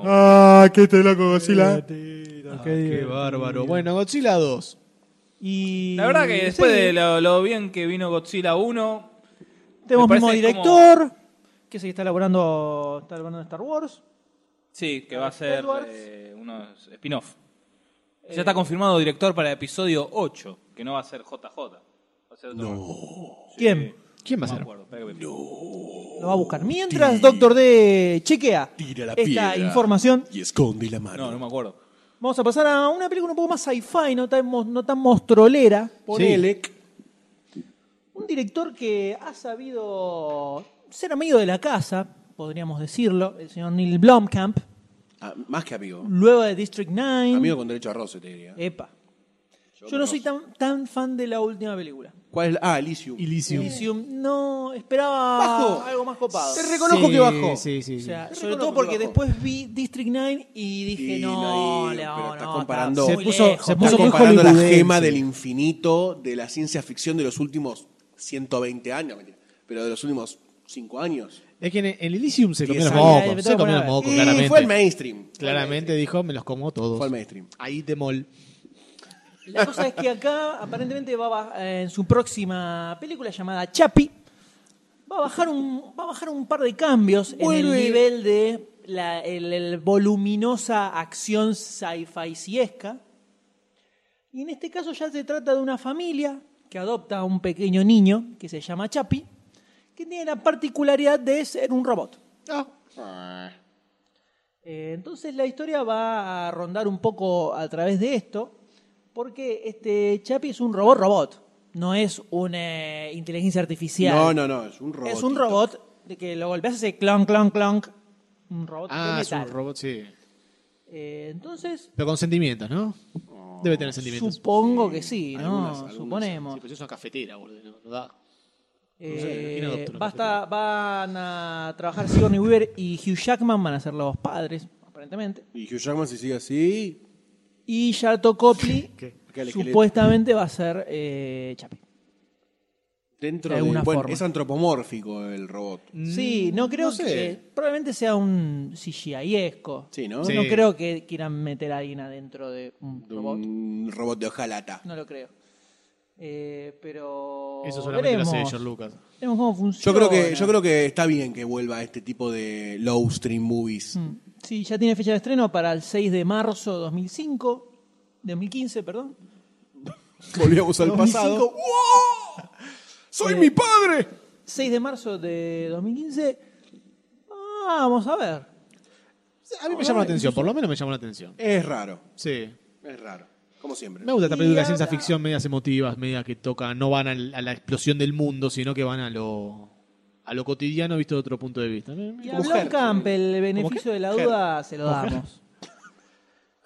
S5: Ah, qué te loco, Godzilla. Ah, Qué bárbaro. Bueno, Godzilla 2.
S2: Y
S4: La verdad que después
S2: sí,
S4: de lo, lo bien que vino Godzilla 1,
S2: tenemos
S4: me
S2: mismo
S4: parece
S2: director, que se está elaborando, está elaborando Star Wars.
S4: sí, que va a ser
S2: Edwards. Eh.
S4: eh, unos spin-off. Ya está confirmado director para episodio 8, que no va a ser JJ. Va a ser otro más.
S2: ¿Quién?
S5: ¿Quién va a
S4: No me
S5: ser?
S4: acuerdo, espera que me-
S2: Lo va a buscar. Mientras Doctor D chequea
S3: Tira la
S2: esta
S3: piedra.
S2: información,
S3: Y esconde la mano.
S4: No, no me acuerdo.
S2: vamos a pasar a una película un poco más sci-fi, no tan, mos- no tan mostrolera.
S3: Ponele.
S2: Un director que ha sabido ser amigo de la casa, podríamos decirlo, el señor Neil Blomkamp,
S3: Ah, más que amigo.
S2: luego de District 9.
S3: Amigo con derecho a roce, te diría.
S2: Epa. Yo no soy tan, tan fan de la última película.
S3: ¿Cuál es la- Ah, Elysium.
S5: Elysium.
S2: Elysium, no, esperaba
S3: Bajo.
S2: algo más copado.
S3: Te reconozco que bajó.
S5: Sí, sí,
S2: O
S5: sí.
S2: sea,
S3: Te
S2: sobre
S3: reconozco
S2: todo
S3: que
S2: porque
S3: bajó.
S2: después vi District 9 y dije,
S3: Y
S2: no,
S3: no,
S2: Leo,
S3: pero
S2: no,
S3: estás comparando.
S2: está
S5: Se
S2: muy
S5: puso-
S2: lejos.
S5: se
S3: Estás
S5: puso muy
S3: comparando la
S5: hollywoodense.
S3: gema del infinito de la ciencia ficción de los últimos 120 años, mentira, pero de los últimos 5 años.
S5: Es que en el Elysium se comió
S3: Diez
S5: los
S2: años.
S5: mocos. Se comió los mocos,
S3: y
S5: claramente.
S3: fue el mainstream.
S5: Claramente dijo, me los como todos.
S3: Fue el mainstream.
S5: Ahí temol.
S2: La cosa es que acá aparentemente va a baj- eh, en su próxima película llamada Chapi va a bajar un va a bajar un par de cambios en
S3: Vuelve.
S2: el nivel de la el- el voluminosa acción sci-fi siesca Y en este caso ya se trata de una familia que adopta a un pequeño niño que se llama Chapi, que tiene la particularidad de ser un robot. Eh, entonces la historia va a rondar un poco a través de esto, porque este Chapi es un robot robot, no es una eh, inteligencia artificial.
S3: No, no, no, es un robot.
S2: Es un robot de que lo golpeas hace clonk, clonk, clonk. Un robot de
S5: Ah, es
S2: metal.
S5: un robot, sí.
S2: Eh, entonces,
S5: Pero con sentimientos, ¿no? Debe tener sentimientos.
S2: supongo que sí, ¿no?
S3: algunas- algunas-
S2: Suponemos.
S5: Sí, pero es una cafetera, boludo. No, no da.
S2: Eh,
S5: imagino adopta una
S2: basta- van a trabajar Sigourney Weaver y Hugh Jackman, van a ser los padres, aparentemente.
S3: Y Hugh Jackman, si sigue así,
S2: Y Charlton Copley
S3: Acá el esqueleto.
S2: supuestamente va a ser eh, Chapi.
S3: dentro
S2: De
S3: de.
S2: alguna
S3: bueno,
S2: forma.
S3: es antropomórfico el robot.
S2: Sí, no creo
S5: Mm, no sé.
S2: que. Probablemente sea un CGI-esco.
S3: Sí, ¿no?
S5: Sí.
S2: No creo que quieran meter a alguien adentro de un
S3: De
S2: robot.
S3: Un robot de hojalata.
S2: No lo creo. Eh, pero.
S5: Eso solamente
S2: veremos.
S5: lo hace George Lucas.
S2: Veremos cómo
S3: Yo
S2: funciona.
S3: creo que, yo creo que está bien que vuelva este tipo de low stream movies.
S2: Mm. Sí, ya tiene fecha de estreno para el 6 de marzo de 2005. 2015, perdón.
S3: Volvíamos al pasado. ¡Wow! ¡Soy mi padre!
S2: 6 de marzo de 2015. Vamos a ver.
S5: A mí me llama la atención, por lo menos me llama la atención.
S3: Es raro,
S5: Sí.
S3: es raro. Como siempre.
S5: Me gusta esta
S2: Y
S5: película de
S2: habla-
S5: ciencia ficción, medias emotivas, medias que tocan, no van al- a la explosión del mundo, sino que van a lo, a lo cotidiano visto de otro punto de vista. Me- me-
S2: Y a Blom Campbell, el beneficio de la duda se lo damos.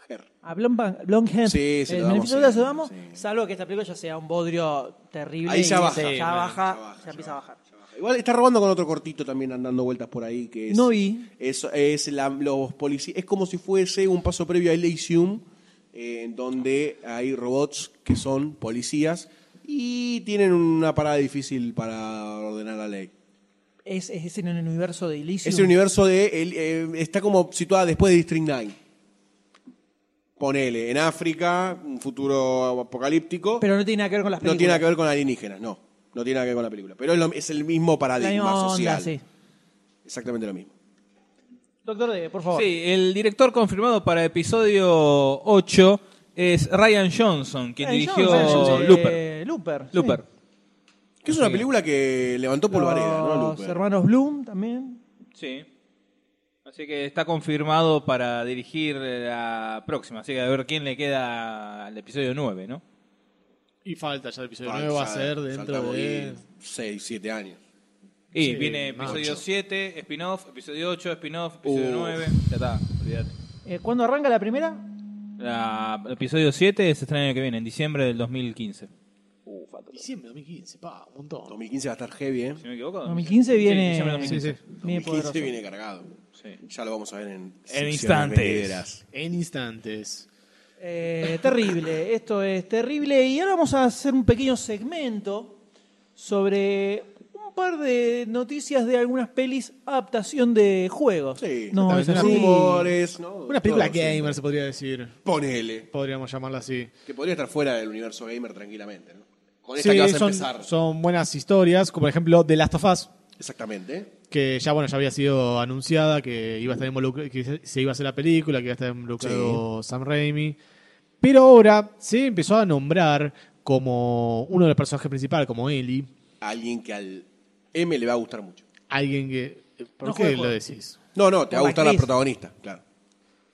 S3: Ger.
S2: A Blom Blomkamp,
S3: Sí, se
S2: el
S3: lo damos
S2: beneficio de la duda se lo
S3: siempre,
S2: damos, salvo que esta película ya sea un bodrio terrible.
S3: Ahí ya
S2: y
S3: baja.
S2: se-
S3: Sí,
S2: ya
S3: bueno,
S2: baja,
S3: ya baja,
S2: ya
S3: ya
S2: empieza a bajar.
S3: Igual está robando con otro cortito también andando vueltas por ahí que es
S2: No vi.
S3: es, es la- los policías es como si fuese un paso previo a Elysium eh, en donde hay robots que son policías y tienen una parada difícil para ordenar la ley.
S2: Es, es, es en el universo de Elysium.
S3: Es el universo de el- eh, está como situada después de District 9. Ponele en África, un futuro apocalíptico.
S2: Pero no tiene nada que ver con las
S3: No
S2: películas.
S3: tiene nada que ver con alienígenas, no. No tiene nada que ver con la película. Pero es, lo- es el mismo
S2: La
S3: paradigma
S2: misma onda,
S3: social.
S2: sí.
S3: Exactamente lo mismo.
S2: Doctor D, por favor. Eh,
S1: Sí, el director confirmado para episodio 8 es Ryan Johnson, quien
S2: Eh,
S1: dirigió
S2: John Johnson, eh,
S1: Looper.
S2: Looper. sí.
S1: Looper.
S3: Que es una película que levantó por vareda, ¿no?
S2: Los
S3: Looper?
S2: hermanos Bloom también.
S1: Sí. Así que está confirmado para dirigir eh, la próxima. Así que a ver quién le queda al episodio 9, ¿no?
S5: Y falta ya el episodio
S3: Ah,
S5: 9 va a
S3: ya
S5: ser dentro
S3: saltamos
S5: de...
S3: 6, 7 años.
S1: Y
S5: Sí,
S1: viene
S5: más
S1: episodio
S5: ocho.
S1: 7, spin-off, episodio 8, spin-off, episodio
S3: Uf.
S1: 9. Ya está, olvídate.
S2: Eh, ¿Cuándo arranca la primera?
S1: La- el episodio 7 se estrena el año que viene, en diciembre del 2015.
S5: Diciembre 2015, pa, un montón.
S3: 2015 va a estar heavy, ¿eh?
S1: Si no me equivoco.
S2: 2015
S1: Sí,
S2: viene.
S1: diciembre de 2015.
S5: Sí, sí.
S2: Bien
S3: 2015
S2: poderoso.
S3: viene cargado.
S1: Sí.
S3: Ya lo vamos a ver en, secciones
S1: instantes.
S3: venideras.
S5: En instantes.
S2: Eh, terrible, esto es terrible. Y ahora vamos a hacer un pequeño segmento sobre un par de noticias de algunas pelis adaptación de juegos.
S3: Sí,
S2: no, es
S5: exactamente.
S2: así.
S3: Rumores, ¿no?
S5: Una película
S3: Todo, sí.
S5: gamer se podría decir,
S3: Ponele.
S5: podríamos llamarla así.
S3: Que podría estar fuera del universo gamer tranquilamente, ¿no? Con
S5: Sí,
S3: esta que vas a
S5: son,
S3: empezar.
S5: son buenas historias, como por ejemplo The Last of Us,
S3: Exactamente.
S5: que ya bueno ya había sido anunciada que iba a estar involucra- que se- se iba a hacer la película que iba a estar involucrado Sam Raimi pero ahora se empezó a nombrar como uno de los personajes principales como Ellie
S3: Alguien que al M le va a gustar mucho.
S5: alguien que ¿por
S2: No
S5: qué
S2: juego.
S5: lo decís?
S3: No, no, te
S2: Por
S3: va
S2: la
S3: a gustar la
S2: actriz.
S3: protagonista, claro.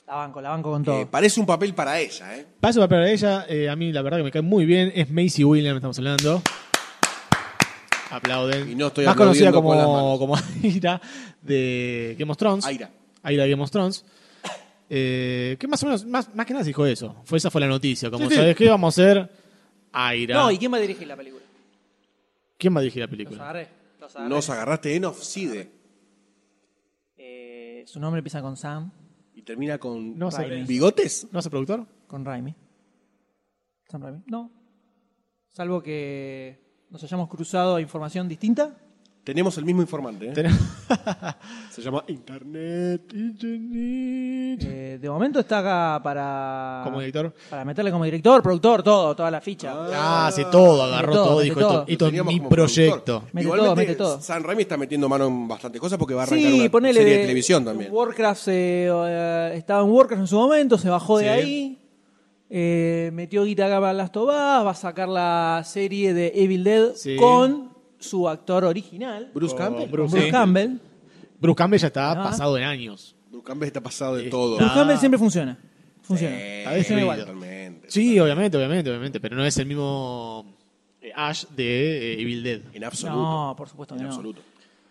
S2: La banco, la banco con
S3: Eh,
S2: todo.
S3: parece un papel para ella, ¿eh?
S5: Paso para para ella eh, a mí la verdad que me cae muy bien es Macy Williams estamos hablando aplauden
S3: Y no estoy
S5: más conocida como
S3: aplaudiendo con las manos.
S5: como Aira de Game of Thrones
S3: Aira.
S5: Aira de Game of Thrones. Eh, que más o menos, más, más que nada se dijo eso. Fue esa fue la noticia. Como,
S3: Sí, sí.
S5: ¿sabes qué? Vamos a hacer Aira.
S2: No, ¿y quién va a dirigir la película?
S5: ¿Quién va a dirigir la
S2: Los
S5: película?
S2: agarré. Los agarré.
S3: Nos agarraste en offside
S2: Eh, su nombre empieza con Sam,
S3: y termina con
S5: No sé.
S3: bigotes.
S5: ¿No es el productor?
S2: con Raimi. Sam Raimi. No. Salvo que nos hayamos cruzado a información distinta.
S3: Tenemos el mismo informante, ¿eh?
S5: Tenemos-
S3: Se llama Internet. Internet.
S2: Eh, de momento está acá para.
S5: Como director.
S2: Para meterle como director, productor, todo, toda la ficha.
S5: Ah, hace todo, agarró
S2: Mete
S5: todo,
S2: todo, mete
S5: dijo
S2: todo.
S5: esto. Esto es mi proyecto.
S2: Mete
S3: Igualmente,
S2: todo, mete todo.
S3: San Raimi está metiendo mano en bastantes cosas porque va a arrancar
S2: sí,
S3: una
S2: ponele.
S3: serie de televisión también.
S2: eh, Warcraft se, eh, estaba en Warcraft en su momento, se bajó de
S5: Sí.
S2: ahí. Eh, metió guita acá para las tobas, va a sacar la serie de Evil Dead
S5: Sí.
S2: con su actor original,
S3: Bruce Campbell.
S5: Bruce,
S2: Bruce
S5: Sí.
S2: Campbell.
S5: Bruce Campbell ya está
S2: Ah.
S5: pasado en años.
S3: Bruce Campbell está pasado de
S5: Está-
S3: todo.
S2: Bruce Campbell siempre funciona. Funciona.
S5: Está destruido.
S3: Totalmente.
S5: Sí, obviamente, obviamente, obviamente, pero no es el mismo eh, Ash de eh, Evil Dead.
S3: En absoluto.
S2: No, por supuesto que
S3: en
S2: no.
S3: absoluto. Eh.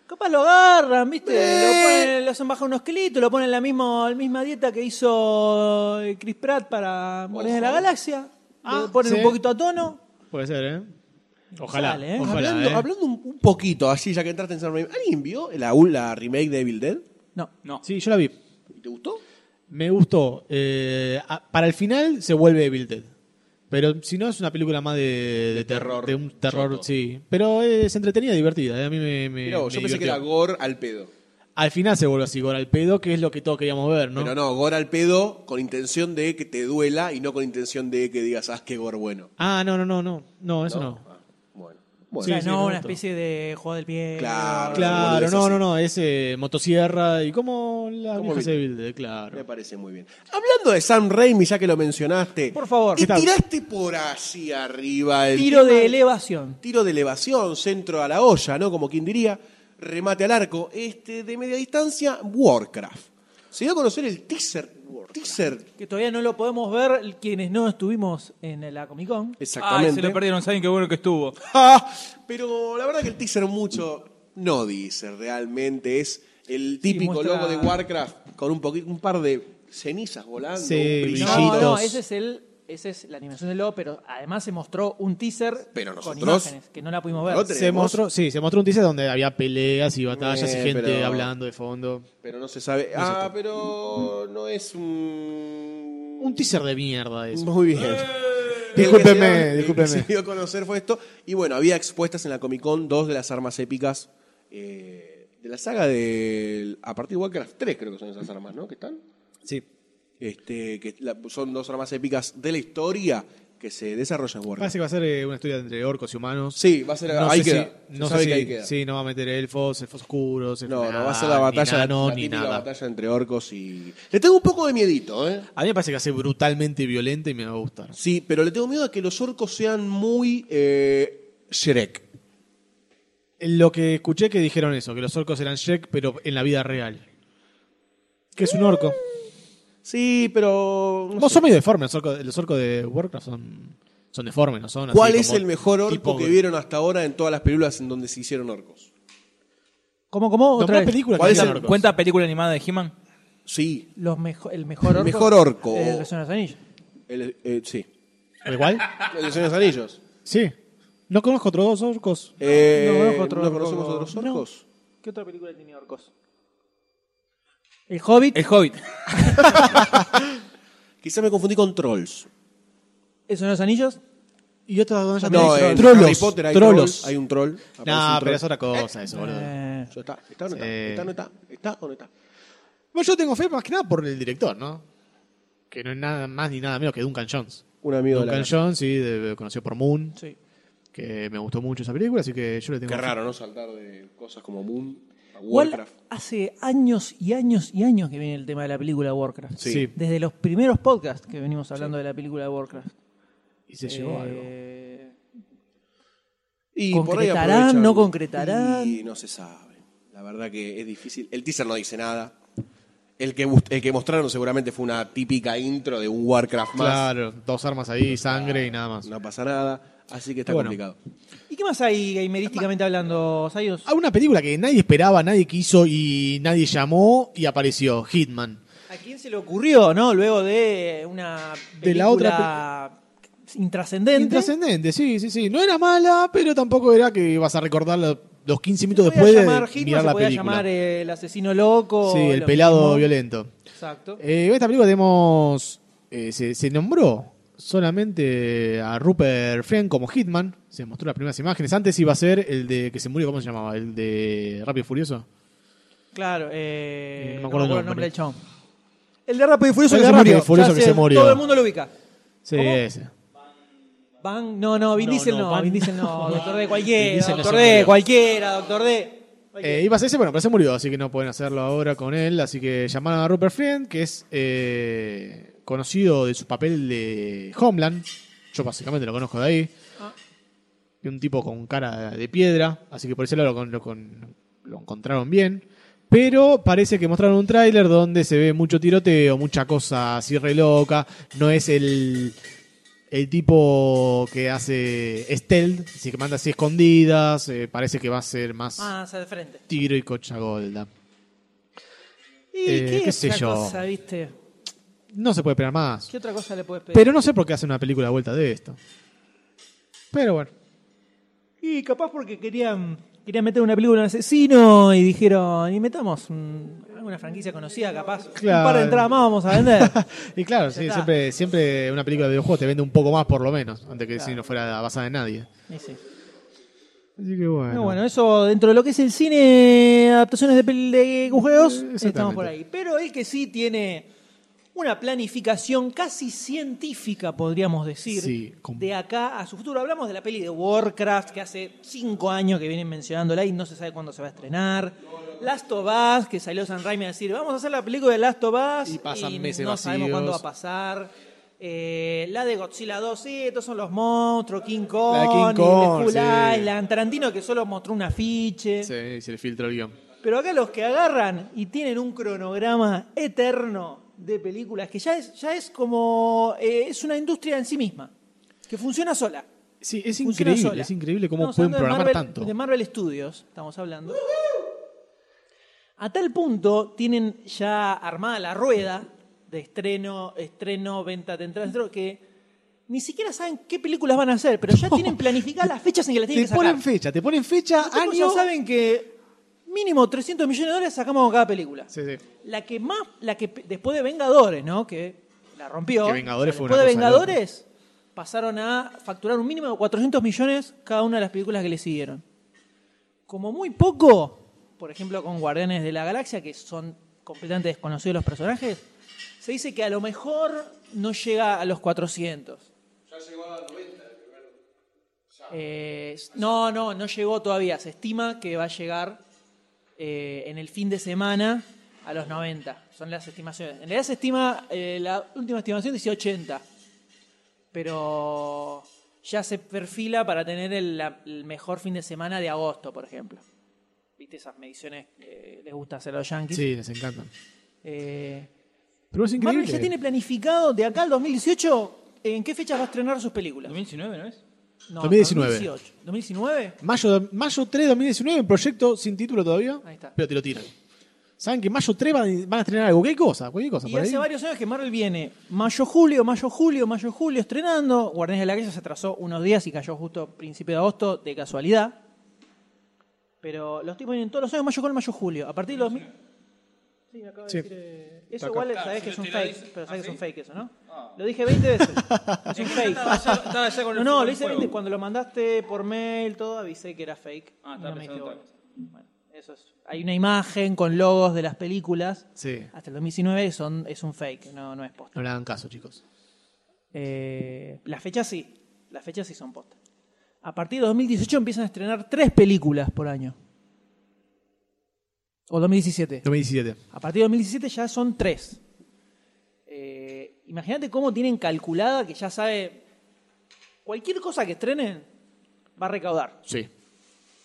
S2: Capaz lo agarran, ¿viste? Lo ponen, los embajan unos kilitos, lo ponen la misma, la misma dieta que hizo eh, Chris Pratt para Guardianes de la Galaxia.
S5: Ah,
S2: lo ponen
S5: sí.
S2: un poquito a tono.
S5: Puede ser, ¿eh? Ojalá.
S2: Sale, ¿eh?
S5: ojalá,
S3: hablando,
S5: ¿eh?
S3: hablando un, un poquito, así ya que entraste en San Raimi, ¿alguien vio la, ul- la remake de Evil Dead?
S2: No.
S4: No.
S5: Sí, yo la vi.
S3: ¿Y ¿Te gustó?
S5: Me gustó. Eh, a- para el final se vuelve Evil Dead. Pero si no, es una película más de, de ter-
S3: terror
S5: De un terror,
S3: choto.
S5: sí. Pero es entretenida y divertida. ¿eh? A mí me. me-
S3: Mirá vos, yo
S5: me
S3: pensé que
S5: divirtió.
S3: era Gore al pedo.
S5: Al final se vuelve así, con al pedo, que es lo que todos queríamos ver, ¿no?
S3: Pero no, Gore al pedo con intención de que te duela y no con intención de que digas, ah, qué Gore bueno.
S5: Ah, no, no, no, no. No, eso no.
S3: Ah, bueno.
S2: O
S3: Bueno.
S2: sea,
S5: Sí, sí,
S2: no
S5: me
S2: una
S5: gustó.
S2: especie de juego del pie.
S3: Claro.
S5: Claro,
S3: boludeces
S5: no,
S3: así.
S5: no, no. Es eh, motosierra y como la
S3: Como
S5: vieja
S3: Evil-
S5: Evil Dead, claro.
S3: Me parece muy bien. Hablando de Sam Raimi, ya que lo mencionaste.
S2: Por favor.
S3: y
S5: ¿Qué tal?
S3: tiraste por así arriba el
S2: Tiro
S3: tema
S2: de
S3: del-
S2: elevación.
S3: tiro de elevación, centro a la olla, ¿no? Como quien diría, remate al arco, este de media distancia, Warcraft. Se dio a conocer el teaser, teaser,
S2: Que todavía no lo podemos ver quienes no estuvimos en la Comic Con.
S4: Ay,
S3: exactamente.
S4: se lo perdieron, saben qué bueno que estuvo.
S3: Ah, pero la verdad que el teaser mucho no dice realmente, es el típico
S2: muestra-
S3: logo de Warcraft con un poquito, un par de cenizas volando,
S5: Sí,
S3: un
S5: brillitos.
S3: brillito.
S2: No, no, ese es el. Esa es la animación del logo, pero además se mostró un teaser
S3: Pero
S2: con
S3: nosotros-
S2: imágenes que no la pudimos ver.
S3: Nosotros-
S5: Se
S3: tenemos.
S5: mostró, sí, se mostró un teaser donde había peleas y batallas
S3: Eh,
S5: y gente
S3: pero-
S5: hablando de fondo.
S3: pero no se sabe. Ah, pero no es un
S5: Un teaser de mierda eso.
S3: Muy bien.
S5: Discúlpeme,
S3: El que se dio-
S5: discúlpeme.
S3: el que se dio a conocer fue esto. Y bueno, había expuestas en la Comic Con dos de las armas épicas eh, de la saga del. A partir de Warcraft 3, creo que son esas armas, ¿no? Que están.
S5: Sí.
S3: Este, que la- son dos armas épicas de la historia que se desarrolla en Warcraft.
S5: Parece que va a ser eh, una historia entre orcos y humanos.
S3: Sí, va a ser.
S5: No
S3: ahí
S5: sé
S3: queda.
S5: si-
S3: Se
S5: no
S3: sabe
S5: sé si,
S3: que ahí queda.
S5: sí, no va a meter elfos, elfos oscuros. elfos
S3: No, no, va a
S5: nada,
S3: ser la batalla,
S5: ni nano,
S3: la
S5: ni
S3: típica
S5: nada.
S3: batalla entre orcos y. Le tengo un poco de miedito, ¿eh?
S5: A mí me parece que va a ser brutalmente violenta y me va a gustar.
S3: Sí, pero le tengo miedo a que los orcos sean muy. Eh, Shrek.
S5: Lo que escuché que dijeron eso, que los orcos eran Shrek, pero en la vida real. Que es un orco.
S3: Sí, pero. Mm, no
S5: Vos
S3: sé.
S5: sos medio deforme, los orcos, los orcos de Warcraft son, son deformes, no son así
S3: ¿Cuál es
S5: como
S3: el mejor orco
S5: tipo-
S3: que vieron hasta ahora en todas las películas en donde se hicieron orcos?
S2: ¿Cómo, cómo?
S5: Nombrá
S2: Otra vez.
S5: película que
S3: ¿Cuál es
S5: hicieron
S3: el-
S5: orcos.
S4: ¿Cuenta película animada de He-Man?
S3: Sí.
S2: Los mejo- el mejor orco.
S3: El mejor orco.
S2: eh, del Señor de los Anillos.
S3: El, eh, sí.
S5: ¿El cuál?
S3: El de Señor de los Anillos.
S5: Sí. No conozco otros dos orcos.
S3: Eh,
S2: no
S3: no,
S2: conozco otro orco.
S3: conocemos otros
S2: No.
S3: orcos?
S2: ¿Qué otra película tiene orcos? El Hobbit.
S4: El Hobbit.
S3: Quizás me confundí con Trolls.
S2: El Señor de los Anillos.
S5: Y otros dos ya
S3: No,
S5: me
S3: en
S5: Trollos.
S3: Harry Potter hay
S5: Trollos.
S3: trolls. Hay un troll. aparece un
S5: No,
S3: troll.
S5: pero es otra cosa eso, boludo.
S2: Eh,
S3: Ya está. ¿Está o no está?
S5: Sí.
S3: ¿Está o no está? ¿Está o no está?
S5: Bueno, yo tengo fe más que nada por el director, ¿no? Que no es nada más ni nada menos que Duncan Jones.
S3: Un amigo de la
S5: Duncan
S3: casa.
S5: Jones, sí, de- conocido por Moon,
S2: sí.
S5: que me gustó mucho esa película, así que yo le tengo
S3: Qué
S5: fe.
S3: raro, ¿no? Saltar de cosas como Moon a
S2: Igual
S3: Warcraft.
S2: hace años y años y años que viene el tema de la película Warcraft.
S5: Sí.
S3: Sí.
S2: Desde los primeros podcasts que venimos hablando de la película Warcraft.
S5: Y se llevó algo.
S2: Eh,
S3: Y
S2: ¿Concretarán?
S3: aprovechan-
S2: ¿No concretarán?
S3: Y no se sabe. La verdad que es difícil. El teaser no dice nada. El que, bus- el que mostraron seguramente fue una típica intro de un Warcraft más.
S5: Claro, dos armas ahí, sangre y nada más.
S3: No pasa nada. Así que está
S5: Bueno.
S3: complicado.
S2: ¿Y qué más hay gamerísticamente hablando, Sayos?
S5: Hay una película que nadie esperaba, nadie quiso y nadie llamó y apareció, Hitman.
S2: ¿A quién se le ocurrió, no? Luego de una película
S5: De la otra
S2: intrascendente.
S5: Intrascendente, sí, sí, sí. No era mala, pero tampoco era que vas a recordar los, los 15 minutos
S2: Se podía
S5: después de
S2: llamar Hitman,
S5: mirar
S2: se
S5: la
S2: podía
S5: película.
S2: llamar eh, el asesino loco.
S5: sí, el
S2: lo
S5: pelado
S2: mismo.
S5: violento.
S2: Exacto.
S5: Eh, en esta película tenemos. eh, se, se nombró solamente a Rupert Friend como Hitman. Se mostró las primeras imágenes. Antes iba a ser el de que se murió, ¿cómo se llamaba? El de Rápido y Furioso.
S2: Claro, eh,
S5: No me acuerdo
S2: el
S5: el
S2: nombre
S5: nombre.
S2: del chabón. El de Rápido y Furioso
S5: El de
S2: que se
S5: Rápido y
S2: murió.
S5: Furioso
S2: Ya
S5: que
S2: se-
S5: se murió.
S2: Todo el mundo lo ubica.
S5: Sí,
S2: ¿Cómo?
S5: ese.
S2: Van, no, no, Vin
S5: No,
S2: Diesel
S5: no,
S2: no,
S5: Van-
S2: Vin Diesel no, Doctor D
S5: Vin
S2: cualquiera,
S5: Diesel no
S2: Doctor
S5: se
S2: D
S5: murió.
S2: cualquiera, Doctor D.
S5: Eh, iba a ser ese, bueno, pero se murió, así que no pueden hacerlo ahora con él. Así que llamaron a Rupert Friend, que es eh, conocido de su papel de Homeland. Yo básicamente lo conozco de ahí. Y un tipo con cara de piedra, así que por ese lado lo, con- lo con- lo encontraron bien. Pero parece que mostraron un tráiler donde se ve mucho tiroteo, mucha cosa así re loca. No es el, el tipo que hace stealth, así que manda así escondidas. eh, parece que va a ser más
S2: Ah, o sea, de frente.
S5: tiro y cocha golda.
S2: ¿Y
S5: Eh,
S2: qué,
S5: qué sé
S2: otra
S5: yo.
S2: cosa, viste?
S5: No se puede esperar más.
S2: ¿Qué otra cosa le puedes pedir?
S5: Pero no sé por qué hacen una película de vuelta de esto. Pero bueno.
S2: Y capaz porque querían, querían meter una película de un asesino y dijeron, y metamos un- alguna franquicia conocida, capaz. Un par
S5: Claro.
S2: de entradas más vamos a vender.
S5: Y claro, sí,
S2: está.
S5: siempre, siempre una película de videojuegos te vende un poco más por lo menos, antes que si no fuera basada en nadie.
S2: Y sí.
S5: Así que bueno.
S2: Pero bueno, eso dentro de lo que es el cine, adaptaciones de, pel- de
S5: Eh,
S2: juegos, estamos por ahí. Pero el que sí tiene una planificación casi científica, podríamos decir,
S5: Sí, con-
S2: de acá a su futuro. Hablamos de la peli de Warcraft, que hace cinco años que vienen mencionándola y no se sabe cuándo se va a estrenar. Last of Us, que salió San Raimi a decir, vamos a hacer la película de Last of Us.
S5: Y pasan
S2: y
S5: meses
S2: no sabemos
S5: vacíos.
S2: cuándo va a pasar. Eh, la de Godzilla 2, sí, estos son los monstruos, King Kong,
S5: La de King
S2: y
S5: Kong,
S2: Skull
S5: sí.
S2: Island, Tarantino que solo mostró un afiche.
S5: Sí, se le filtró el guión.
S2: Pero acá los que agarran y tienen un cronograma eterno de películas, que ya es, ya es como. eh, es una industria en sí misma, que funciona sola.
S5: Sí, es
S2: funciona
S5: increíble,
S2: sola.
S5: es increíble cómo
S2: Estamos
S5: pueden
S2: hablando de
S5: programar
S2: Marvel-
S5: tanto.
S2: De Marvel Studios, estamos hablando. A tal punto tienen ya armada la rueda de estreno, estreno, venta de entradas, estreno, que ni siquiera saben qué películas van a hacer, pero ya tienen planificadas las fechas en que las tienen
S5: Te
S2: que sacar.
S5: ponen fecha, te ponen fecha,
S2: Los tipos
S5: año.
S2: ya saben que mínimo 300 millones de dólares sacamos con cada película.
S5: Sí, sí.
S2: La que más, la que pe- después de Vengadores, ¿no? Que la rompió.
S5: Que Vengadores fue una
S2: después de
S5: cosa loca.
S2: Vengadores pasaron a facturar un mínimo de 400 millones cada una de las películas que le siguieron. Como muy poco, por ejemplo con Guardianes de la Galaxia, que son completamente desconocidos los personajes, se dice que a lo mejor no llega a los 400. Eh, no, no, no llegó todavía. Se estima que va a llegar eh, en el fin de semana a los 90. Son las estimaciones. En realidad se estima, eh, la última estimación dice 80. Pero ya se perfila para tener el, la- el mejor fin de semana de agosto, por ejemplo. ¿Viste esas mediciones que les gusta hacer a los yankees?
S5: Sí, les encantan.
S2: Eh,
S5: Pero es increíble.
S2: Marvel ya tiene planificado de acá al 2018 en qué fechas va a estrenar sus películas.
S1: ¿2019 no es?
S2: No,
S5: 2019.
S2: 2018. 2019.
S5: Mayo, de- mayo 3 de 2019, un proyecto sin título todavía,
S2: Ahí está.
S5: pero te lo tiran. ¿Saben que mayo 3 van, van a estrenar algo? ¿Qué cosa? ¿Cualquier cosa?
S2: Y
S5: por
S2: hace
S5: ahí.
S2: varios años que Marvel viene mayo, julio, mayo, julio, mayo, julio estrenando. Guardianes de la Galaxia se atrasó unos días y cayó justo a principio de agosto de casualidad. Pero los tipos vienen todos los años mayo, julio, mayo, julio. A partir de los... mil- Sí, me acaba de
S5: Sí.
S2: decir, eh, Eso igual sabés que es un
S4: te lo
S2: fake,
S4: dice-
S2: pero sabés
S4: ¿Ah,
S2: que es un
S4: sí? Ah.
S2: fake eso, ¿no? Lo dije 20 veces. es un fake.
S4: Estaba ya con
S2: No,
S4: el
S2: no, lo
S4: fuego en
S2: hice
S4: fuego.
S2: 20 cuando lo mandaste por mail, todo, avisé que era fake.
S4: Ah,
S2: y
S4: estaba
S2: no me
S4: pensando
S2: equivoqué.
S4: otra
S2: Bueno, eso es. Hay una imagen con logos de las películas.
S5: Sí.
S2: Hasta el 2019 son, es un fake, no, no es posta.
S5: No le hagan caso, chicos.
S2: Eh, las fechas sí, las fechas sí son posta. A partir de 2018 empiezan a estrenar tres películas por año. O 2017.
S5: 2017.
S2: A partir de 2017 ya son tres. Eh, Imagínate cómo tienen calculada que ya sabe. Cualquier cosa que estrenen va a recaudar.
S5: Sí.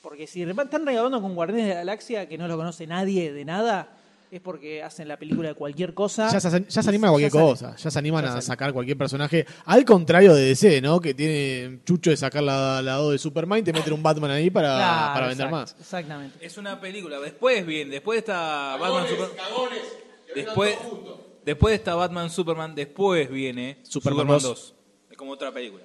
S2: Porque si re- están recaudando con Guardianes de la Galaxia, que no lo conoce nadie de nada, es porque hacen la película de cualquier cosa.
S5: Ya se, ya se anima a cualquier
S2: Ya sale.
S5: cosa, ya se animan
S2: Ya
S5: a
S2: sale.
S5: sacar cualquier personaje. Al contrario de DC, ¿no? Que tiene chucho de sacar la, la O de Superman y te meten un Batman ahí para,
S2: Claro,
S5: Ah, para vender
S2: exacto,
S5: más.
S2: Exactamente.
S1: Es una película. Después bien, después está Batman Superman. Después, después está Batman Superman, después viene
S5: Superman 2.
S1: Superman, 2. Es como otra película.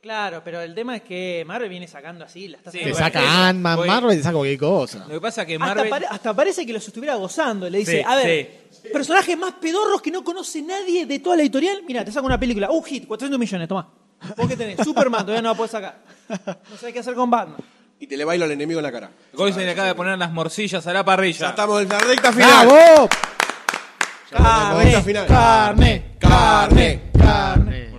S2: Claro, pero el tema es que Marvel viene sacando así, las está
S1: Sí,
S5: Te
S2: sacando.
S1: bueno,
S5: saca
S1: eso,
S5: Ant-Man,
S1: voy.
S5: Marvel, te saca cualquier cosa.
S1: Lo que pasa es que
S2: hasta,
S1: Marvel
S2: pare- hasta parece que los estuviera gozando. Le dice,
S1: Sí,
S2: a ver, personajes más pedorros que no conoce nadie de toda la editorial. Mira, te saco una película, un hit, 400 millones, tomá. Vos que tenés, Superman todavía no la podés sacar. No sabés qué hacer con Batman.
S3: Y te le bailo al enemigo en la cara.
S1: Goisen le acaba de poner las morcillas a la parrilla.
S3: Ya estamos en la recta final.
S5: ¡Bravo!
S3: Ya estamos en la recta final.
S2: carne,
S3: Carne.
S2: carne.
S1: Morcilla.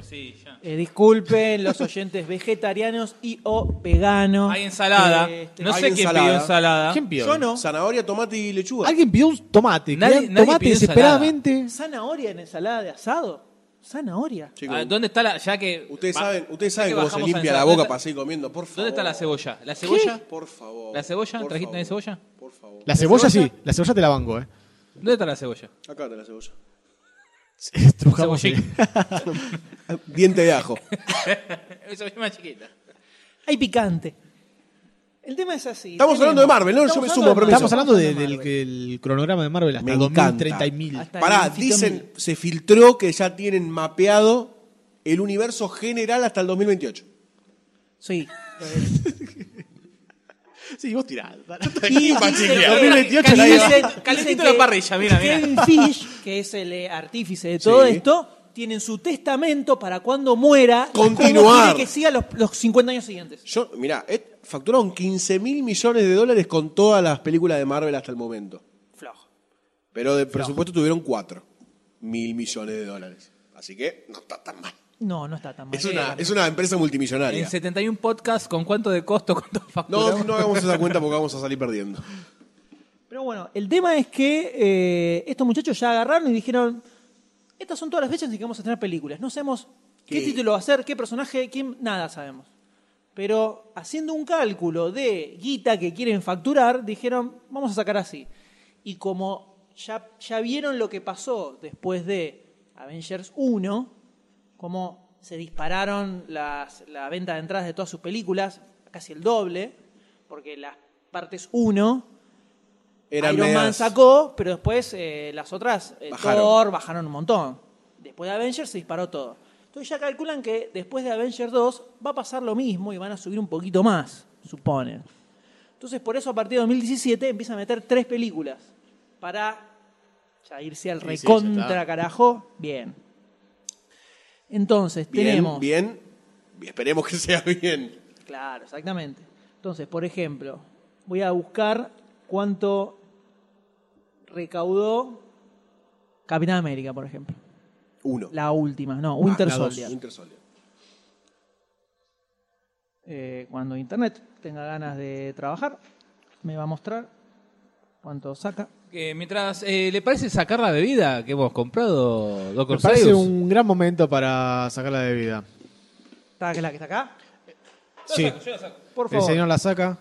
S2: Eh, disculpen los oyentes vegetarianos y o veganos.
S1: Hay ensalada.
S2: Este,
S1: no
S3: Eh, hay
S1: sé quién
S3: ensalada.
S1: pidió ensalada.
S5: ¿Quién pidió?
S2: Yo no.
S3: Zanahoria, tomate y lechuga.
S5: Alguien pidió un tomate.
S1: Nadie-
S5: querían
S1: nadie
S5: tomate
S1: pidió
S5: desesperadamente.
S2: ¿Zanahoria en ensalada de asado? Zanahoria.
S3: Chicos,
S4: Ah, ¿Dónde está la.? Ya que.
S3: ustedes
S4: va-
S3: saben, ustedes
S4: ya que
S3: saben cómo se
S4: bajamos a
S3: limpia
S4: esa-
S3: la boca
S4: ¿dónde-
S3: para seguir comiendo, por favor.
S4: ¿Dónde está la cebolla? ¿La cebolla?
S3: Por favor.
S4: ¿La cebolla?
S3: Por
S4: ¿Trajiste- tenés
S3: favor.
S4: cebolla?
S3: Por favor.
S5: La cebolla sí,
S4: cebolla?
S5: la cebolla te la banco, ¿eh?
S4: ¿Dónde está la cebolla?
S3: Acá está la cebolla.
S5: Estrujamos y-
S4: Cebollín.
S3: Ah, Diente de ajo.
S4: La cebolla más chiquita.
S2: Hay picante. El tema es así.
S3: Estamos hablando de Marvel, ¿no? Yo
S2: Estamos
S3: me sumo,
S2: hablando de
S5: Estamos
S3: permiso.
S5: hablando de-
S2: Marvel.
S5: del, del cronograma de Marvel hasta
S3: Me encanta.
S5: 2030 y mil.
S2: Hasta
S3: Pará,
S2: el infinito
S3: dicen, se filtró que ya tienen mapeado el universo general hasta el 2028.
S2: Sí.
S5: Sí, vos tirás.
S2: Y
S4: pero-
S5: 2028
S2: y
S5: nadie va.
S2: dicen- dicen
S4: Calentito
S2: que
S4: la parrilla, mira, mira.
S2: Kevin Fish, que es el eh, artífice de todo
S3: Sí.
S2: esto, tiene en su testamento para cuando muera cómo
S3: Continuar.
S2: quiere que siga los, los 50 años siguientes.
S3: Yo, mirá, eh, facturaron 15 mil millones de dólares con todas las películas de Marvel hasta el momento.
S2: Flojo.
S3: Pero de presupuesto tuvieron 4 mil millones de dólares. Así que no está tan mal.
S2: No, no está tan mal.
S3: Es una, es una empresa multimillonaria.
S4: En 71 podcasts, ¿con cuánto de costo? ¿Cuánto
S3: No,
S4: facturamos?
S3: no hagamos esa cuenta porque vamos a salir perdiendo.
S2: Pero bueno, el tema es que eh, estos muchachos ya agarraron y dijeron, estas son todas las fechas en que vamos a tener películas. No sabemos qué
S3: Sí.
S2: título va a ser, qué personaje, quién, nada sabemos. Pero haciendo un cálculo de guita que quieren facturar, dijeron, vamos a sacar así. Y como ya, ya vieron lo que pasó después de Avengers 1, como se dispararon las, la venta de entradas de todas sus películas, casi el doble, porque las partes 1
S3: Eran
S2: Iron Man
S3: medias-
S2: sacó, pero después eh, las otras, eh,
S3: Bajaron.
S2: Thor, bajaron un montón. Después de Avengers se disparó todo. Entonces ya calculan que después de Avengers 2 va a pasar lo mismo y van a subir un poquito más, suponen. Entonces por eso a partir de 2017 empiezan a meter tres películas para ya irse al
S5: Sí, sí, ya
S2: recontra
S5: está.
S2: carajo. Bien. Entonces
S3: Bien,
S2: tenemos...
S3: bien. Y Esperemos que sea bien.
S2: Claro, exactamente. Entonces, por ejemplo, voy a buscar cuánto recaudó Capitán América, por ejemplo.
S3: Uno.
S2: La última, no, Winter
S5: Ah, la dos.
S2: Soldier.
S3: Winter Soldier.
S2: Eh, cuando Internet tenga ganas de trabajar, me va a mostrar cuánto saca.
S4: Eh, mientras, eh, ¿le parece sacar la bebida que hemos comprado,
S5: Me
S4: Doctor
S5: parece
S4: Sayus?
S5: un gran momento para sacarla de vida.
S2: ¿Está que es la que está acá?
S5: Sí,
S2: Por
S5: el
S2: favor.
S5: señor la saca.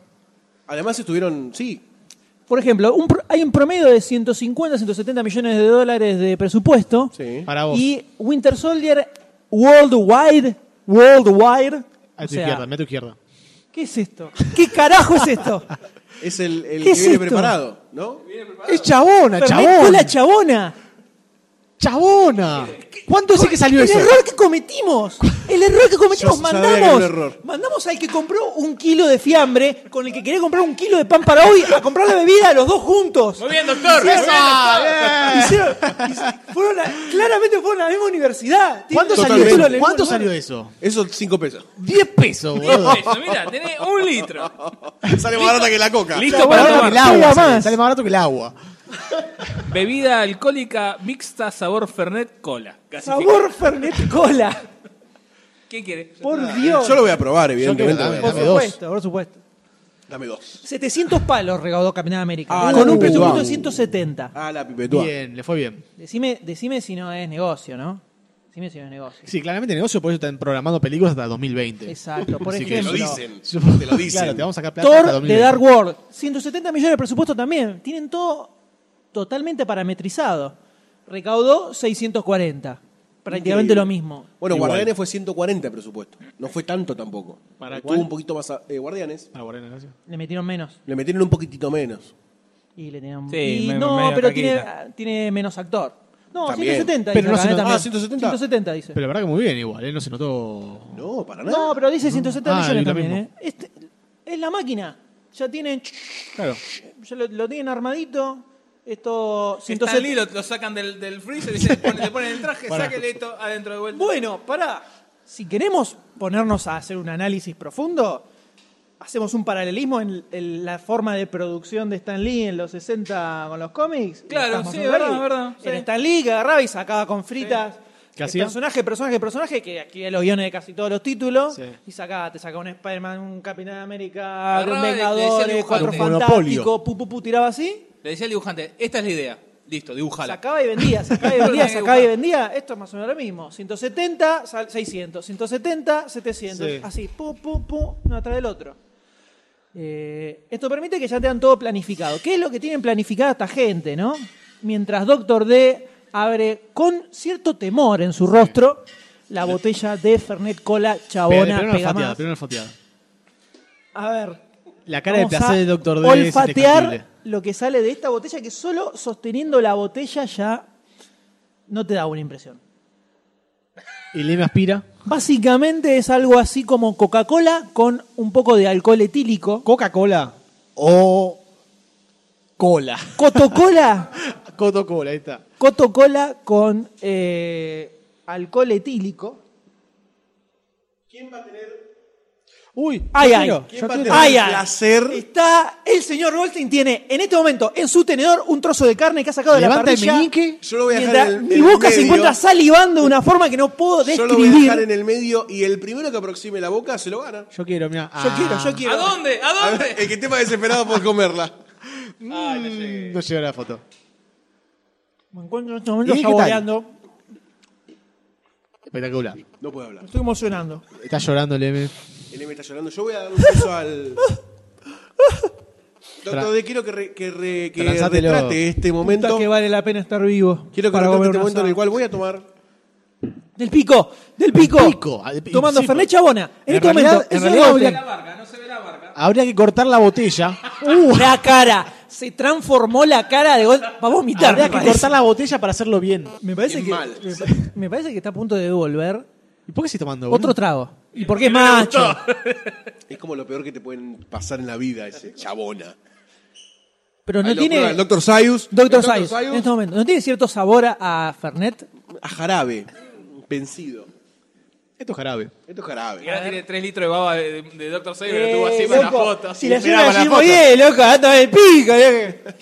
S3: Además estuvieron, sí,
S2: Por ejemplo, un pro- hay un promedio de 150, 170 millones de dólares de presupuesto.
S3: Sí.
S5: Para vos.
S2: Y Winter Soldier Worldwide, Worldwide.
S5: A
S2: o
S5: tu
S2: sea,
S5: izquierda, mira a tu izquierda.
S2: ¿Qué es esto? ¿Qué carajo es esto?
S3: es el, el
S2: ¿Qué
S3: que
S2: es
S3: viene
S2: esto?
S3: preparado, ¿no?
S5: Es chabona,
S2: Fernet
S5: chabona.
S2: la chabona.
S5: Chabona. ¿Cuánto hace que salió
S2: El
S5: eso?
S2: error que cometimos. El error que cometimos.
S3: Yo sabía que era
S2: mandamos,
S3: un error.
S2: mandamos al que compró un kilo de fiambre con el que quería comprar un kilo de pan para hoy a comprar la bebida los dos juntos.
S4: Muy bien, doctor. muy bien, doctor.
S2: Hicieron- hicieron- fueron a- claramente fueron a la misma universidad. Tienen
S5: ¿Cuánto
S2: el
S5: salió
S2: título del
S5: eso?
S2: mismo
S5: ¿Cuánto
S2: lugar.
S5: salió eso?
S3: Eso, cinco pesos.
S5: 10 pesos, boludo.
S4: Eso, mira, tenés un litro.
S3: Sale más barata que la coca.
S4: Listo
S5: Más
S4: para
S5: barato que el
S4: tomar.
S5: agua.
S2: Pega
S5: Sale,
S2: más.
S5: sale más barato que el agua.
S4: Bebida alcohólica mixta sabor Fernet Cola. Gasificada.
S2: Sabor Fernet Cola.
S4: ¿Qué quiere?
S2: Por Dios.
S3: Yo lo voy a probar,
S5: quiero-
S3: evidentemente. lo voy a
S2: por
S5: dame
S3: probar.
S5: dos.
S2: supuesto, por supuesto.
S3: Dame dos.
S2: 700 palos recaudó Capitán América.
S3: Ah,
S2: con
S3: la
S2: un
S3: puta.
S2: presupuesto de 170.
S3: Ah, la pipetúa.
S5: Bien, le fue bien.
S2: Decime, decime si no es negocio, ¿no? Decime si no es negocio.
S5: Sí, claramente negocio, por eso están programando películas hasta 2020.
S2: Exacto. Por
S5: Así que
S3: Te lo
S2: ejemplo,
S3: dicen.
S5: Supongo-
S3: Te lo dicen.
S5: Claro, te vamos a sacar plata hasta
S2: Thor
S5: 2020.
S2: de Dark World. 170 millones de presupuesto también. Tienen todo totalmente parametrizado. Recaudó 640. Prácticamente
S3: Increíble.
S2: lo mismo.
S3: Bueno,
S5: Igual.
S3: Guardianes fue 140 de presupuesto. No fue tanto tampoco.
S5: ¿Para
S3: Estuvo
S5: cuál?
S3: un poquito más. a- eh, Guardianes.
S5: Ah, bueno, gracias.
S2: Le metieron menos.
S3: Le metieron un poquitito menos.
S2: Y le tenían...
S4: Sí,
S2: y
S4: me-
S2: no,
S4: medio
S2: pero tiene,
S4: caquita.
S2: ah, tiene menos actor. No,
S3: También.
S2: 170.
S5: Pero
S2: dice
S5: no
S2: acá,
S5: se
S2: ¿eh?
S5: notó.
S2: También.
S3: Ah, 170.
S2: 170 dice.
S5: Pero la verdad que muy bien igual, ¿eh? no se notó...
S3: No, para nada.
S2: No, pero dice 170
S5: Ah,
S2: millones
S5: y lo
S2: también,
S5: mismo.
S2: ¿eh? Este- es la máquina. Ya tienen.
S5: Claro.
S2: Ya lo, lo tienen armadito. Esto.
S4: Stan
S2: 170.
S4: Lee lo, lo sacan del, del freezer y se pone- le ponen el traje, sáquenle esto adentro de vuelta.
S2: Bueno, pará. Si queremos ponernos a hacer un análisis profundo, hacemos un paralelismo en, en la forma de producción de Stan Lee en los 60 con los cómics.
S4: Claro,
S2: Estamos
S4: sí,
S2: en
S4: es
S2: Berry.
S4: verdad, es verdad, sí.
S2: En Stan Lee que agarraba y sacaba con fritas.
S5: ¿Qué
S2: eh,
S5: hacía?
S2: Personaje, personaje, personaje, que aquí hay los guiones de casi todos los títulos.
S5: Sí.
S2: Y sacaba, te sacaba un Spider-Man, un Capitán América,
S4: Agarraba
S2: un
S4: y le decía al
S2: Vengadores,
S4: dibujante.
S2: cuatro
S5: Un monopolio.
S2: fantásticos, pu, pu, pu, tiraba así.
S4: Le decía al dibujante, esta es la idea.
S1: Listo, dibujala.
S2: Sacaba y vendía, sacaba y vendía, sacaba y vendía. Esto es más o menos lo mismo. 170, sal- 600. 170, 700.
S5: Sí.
S2: Así, pum, pum, pum, uno atrás del otro. Eh, esto permite que ya tengan todo planificado. ¿Qué es lo que tienen planificada esta gente, no? Mientras Doctor D abre con cierto temor en su rostro la botella de Fernet Cola Chabona
S5: primero una
S2: Pega
S5: olfateada,
S2: Más.
S5: primero una olfateada.
S2: A ver,
S5: La cara de
S2: Vamos
S5: placer
S2: a
S5: de Doctor D es
S2: Olfatear
S5: indescriptible.
S2: lo que sale de esta botella, que solo sosteniendo la botella ya no te da buena impresión.
S5: Y le me aspira.
S2: Básicamente es algo así como Coca-Cola con un poco de alcohol etílico.
S5: Coca-Cola o cola.
S2: Cotocola,
S5: Coca-Cola, ahí está.
S2: Cotocola con eh, alcohol etílico.
S5: Uy,
S2: Ay,
S5: yo
S2: ay.
S5: quiero,
S3: ¿Quién
S5: yo
S3: va a
S5: quiero.
S3: tener
S2: Ay,
S3: el
S2: ay.
S3: placer?
S2: Está el señor Goldstein tiene en este momento en su tenedor un trozo de carne que ha sacado de la
S5: Levanta el
S2: parrilla.
S5: meñique.
S3: Yo lo voy a dejar
S2: Mientras
S3: en el-
S2: mi
S3: en el
S2: boca se
S3: medio.
S2: encuentra salivando de una forma que no puedo
S3: Yo
S2: describir.
S3: lo voy a dejar en el medio y el primero que aproxime la boca se lo gana.
S5: Yo quiero, Ah, mira.
S2: Yo quiero, yo quiero.
S4: ¿A dónde? ¿A
S3: A
S4: dónde?
S3: ver, eh. el que esté más desesperado por comerla.
S4: Ay, no llegué.
S5: No llegó la foto.
S2: Me encuentro en este momento
S5: ¿Y qué tal?
S2: saboreando.
S5: Espectacular.
S3: No puede hablar.
S2: Estoy emocionando.
S5: Está llorando el M.
S3: El M está llorando. Yo voy a dar un beso al. Doctor D, quiero que, re- que, re- que
S5: Transátelo.
S3: retrate este momento.
S2: Puta que vale la pena estar vivo.
S3: Quiero que
S2: para
S3: retrate
S2: comer
S3: este
S2: un
S3: momento en el
S2: asado.
S3: cual voy a tomar.
S2: Del pico, del pico.
S5: pico, ah, del pico,
S2: Tomando
S5: sí,
S2: Fernet
S5: pero-
S2: Chabona. En,
S5: En
S2: este
S5: realidad-
S2: momento,
S5: en
S2: el señor
S5: realidad
S2: Goldstein-
S4: La barca, no se ve la barca.
S5: Habría que cortar la botella.
S2: La cara. Uh. Se transformó la cara de Goldstein. Vamos a vomitar.
S5: Habría
S2: Me
S5: que
S2: parece,
S5: cortar la botella para hacerlo bien.
S2: me parece
S3: Es
S2: que,
S3: mal.
S2: me pa- me parece que está a punto de devolver
S5: ¿Y por qué estoy tomando? boludo?
S2: otro trago. ¿Y por qué macho?
S3: Es como lo peor que te pueden pasar en la vida, ese chabona.
S2: Pero no
S3: Ahí lo prueba
S2: tiene.
S3: El Dr. Sayus.
S2: Doctor
S3: El Dr.
S2: Sayus, en este momento. ¿No tiene cierto sabor a, a Fernet?
S3: A jarabe. Vencido.
S5: Esto es jarabe.
S3: Esto es
S4: Y
S3: jarabe.
S4: ahora tiene 3 litros de baba de, de Dr. Saber,
S2: Eh,
S4: lo tuvo así para la
S2: loco,
S4: foto.
S2: Si la
S4: Mirá
S2: lleva
S4: para
S2: allí
S4: foto.
S2: muy bien, loco, anda el pico. eh. loco.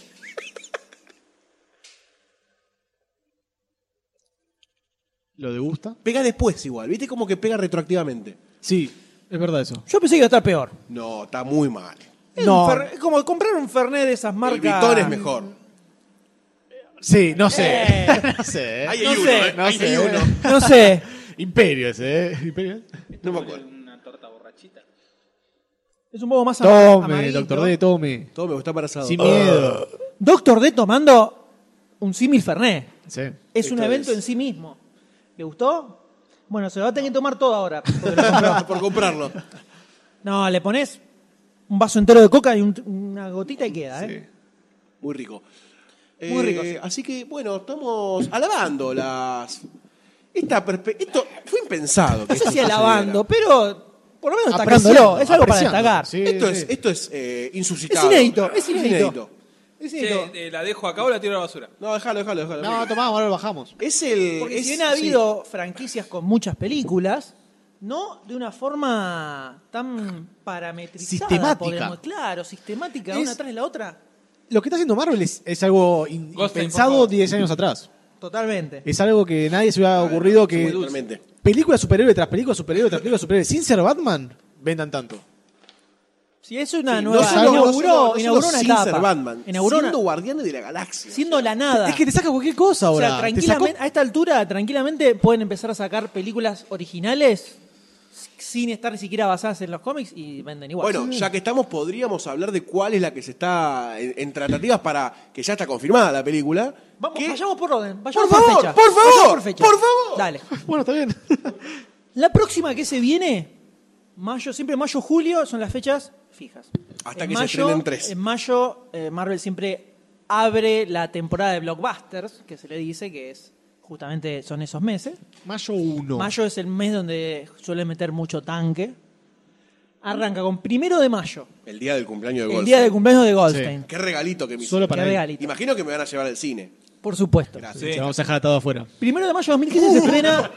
S5: ¿Lo degusta?
S3: Pega después igual. ¿Viste como que pega retroactivamente?
S5: Sí, es verdad eso.
S2: Yo pensé que iba a estar peor.
S3: No, está muy mal.
S2: Es
S5: No.
S2: un fer- es como comprar un Fernet de esas
S3: El
S2: marcas.
S3: Vitón es mejor.
S5: Sí, no sé. no sé.
S3: Ahí
S5: eh.
S3: hay
S2: no
S3: uno,
S2: sé,
S3: ¿eh?
S5: no
S3: Ahí
S5: sé.
S3: hay uno.
S2: No sé.
S5: Imperio ese, ¿eh? Imperio.
S3: No me acuerdo.
S4: Una torta borrachita.
S2: Es un poco más ama-
S5: Tome,
S2: amarillo.
S5: doctor D, Uh, tome.
S3: Todo me Ah, gusta para asado.
S5: Sin miedo.
S2: Doctor D tomando un símil Fernet.
S5: Sí.
S2: Es
S3: Esto
S2: un evento
S3: es.
S2: en sí mismo. ¿Le gustó? Bueno, se lo va a tener que tomar todo ahora. porque lo-
S3: por comprarlo.
S2: no, le pones un vaso entero de coca y un- una gotita y queda, ¿eh?
S3: Muy rico.
S2: Muy
S3: Eh,
S2: rico, sí.
S3: Así que, bueno, estamos alabando las. Esta perspe- Esto fue impensado. que
S2: No sé
S3: esto
S2: si alabando,
S3: sucediera.
S2: pero por lo menos está
S5: Apreciándolo,
S2: Es algo para
S5: apreciando,
S2: destacar.
S5: sí.
S3: Esto es,
S5: sí.
S3: esto es eh,
S2: Es
S3: insuscitado.
S2: inédito, es inédito. Es inédito.
S4: Che, eh, ¿La dejo acá o la tiro a la basura?
S3: No, déjalo, déjalo, déjalo.
S5: No, tomamos, ahora lo bajamos.
S3: es el.
S2: Porque
S3: es-
S2: si bien ha habido franquicias con muchas películas, no de una forma tan parametrizada.
S5: Sistemática.
S2: podemos- claro, sistemática,
S5: Es-
S2: una tras de la otra.
S5: Lo que está haciendo Marvel es, es algo in-
S4: Goldstein, por
S5: impensado
S4: favor.
S5: 10 años atrás.
S2: Totalmente.
S3: Eh,
S5: Es algo que nadie se hubiera ocurrido
S3: Ah, sí,
S5: que
S3: totalmente.
S5: película superhéroe tras película superhéroe tras película superhéroe sin ser Batman vendan tanto.
S2: Si es una
S3: Sí,
S2: nueva.
S3: no solo- no
S2: inauguró
S3: solo- no
S2: inauguró
S3: solo
S2: una
S3: sin
S2: etapa.
S3: ser Batman,
S2: Inauguró una-
S3: siendo guardianes de la galaxia.
S2: siendo la nada.
S5: Es que te saca cualquier cosa
S2: o
S5: ahora.
S2: sea,
S5: Te sacó-
S2: tranquilamente, a esta altura, tranquilamente pueden empezar a sacar películas originales sin estar ni siquiera basadas en los cómics y venden igual.
S3: Bueno, ya que estamos, podríamos hablar de cuál es la que se está en, en tratativas para que ya está confirmada la película.
S2: Vamos,
S3: que-
S2: vayamos por orden. Vayamos
S3: Por
S2: por,
S3: favor,
S2: fecha.
S3: por favor,
S2: Vayamos por, fecha.
S3: por favor.
S2: Dale.
S5: Bueno, está bien.
S2: La próxima que se viene, mayo, siempre mayo, julio, son las fechas fijas.
S3: Hasta que se estrenen tres.
S2: En mayo, eh, Marvel siempre abre la temporada de blockbusters, que se le dice que es justamente son esos meses.
S5: Mayo 1.
S2: Mayo es el mes donde suelen meter mucho tanque. Arranca con primero de mayo,
S3: El día del cumpleaños de
S2: el día del cumpleaños de Goldstein.
S3: Qué regalito que me
S5: Solo
S3: hicieron.
S5: para
S2: Qué
S5: él.
S2: regalito.
S3: Imagino que me van a llevar al cine.
S2: Por supuesto.
S3: Gracias.
S5: Te vamos a dejar atado afuera.
S2: Primero de mayo de 2015 se
S4: Uh.
S2: estrena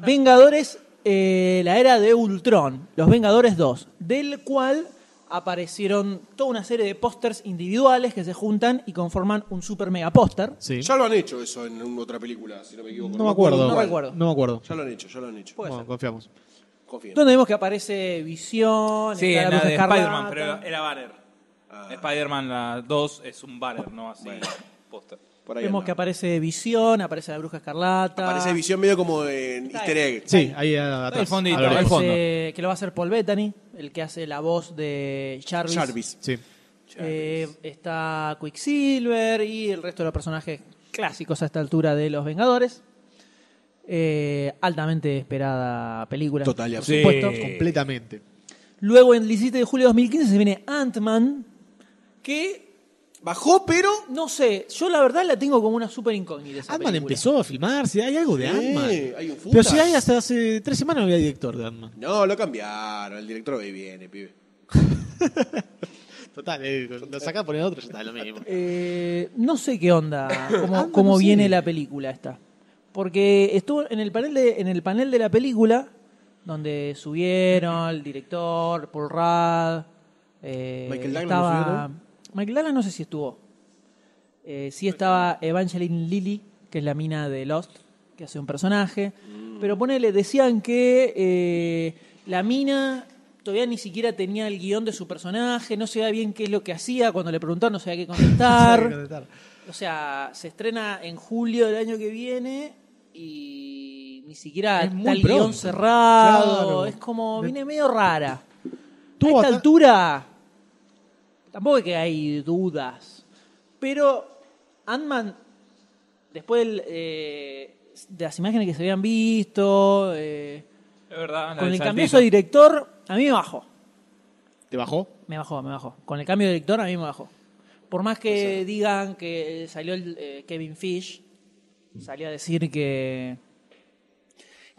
S2: Vengadores, eh, la era de Ultron, Los Vengadores 2, del cual aparecieron toda una serie de pósters individuales que se juntan y conforman un super mega póster.
S5: Sí.
S3: Ya lo han hecho eso en un- otra película, si no me equivoco.
S5: No me acuerdo.
S2: No
S3: cuál.
S2: me acuerdo.
S5: No me acuerdo.
S3: Ya lo han hecho, ya lo han hecho.
S2: Puede
S5: Bueno,
S2: ser.
S5: confiamos.
S3: Confío.
S2: Donde vemos que aparece Visión,
S4: Sí,
S2: está la
S4: en la
S2: Bruja
S4: de
S2: Escarlata.
S4: Spider-Man, pero era banner. Spider-Man la 2 es un banner, no así póster.
S3: Por ahí
S2: Vemos
S3: anda.
S2: que aparece Visión, aparece la Bruja Escarlata.
S3: Aparece visión medio como en
S2: Está
S3: easter
S2: ahí.
S3: egg.
S5: Sí, ahí a- atrás.
S1: El fondito,
S5: a la
S1: el
S5: oreja.
S1: fondo.
S2: Aparece- Que lo va a hacer Paul Bettany, el que hace la voz de Jarvis.
S3: Jarvis.
S5: Sí.
S2: Eh, está Quicksilver y el resto de los personajes clásicos a esta altura de Los Vengadores. Eh, altamente esperada película.
S3: Total y
S2: por
S1: Sí.
S2: supuesto.
S5: Completamente.
S2: Luego, en el 17 de julio de 2015, se viene Ant-Man, que
S3: Bajó, pero.
S2: no sé, yo la verdad la tengo como una súper incógnita. esa
S5: Ant-Man
S2: película.
S5: empezó a filmarse, hay algo de
S3: Eh,
S5: Ant-Man.
S3: hay
S5: Pero
S3: un futas.
S5: si hay hasta hace tres semanas no había director de Ant-Man.
S3: No, lo cambiaron. El director hoy viene, pibe.
S5: Total, eh, lo sacás por el otro, ya está lo mismo.
S2: Eh, no sé qué onda,
S5: Ant-Man
S2: cómo, cómo
S5: no sé.
S2: viene la película esta. Porque estuvo en el panel de, en el panel de la película, donde subieron el director, Paul Rudd, eh,
S3: Michael Douglas
S2: estaba-
S3: no subió, ¿no?
S2: Michael Douglas no sé si estuvo. Eh, sí estaba Evangeline Lilly, que es la mina de Lost, que hace un personaje. Pero ponele, decían que eh, la mina todavía ni siquiera tenía el guión de su personaje, no sabía bien qué es lo que hacía, cuando le preguntaron no sabía qué contestar. o sea, se estrena en julio del año que viene y ni siquiera
S5: Es
S2: está
S5: muy
S2: el
S5: pronto.
S2: guión cerrado.
S5: Claro.
S2: Es como, viene medio rara.
S5: Tuvo
S2: a esta
S5: bastante-
S2: altura tampoco es que hay dudas. Pero Ant-Man, después del, eh, de las imágenes que se habían visto, eh,
S1: Es verdad, la
S2: con
S1: del
S2: el
S1: saltito.
S2: cambio de director, a mí me bajó.
S5: ¿Te bajó?
S2: Me bajó, me bajó. Con el cambio de director, a mí me bajó. Por más que digan que eh, salió el, eh, Kevin Fish, salió a decir que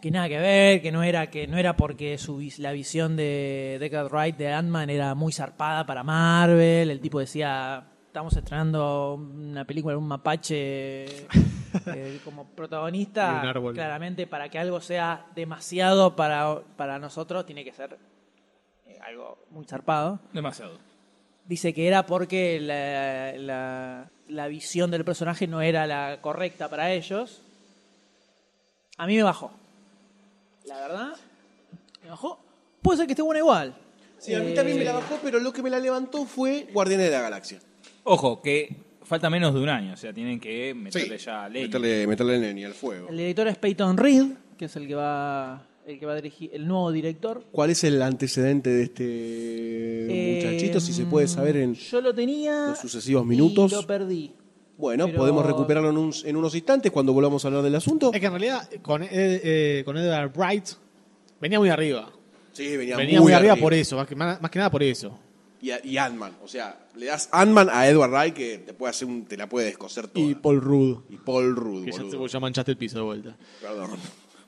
S2: que nada que ver, que no era que no era porque su vis- la visión de Deckard Wright de Ant-Man era muy zarpada para Marvel, el tipo decía, estamos estrenando una película de un mapache eh, como protagonista,
S5: Y un árbol.
S2: claramente para que algo sea demasiado para para nosotros tiene que ser eh, algo muy zarpado.
S1: Demasiado.
S2: Dice que era porque la, la- la visión del personaje no era la correcta para ellos. A mí me bajó. La verdad, me bajó. Puede ser que esté buena igual.
S3: Sí, a mí
S2: Eh,
S3: también me la bajó, pero lo que me la levantó fue Guardianes de la Galaxia.
S1: Ojo, que falta menos de un año, o sea, tienen que meterle ya ley.
S3: Meterle, meterle leña al fuego.
S2: Eh, El director es Peyton Reed, que es el que va, el que va a dirigir, el nuevo director.
S3: ¿Cuál es el antecedente de este Eh, muchachito? Si se puede saber en.
S2: Yo lo tenía.
S3: los sucesivos minutos.
S2: Y lo perdí.
S3: Bueno,
S2: pero-
S3: podemos recuperarlo en, un- en unos instantes cuando volvamos a hablar del asunto.
S5: Es que en realidad con, eh, eh, con Edward Wright venía muy arriba.
S3: Sí, venía,
S5: Venía muy arriba por eso, más que, más, más que nada por eso.
S3: Y, a- y Ant-Man. O sea, le das Ant-Man a Edward Wright que te, puede hacer un, te la puede descoser toda.
S5: Y Paul Rudd.
S3: Y Paul Rudd,
S5: Que ya,
S3: boludo.
S5: te- ya manchaste el piso de vuelta.
S3: Perdón.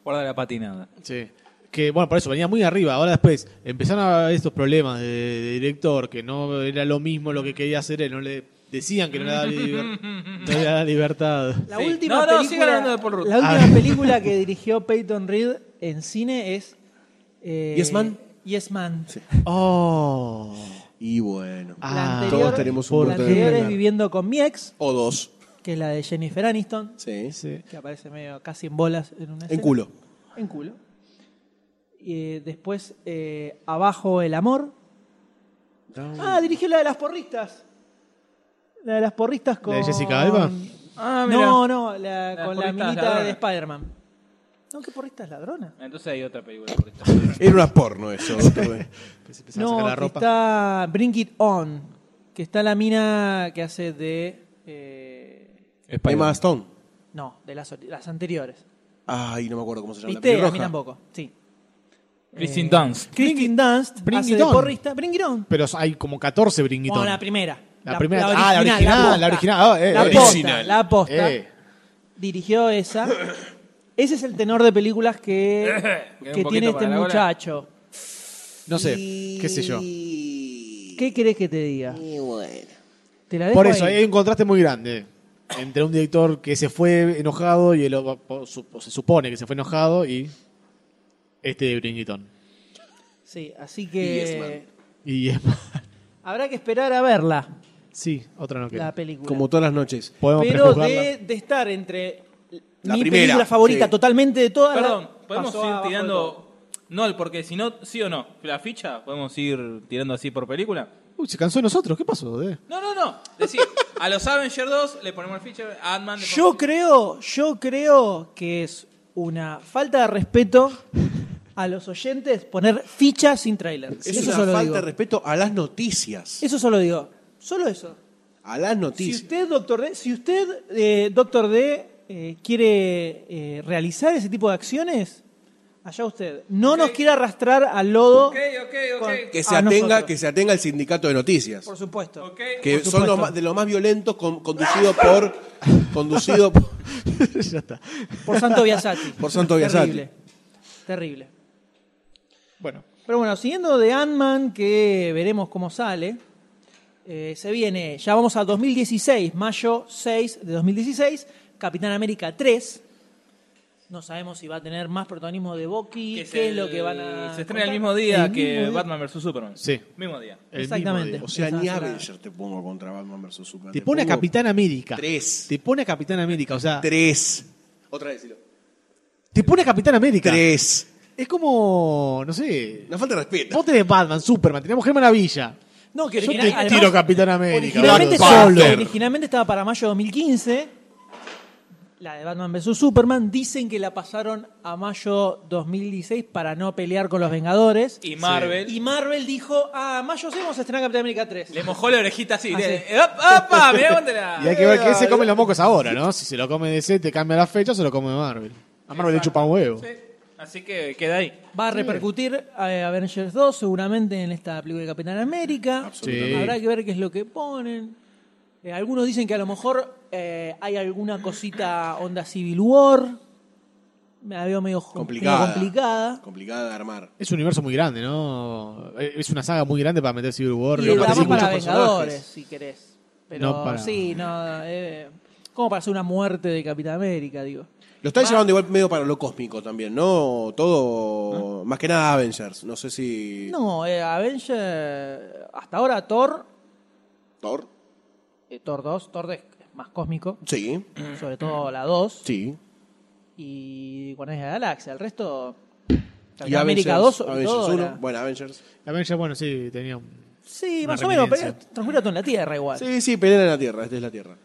S1: Guarda la patinada.
S5: Sí. Que bueno, por eso venía muy arriba. Ahora después empezaron a haber estos problemas de, de director, que no era lo mismo lo que quería hacer él. No le decían que no le daba, liber- no le daba libertad.
S2: La
S1: Sí.
S2: última,
S1: No, no, sigan
S2: película,
S1: hablando de Paul Rudd.
S2: la
S5: Ah.
S2: última película que dirigió Peyton Reed en cine es. eh,
S3: Yes, Man.
S2: Yes Man.
S5: Oh.
S3: Y bueno.
S5: Ah.
S2: La anterior,
S3: Todos tenemos un
S2: la
S3: muerto de
S2: anterior es
S3: ganar.
S2: Viviendo con mi ex,
S3: O dos.
S2: que es la de Jennifer Aniston,
S3: Sí.
S5: Sí.
S2: que aparece medio casi en bolas en una
S3: En
S2: escena.
S3: culo.
S2: En culo. Y, eh, después, eh, Abajo el amor. Ah, dirigió la de las porristas. La de las porristas con.
S5: ¿La de Jessica Alba?
S1: Ah, mirá.
S2: No, no, la-
S1: Las
S2: con la
S1: porristas
S2: minita
S1: ladronas.
S2: de Spider-Man. No, ¿qué porrista es ladrona?
S1: Entonces hay otra película por esta.
S3: Era una porno eso. doctor.
S5: Empezaron a
S2: No,
S5: sacar la
S2: que
S5: ropa.
S2: está Bring It On, que está la mina que hace de... eh,
S3: Emma Stone.
S2: no, de las, ori- las anteriores.
S3: Ay, no me acuerdo cómo se llama.
S2: ¿Viste?
S3: la
S2: A mí
S3: pelirroja.
S2: tampoco, sí.
S1: Christine
S2: Eh,
S1: Dunst.
S2: Kristen Dunst
S5: Bring
S2: hace
S5: It
S2: de
S5: On.
S2: porrista. Bring It On.
S5: Pero hay como 14 bringuitos.
S2: Bueno, la primera.
S5: La primera- ah, la original, la original,
S2: posta.
S5: ah, eh,
S2: la
S5: original.
S2: posta, la posta.
S5: Eh.
S2: Dirigió esa. Ese es el tenor de películas que,
S1: Queda un
S2: que
S1: poquito
S2: tiene este
S1: para la bola.
S2: muchacho.
S5: No sé, qué sé yo.
S2: ¿Qué querés que te diga? Te la dejo
S5: Por eso, eh.
S2: ahí.
S5: hay un contraste muy grande entre un director que se fue enojado y el o- o su- o se supone que se fue enojado y este de Bringitón.
S2: Sí, así que
S5: Y es
S2: habrá que esperar a verla,
S5: Sí, otra no queda.
S2: la película.
S3: Como todas las noches.
S5: Podemos
S2: Pero
S5: prejuzgarla.
S2: de, de estar entre
S3: La
S2: mi
S3: primera,
S2: película favorita
S3: sí.
S2: totalmente de todas.
S1: Perdón,
S2: la-
S1: podemos
S2: pasó
S1: ir
S2: abajo de todo.
S1: tirando. No, el porque si no, sí o no. La ficha, podemos ir tirando así por película.
S5: Uy, se cansó de nosotros, ¿qué pasó? De?
S1: No, no, no. Decir,
S4: A los Avengers 2 le ponemos el feature, a Ant-Man le ponemos
S2: Yo creo, yo creo que es una falta de respeto a los oyentes poner fichas sin trailer.
S3: Es
S2: eso
S3: una
S2: solo
S3: falta
S2: digo.
S3: de respeto a las noticias.
S2: Eso solo digo. Solo eso.
S3: A las
S2: Si
S3: noticias.
S2: usted, doctor D, si usted, eh, doctor D, eh, quiere eh, realizar ese tipo de acciones, allá usted. No nos quiere arrastrar al lodo.
S4: feature. Ok, ok, ok.
S2: Con-
S3: Que se
S2: a
S3: atenga,
S2: Ah, nosotros.
S3: que se atenga el sindicato de noticias.
S2: Por supuesto.
S4: Ok,
S3: Que
S2: por
S3: son los
S2: supuesto.
S3: más- de los más violentos con- conducido por conducido por-
S5: ya está.
S2: Por Santo Biasati.
S3: Por Santo Biasati.
S2: Terrible. Terrible.
S5: Bueno,
S2: Pero bueno, siguiendo de Ant-Man, que veremos cómo sale, eh, se viene, ya vamos al 2016, mayo 6 de 2016, Capitán América 3. No sabemos si va a tener más protagonismo de Bucky,
S4: que
S2: qué es
S4: el-
S2: lo que van a...
S4: Se estrena el
S2: contar.
S4: mismo día
S2: El
S4: que
S2: mismo día.
S4: Batman vs Superman.
S5: sí.
S4: Mismo día.
S5: el
S2: Exactamente.
S5: mismo
S3: O sea, ni
S2: Esa será-
S3: Avenger te pongo contra Batman vs Superman.
S5: Te pone a
S3: pongo
S5: Capitán América.
S3: Tres.
S5: Te pone a Capitán América. O sea,
S3: Tres. Otra vez, dilo.
S5: te pone a Capitán América.
S3: Tres.
S5: Es como, no sé.
S3: Una falta de respeto.
S5: Vos tenés Batman, Superman, tenés Mujer Maravilla.
S2: No, que
S5: Yo
S2: original-
S5: te
S2: además,
S5: tiro Capitán América.
S2: originalmente,
S5: boludo.
S2: estaba,
S5: Solo.
S2: originalmente estaba para mayo de 2015, la de Batman vs. Superman, dicen que la pasaron a mayo 2016 para no pelear con los Vengadores.
S4: Y Marvel
S2: Y Marvel dijo, ah, mayo sí vamos a estrenar Capitán América 3.
S4: le mojó la orejita así.
S2: Así.
S4: de- ¡Opa! opa, mirá dónde la-
S5: Y hay que ver qué se comen los mocos ahora, ¿no? Si se lo come DC, te cambia la fecha, se lo come Marvel. A Marvel le chupa un huevo.
S4: Sí. Así que queda ahí.
S2: Va a repercutir eh, Avengers 2 seguramente en esta película de Capitán América.
S5: Absolutamente. Sí.
S2: Habrá que ver qué es lo que ponen. Eh, algunos dicen que a lo mejor eh, hay alguna cosita onda Civil War. Me la veo medio jo-
S3: Complicada.
S2: medio complicada.
S3: Complicada de armar.
S5: Es un universo muy grande, ¿no? Eh, Es una saga muy grande para meter Civil War.
S2: Y
S5: Lo
S2: la
S5: parece
S2: más
S5: muchos
S2: para
S5: personajes.
S2: Vengadores, si querés. Pero
S5: No para-
S2: sí, no. eh, como para hacer una muerte de Capitán América, digo.
S3: Lo están llevando igual medio para lo cósmico también, ¿no? Todo. Más que nada Avengers. No sé si.
S2: No, eh, Avengers. Hasta ahora Thor.
S3: Thor.
S2: eh, Thor 2. Thor es más cósmico.
S3: Sí.
S2: Sobre todo la 2.
S3: Sí.
S2: y Guardianes de la Galaxia. El resto.
S3: Y
S2: Capitán América 2 sobre
S3: Avengers
S2: todo,
S3: 1.
S2: era-
S3: Bueno, Avengers.
S5: Avengers, bueno, sí, tenía un...
S2: Sí,
S5: Una
S2: más o menos, pero
S5: reminiscencia.
S2: transcurre todo en la Tierra igual.
S3: Sí, sí, pelean en la Tierra. Esta es la Tierra.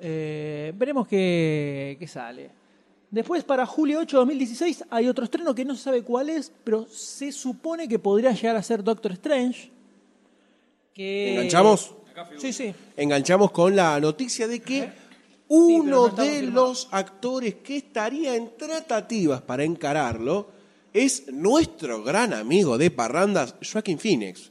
S2: Eh, veremos qué, qué sale. Después, para julio 8 de 2016, hay otro estreno que no se sabe cuál es, pero se supone que podría llegar a ser Doctor Strange. Que...
S3: ¿Enganchamos?
S2: Sí, sí.
S3: enganchamos con la noticia de que
S2: pero no
S3: uno
S2: está
S3: de
S2: confirmado.
S3: los actores que estaría en tratativas para encararlo es nuestro gran amigo de parrandas, Joaquín Phoenix,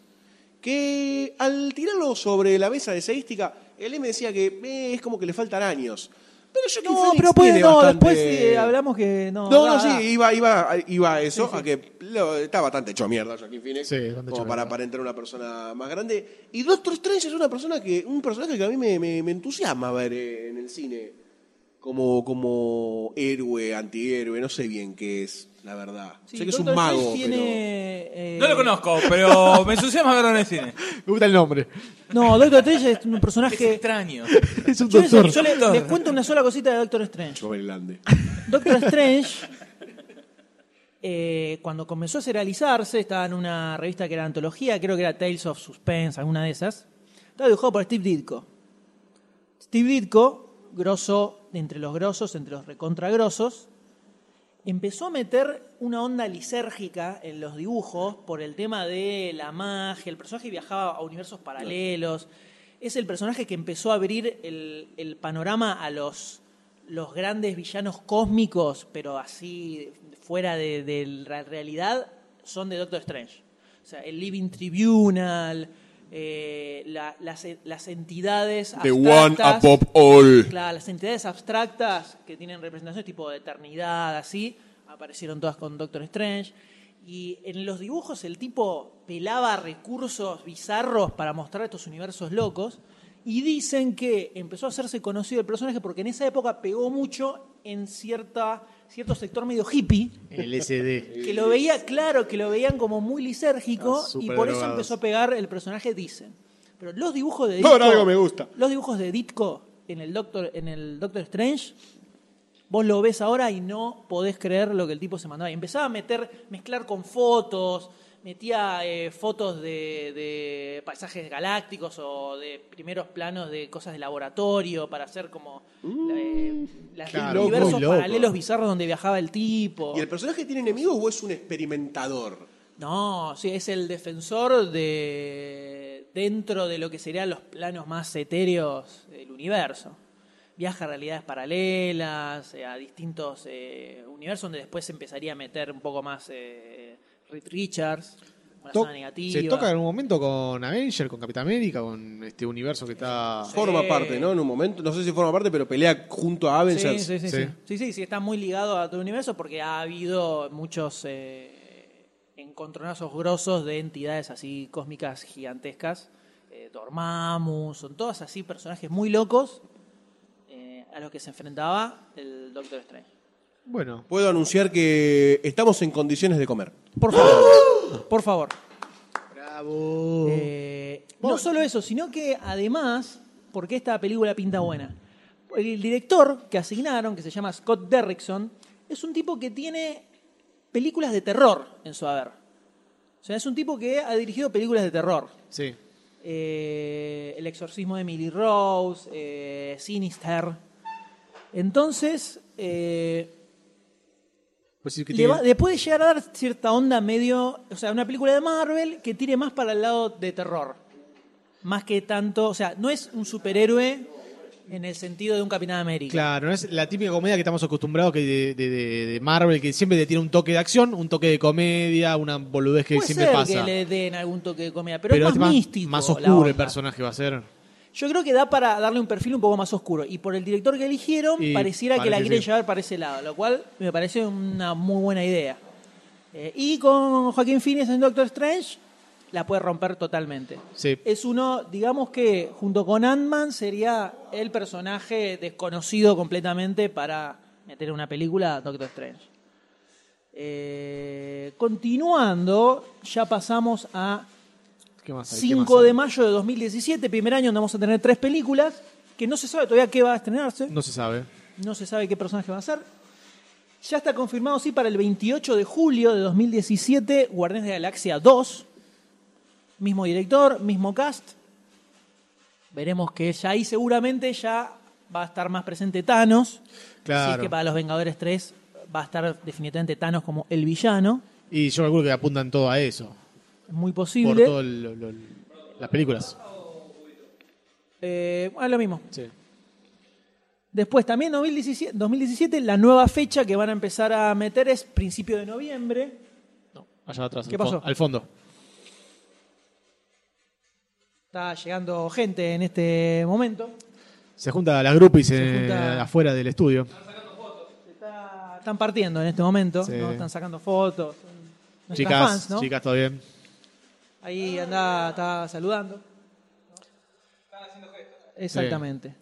S3: que al tirarlo sobre la mesa de estadística, el M decía que eh, es como que le faltan años. Pero Joaquin
S2: No,
S3: Phoenix
S2: pero pues,
S3: tiene
S2: no,
S3: bastante-
S2: después eh, hablamos que no.
S3: no,
S2: da,
S3: no,
S2: da.
S3: sí, iba, iba, iba a eso, a que lo- está bastante hecho mierda Joaquín Phoenix.
S5: Sí, bastante
S3: como
S5: hecho mierda.
S3: para aparentar una persona más grande. Y Doctor Strange es una persona que, un personaje que a mí me, me- me entusiasma ver eh, en el cine. Como, como héroe, antihéroe, no sé bien qué es, la verdad.
S2: Sí,
S3: sé que es un
S2: Doctor Strange
S3: mago,
S2: tiene, eh,
S4: No lo conozco, pero me entusiasma verlo en el cine.
S5: Me gusta el nombre.
S2: No, Doctor Strange es un
S4: Es
S2: personaje.
S4: extraño.
S5: Es un
S2: Yo, les-
S5: doctor.
S2: yo les, les cuento una sola cosita de Doctor Strange.
S3: pero... Jovelande.
S2: Doctor Strange, eh, cuando comenzó a serializarse, estaba en una revista que era antología, creo que era Tales of Suspense, alguna de esas. Estaba dibujado por Steve Ditko. Steve Ditko, grosso, de entre los grosos, entre los recontragrosos, empezó a meter una onda lisérgica en los dibujos por el tema de la magia. El personaje viajaba a universos paralelos. Es el personaje que empezó a abrir el, el panorama a los, los grandes villanos cósmicos, pero así fuera de, de la realidad, son de Doctor Strange. O sea, el Living Tribunal, eh, la- las, las entidades
S7: The one
S2: abstractas.
S7: above all.
S2: Claro, las entidades abstractas que tienen representaciones tipo de eternidad, así, aparecieron todas con Doctor Strange. Y en los dibujos el tipo pelaba recursos bizarros para mostrar estos universos locos. Y dicen que empezó a hacerse conocido el personaje porque en esa época pegó mucho en cierta, cierto sector medio hippie
S5: El SD.
S2: que lo veía claro, que lo veían como muy lisérgico
S5: Ah,
S2: y
S5: súper
S2: por eso
S5: drogados.
S2: empezó a pegar el personaje dicen. Pero los dibujos de
S3: No,
S2: Ditko,
S3: no, algo me gusta.
S2: los dibujos de Ditko en el Doctor en el Doctor Strange vos lo ves ahora y no podés creer lo que el tipo se mandaba. Y empezaba a meter mezclar con fotos, metía eh, fotos de, de paisajes galácticos o de primeros planos de cosas de laboratorio para hacer como eh,
S3: Mm,
S2: las-
S5: claro,
S2: universos
S5: muy loco.
S2: paralelos bizarros donde viajaba el tipo.
S3: ¿Y el personaje tiene enemigos o es un experimentador?
S2: No, sí, es el defensor de dentro de lo que serían los planos más etéreos del universo. Viaja a realidades paralelas, eh, a distintos eh, universos donde después se empezaría a meter un poco más eh, Reed Richards, una
S5: To-
S2: zona negativa.
S5: se toca en algún momento con Avenger, con Capitán América, con este universo que está.
S3: Forma parte, ¿no? En un momento, no sé si forma parte, pero pelea junto a
S2: Sí, sí,
S3: Avengers.
S2: sí, sí,
S5: Sí.
S2: sí. sí, sí, está muy ligado a todo el universo porque ha habido muchos eh, encontronazos grosos de entidades así cósmicas gigantescas. Eh, Dormammu, son todos así personajes muy locos eh, a los que se enfrentaba el Doctor Strange.
S5: Bueno,
S3: Puedo anunciar que estamos en condiciones de comer.
S2: Por favor, por favor.
S5: Bravo.
S2: Eh, no solo eso, sino que además, porque esta película pinta buena, el director que asignaron, que se llama Scott Derrickson, es un tipo que tiene películas de terror en su haber. O sea, es un tipo que ha dirigido películas de terror.
S5: Sí.
S2: Eh, el exorcismo de Emily Rose, eh, Sinister. Entonces, eh,
S5: Pues sí que
S2: le
S5: tiene-
S2: va- le puede llegar a dar cierta onda medio, o sea, una película de Marvel que tire más para el lado de terror. Más que tanto, o sea, no es un superhéroe en el sentido de un Capitán América.
S5: Claro, no es la típica comedia que estamos acostumbrados que de, de- de- de Marvel, que siempre le tiene un toque de acción, un toque de comedia, una boludez que
S2: Puede
S5: siempre
S2: ser
S5: pasa.
S2: que le den algún toque de comedia, pero, es
S5: este
S2: más, místico.
S5: Más
S2: la
S5: oscuro el
S2: onda.
S5: personaje va a ser.
S2: Yo creo que da para darle un perfil un poco más oscuro. Y por el director que eligieron,
S5: Y
S2: pareciera que
S5: parece
S2: la
S5: que
S2: quieren
S5: sí.
S2: llevar para ese lado, lo cual me parece una muy buena idea. Eh, y con Joaquín Phoenix en Doctor Strange, la puede romper totalmente.
S5: Sí.
S2: Es uno, digamos que junto con Ant-Man sería el personaje desconocido completamente para meter en una película Doctor Strange. Eh, continuando, ya pasamos a
S5: ¿Qué más hay? ¿eh? ¿Qué más
S2: 5
S5: hay?
S2: de mayo de 2017, primer año donde vamos a tener tres películas, que no se sabe todavía qué va a estrenarse, no,
S5: No se sabe.
S2: se sabe qué personaje va a ser. Ya está confirmado, sí, para el 28 de julio de 2017, Guardianes de la Galaxia 2, mismo director, mismo cast. Veremos que ya ahí seguramente ya va a estar más presente Thanos.
S5: Claro.
S2: Así es que para los Vengadores 3 va a estar definitivamente Thanos como el villano.
S5: Y yo calculo que apuntan todo a eso.
S2: Es muy
S5: Por
S2: posible.
S5: todas las películas.
S2: Eh, bueno, lo mismo.
S5: Sí.
S2: Después también 2017, 2017, la nueva fecha que van a empezar a meter es principio de noviembre.
S5: Allá atrás.
S2: ¿Qué
S5: al fo-
S2: pasó?
S5: Al fondo.
S2: Está llegando gente en este momento.
S5: Se junta las groupies eh,
S2: junta-
S5: afuera del estudio.
S2: Se está- están partiendo en este momento,
S5: Sí.
S2: ¿no? están sacando fotos. son nuestras
S5: Chicas,
S2: fans, ¿no?
S5: chicas, todo bien.
S2: Ahí anda, está saludando. Exactamente.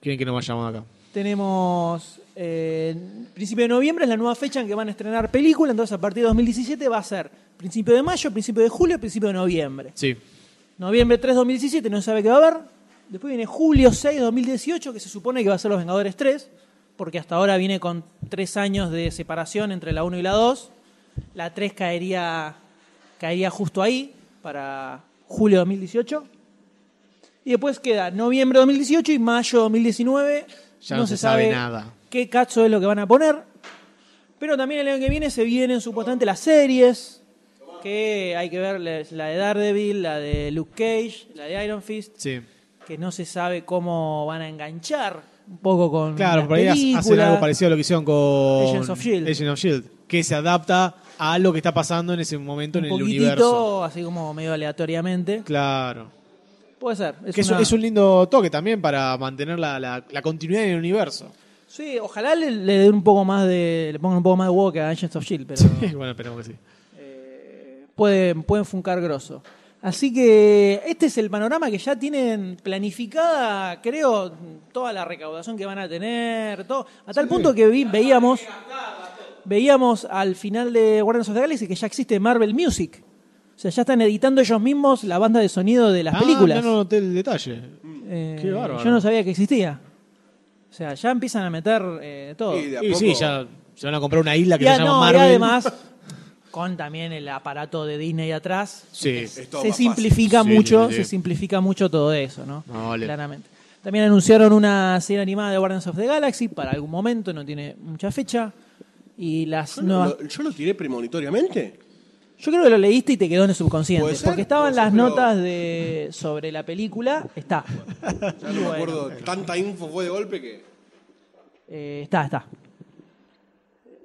S5: Quieren que nos vayamos de acá.
S2: Tenemos eh, principio de noviembre es la nueva fecha en que van a estrenar película, entonces a partir de 2017 va a ser principio de mayo, principio de julio, principio de noviembre.
S5: Sí.
S2: Noviembre 3, 2017, no se sabe qué va a haber. Después viene julio 6, 2018, que se supone que va a ser Los Vengadores 3, porque hasta ahora viene con tres años de separación entre la 1 y la 2. La 3 caería, caería justo ahí, para julio 2018. Y después queda noviembre 2018 y mayo 2019.
S5: Ya no se sabe nada.
S2: qué cacho es lo que van a poner. Pero también el año que viene se vienen supuestamente las series, que hay que ver la la de Daredevil, la de Luke Cage, la de Iron Fist,
S5: Sí.
S2: que no se sabe cómo van a enganchar un poco con
S5: Claro,
S2: las
S5: por ahí ha- hacen
S2: películas.
S5: algo parecido a lo que hicieron con
S2: Agents of S.H.I.E.L.D..
S5: Agents of S.H.I.E.L.D., que se adapta a lo que está pasando en ese momento
S2: un
S5: en el
S2: poquitito,
S5: universo.
S2: así como medio aleatoriamente.
S5: Claro.
S2: Puede ser. Es
S5: que es,
S2: una-
S5: es un lindo toque también para mantener la, la- la continuidad en el universo.
S2: Sí, ojalá le, le den un poco más de, le pongan un poco más de huevo que a Agents of Shield, E pero
S5: bueno, esperemos que sí.
S2: eh, pueden, pueden funcar grosso. Así que este es el panorama que ya tienen planificada, creo, toda la recaudación que van a tener, todo, a tal punto que vi- veíamos veíamos al final de Guardians of the Galaxy que ya existe Marvel Music. O sea, ya están editando ellos mismos la banda de sonido de las
S5: Ah,
S2: películas.
S5: No, no noté el detalle.
S2: Eh,
S5: Qué bárbaro.
S2: Yo no sabía que existía. O sea, ya empiezan a meter eh, todo.
S3: Y de a
S5: Y
S3: poco-
S5: sí, ya se van a comprar una isla que
S2: Ya,
S5: se llama
S2: no, y
S5: Marvel.
S2: además, con también el aparato de Disney atrás.
S5: Sí.
S3: Es todo
S2: Se
S3: más fácil.
S2: simplifica
S5: Sí,
S2: mucho,
S5: sí, sí.
S2: se simplifica mucho todo eso, ¿no?
S5: No, vale.
S2: Claramente. También anunciaron una serie animada de Guardians of the Galaxy para algún momento, no tiene mucha fecha. Y las
S3: Yo,
S2: nuevas.
S3: lo, yo lo tiré premonitoriamente.
S2: Yo creo que lo leíste y te quedó en el subconsciente.
S3: Puede ser,
S2: porque estaban
S3: puede ser,
S2: las
S3: pero-
S2: notas de sobre la película. Está.
S3: Ya no me acuerdo. Tanta info fue de golpe que.
S2: Eh, está, está.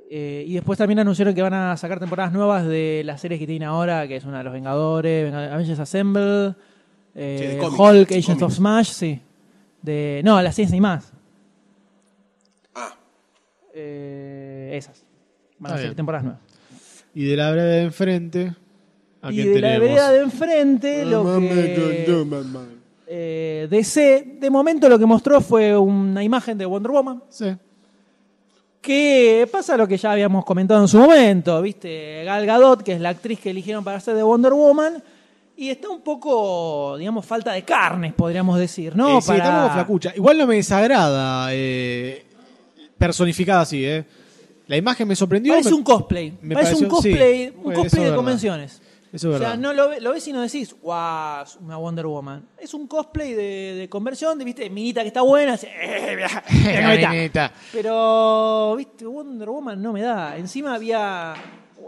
S2: Eh, y después también anunciaron que van a sacar temporadas nuevas de las series que tienen ahora, que es una de los Vengadores, Veng- Avengers Assemble, eh,
S3: Sí, de cómics,
S2: Hulk,
S3: de
S2: Agents of
S3: cómics.
S2: Smash, sí. De, no, las series ni más.
S3: Ah,
S2: Eh, esas. Van a
S5: Está
S2: ser
S5: bien.
S2: temporadas nuevas.
S5: Y de la vereda de enfrente, ¿a
S2: Y
S5: quién
S2: de la
S5: tenemos?
S2: vereda de
S3: Ah,
S2: enfrente, lo que eh, DC, de momento lo que mostró fue una imagen de Wonder Woman.
S5: Sí.
S2: Que pasa lo que ya habíamos comentado en su momento, ¿viste? Gal Gadot, que es la actriz que eligieron para hacer de Wonder Woman, y está un poco, digamos, falta de carnes, podríamos decir, ¿no?
S5: Eh, sí,
S2: Para-
S5: está un poco flacucha. Igual no me desagrada eh, personificada así, ¿eh? La imagen me sorprendió.
S2: Parece
S5: me-
S2: un cosplay,
S5: me
S2: parece un
S5: pareció- sí,
S2: cosplay,
S5: bueno,
S2: un
S5: eso es
S2: cosplay de
S5: verdad.
S2: convenciones.
S5: Eso es
S2: o sea,
S5: verdad.
S2: no lo, ve- lo ves y no decís, wow, una Wonder Woman. Es un cosplay de, de conversión, de, viste, minita que está buena, así, "Eh, mirá, mirá cómo está".
S5: Minita.
S2: Pero, viste, Wonder Woman no me da. Encima había,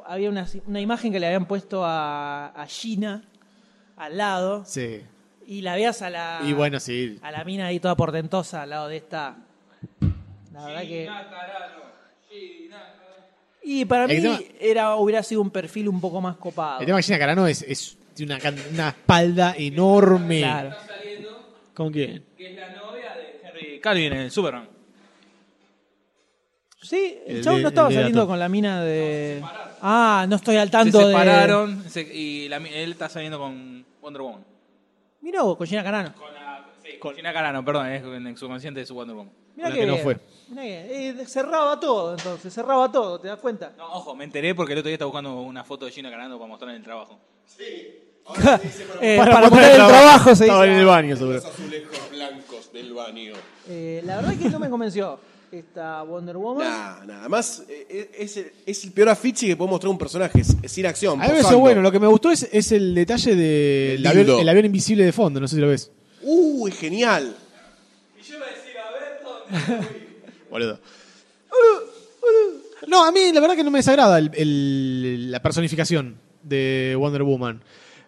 S2: había una, una imagen que le habían puesto a, a Gina al lado.
S5: Sí.
S2: Y la veas a la,
S5: Y bueno, sí.
S2: a la mina ahí toda portentosa al lado de esta. La verdad que.
S4: eh.
S2: Y para
S5: El
S2: mí
S5: tema-
S2: era, hubiera sido un perfil un poco más copado.
S5: El tema de Gina Carano es, es tiene una, can- una espalda enorme.
S2: Claro.
S5: ¿Con quién?
S4: que es la novia de Henry Calvin en el Superman.
S2: Sí, el,
S5: El
S2: chabón
S5: de-
S2: no estaba
S5: el de
S2: saliendo
S5: gato.
S2: con la mina de. ah, no estoy al tanto
S4: se
S2: de.
S4: separaron se- y la mi- él está saliendo con Wonder Woman.
S2: Mirá vos, con Gina Carano.
S4: Con la, sí, con Gina Carano, perdón, es en el subconsciente de su Wonder Woman.
S2: Mirá
S5: Con la
S2: que,
S5: que no
S2: bien,
S5: fue.
S2: mirá que- eh, cerraba todo, entonces, cerraba todo, ¿te das cuenta?
S4: No, ojo, me enteré porque el otro día estaba buscando una foto de Gina Carano para mostrar en el trabajo.
S2: Eh,
S5: Para
S2: para,
S5: mostrar
S2: poner
S5: el
S2: el
S5: trabajo.
S2: trabajo, se dice.
S5: Estaba en el baño, seguro.
S3: azulejos blancos del baño.
S2: Eh, la verdad es que no me convenció esta Wonder Woman.
S3: Nah, nada. Además, eh, es, el- es el peor afiche que puede mostrar un personaje. Es, es sin acción.
S5: A mí me
S3: posando.
S5: pareció bueno. Lo que me gustó es, es el detalle del
S3: El
S5: avión,
S3: dildo.
S5: el avión invisible de fondo. No sé si lo ves.
S3: Uy, Uh, genial.
S5: Boludo. No, a mí la verdad que no me desagrada el- el- la personificación de Wonder Woman.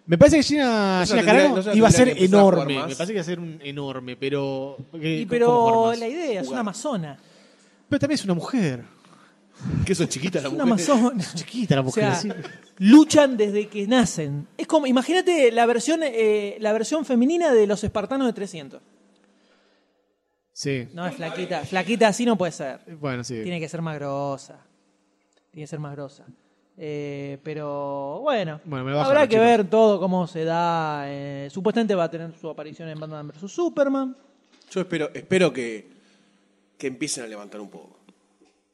S5: Me parece que Gina,
S3: No se
S5: Gina
S3: la
S5: Carano
S3: tendría- no se la
S5: iba a
S3: tendría
S5: ser
S3: que empezar a jugar
S5: enorme.
S3: más.
S5: Me parece que iba a ser un enorme, pero. que-
S2: y,
S5: ¿cómo jugar
S2: pero
S5: más?
S2: la idea es una amazona.
S5: Pero también es una mujer.
S3: Que son chiquitas las
S2: Una
S3: mujeres.
S2: amazona.
S5: Chiquita la
S2: O
S5: mujer.
S2: sea,
S5: sí.
S2: luchan desde que nacen. Es como, imagínate la versión, eh, la versión femenina de los espartanos de 300.
S5: Sí.
S2: No, es flaquita. Flaquita así no puede ser.
S5: Bueno, sí.
S2: Tiene que ser más grosa. Tiene que ser más grosa. Eh, pero bueno,
S5: Bueno, me bajo,
S2: habrá que
S5: chicos.
S2: ver todo cómo se da. eh, supuestamente va a tener su aparición en Batman vs. Superman.
S3: Yo espero, espero que, que empiecen a levantar un poco.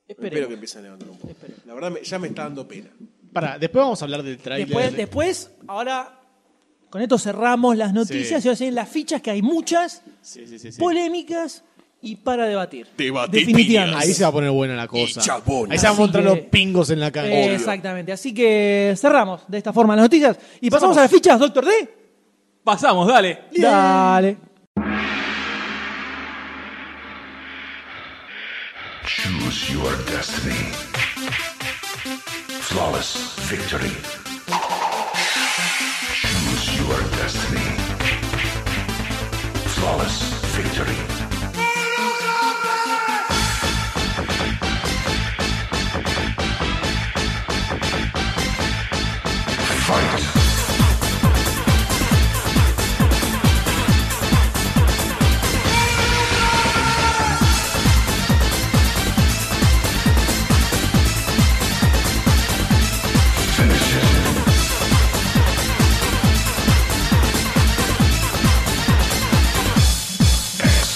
S3: Espero
S2: Esperemos.
S3: que empiecen a levantar un poco. La verdad, me- ya me está dando pena.
S5: Pará, después vamos a hablar del trailer.
S2: Después, después, ahora con esto cerramos las noticias
S5: Sí.
S2: y ahora siguen las fichas, que hay muchas
S5: Sí, sí, sí, sí.
S2: polémicas y para debatir.
S7: Debate
S2: Definitivamente.
S5: Ahí se va a poner buena la cosa.
S7: chabones.
S5: Ahí se van a
S2: Así
S5: mostrar
S2: que-
S5: los pingos en la
S2: Eh,
S5: calle.
S2: exactamente. Así que cerramos de esta forma las noticias y pasamos a las fichas, doctor D.
S4: Pasamos, dale.
S2: Dale.
S8: Choose your destiny. Flawless victory. Choose your destiny. Flawless victory. Fight.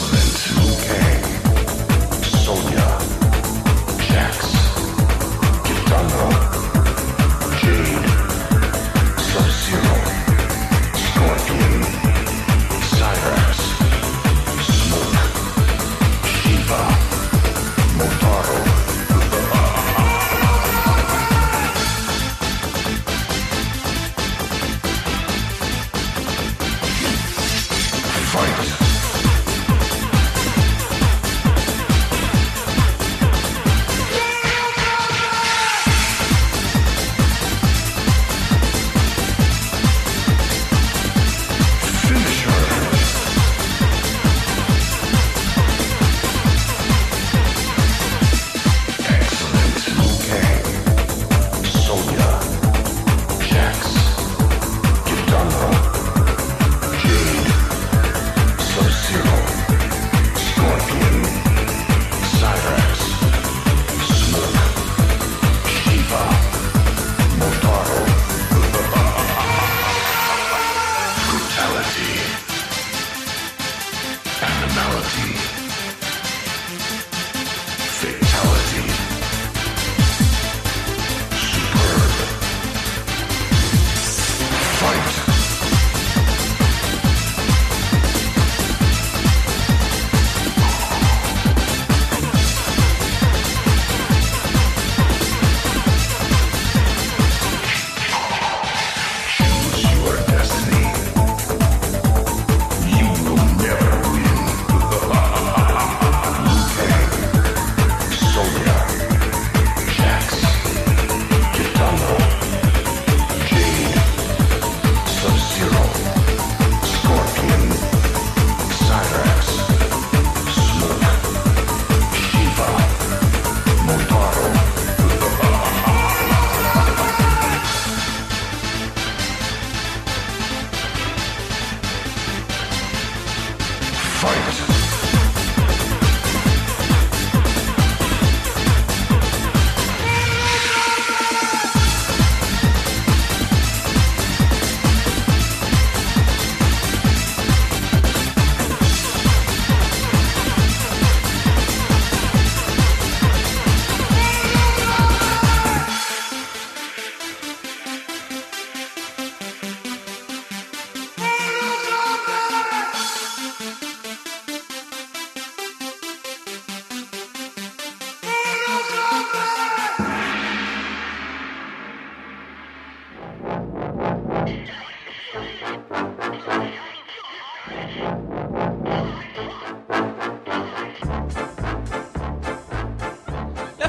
S8: Excellent. Liu Kang, Sonya, Jax, Kitana, Jade,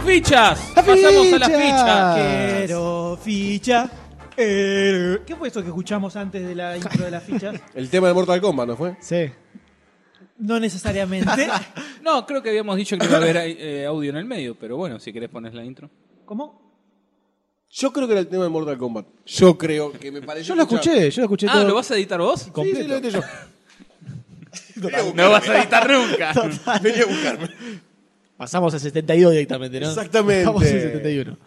S4: fichas. Pasamos a las fichas.
S2: Quiero ficha. eh. ¿Qué fue eso que escuchamos antes de la intro de las fichas?
S3: El tema de Mortal Kombat, ¿no fue?
S5: Sí.
S2: No necesariamente.
S4: No, creo que habíamos dicho que iba a haber eh, audio en el medio, pero bueno, si querés pones la intro.
S2: ¿Cómo?
S3: Yo creo que era el tema de Mortal Kombat. Yo creo que me pareció.
S5: Yo lo
S3: escuchar.
S5: escuché, yo lo escuché
S4: Ah,
S5: todo.
S4: ¿lo vas a editar vos?
S3: Sí, sí, lo edité yo.
S4: No vas a editar nunca.
S3: Venía a buscarme.
S5: Pasamos al 72 directamente, ¿no?
S3: Exactamente.
S5: Estamos en 71.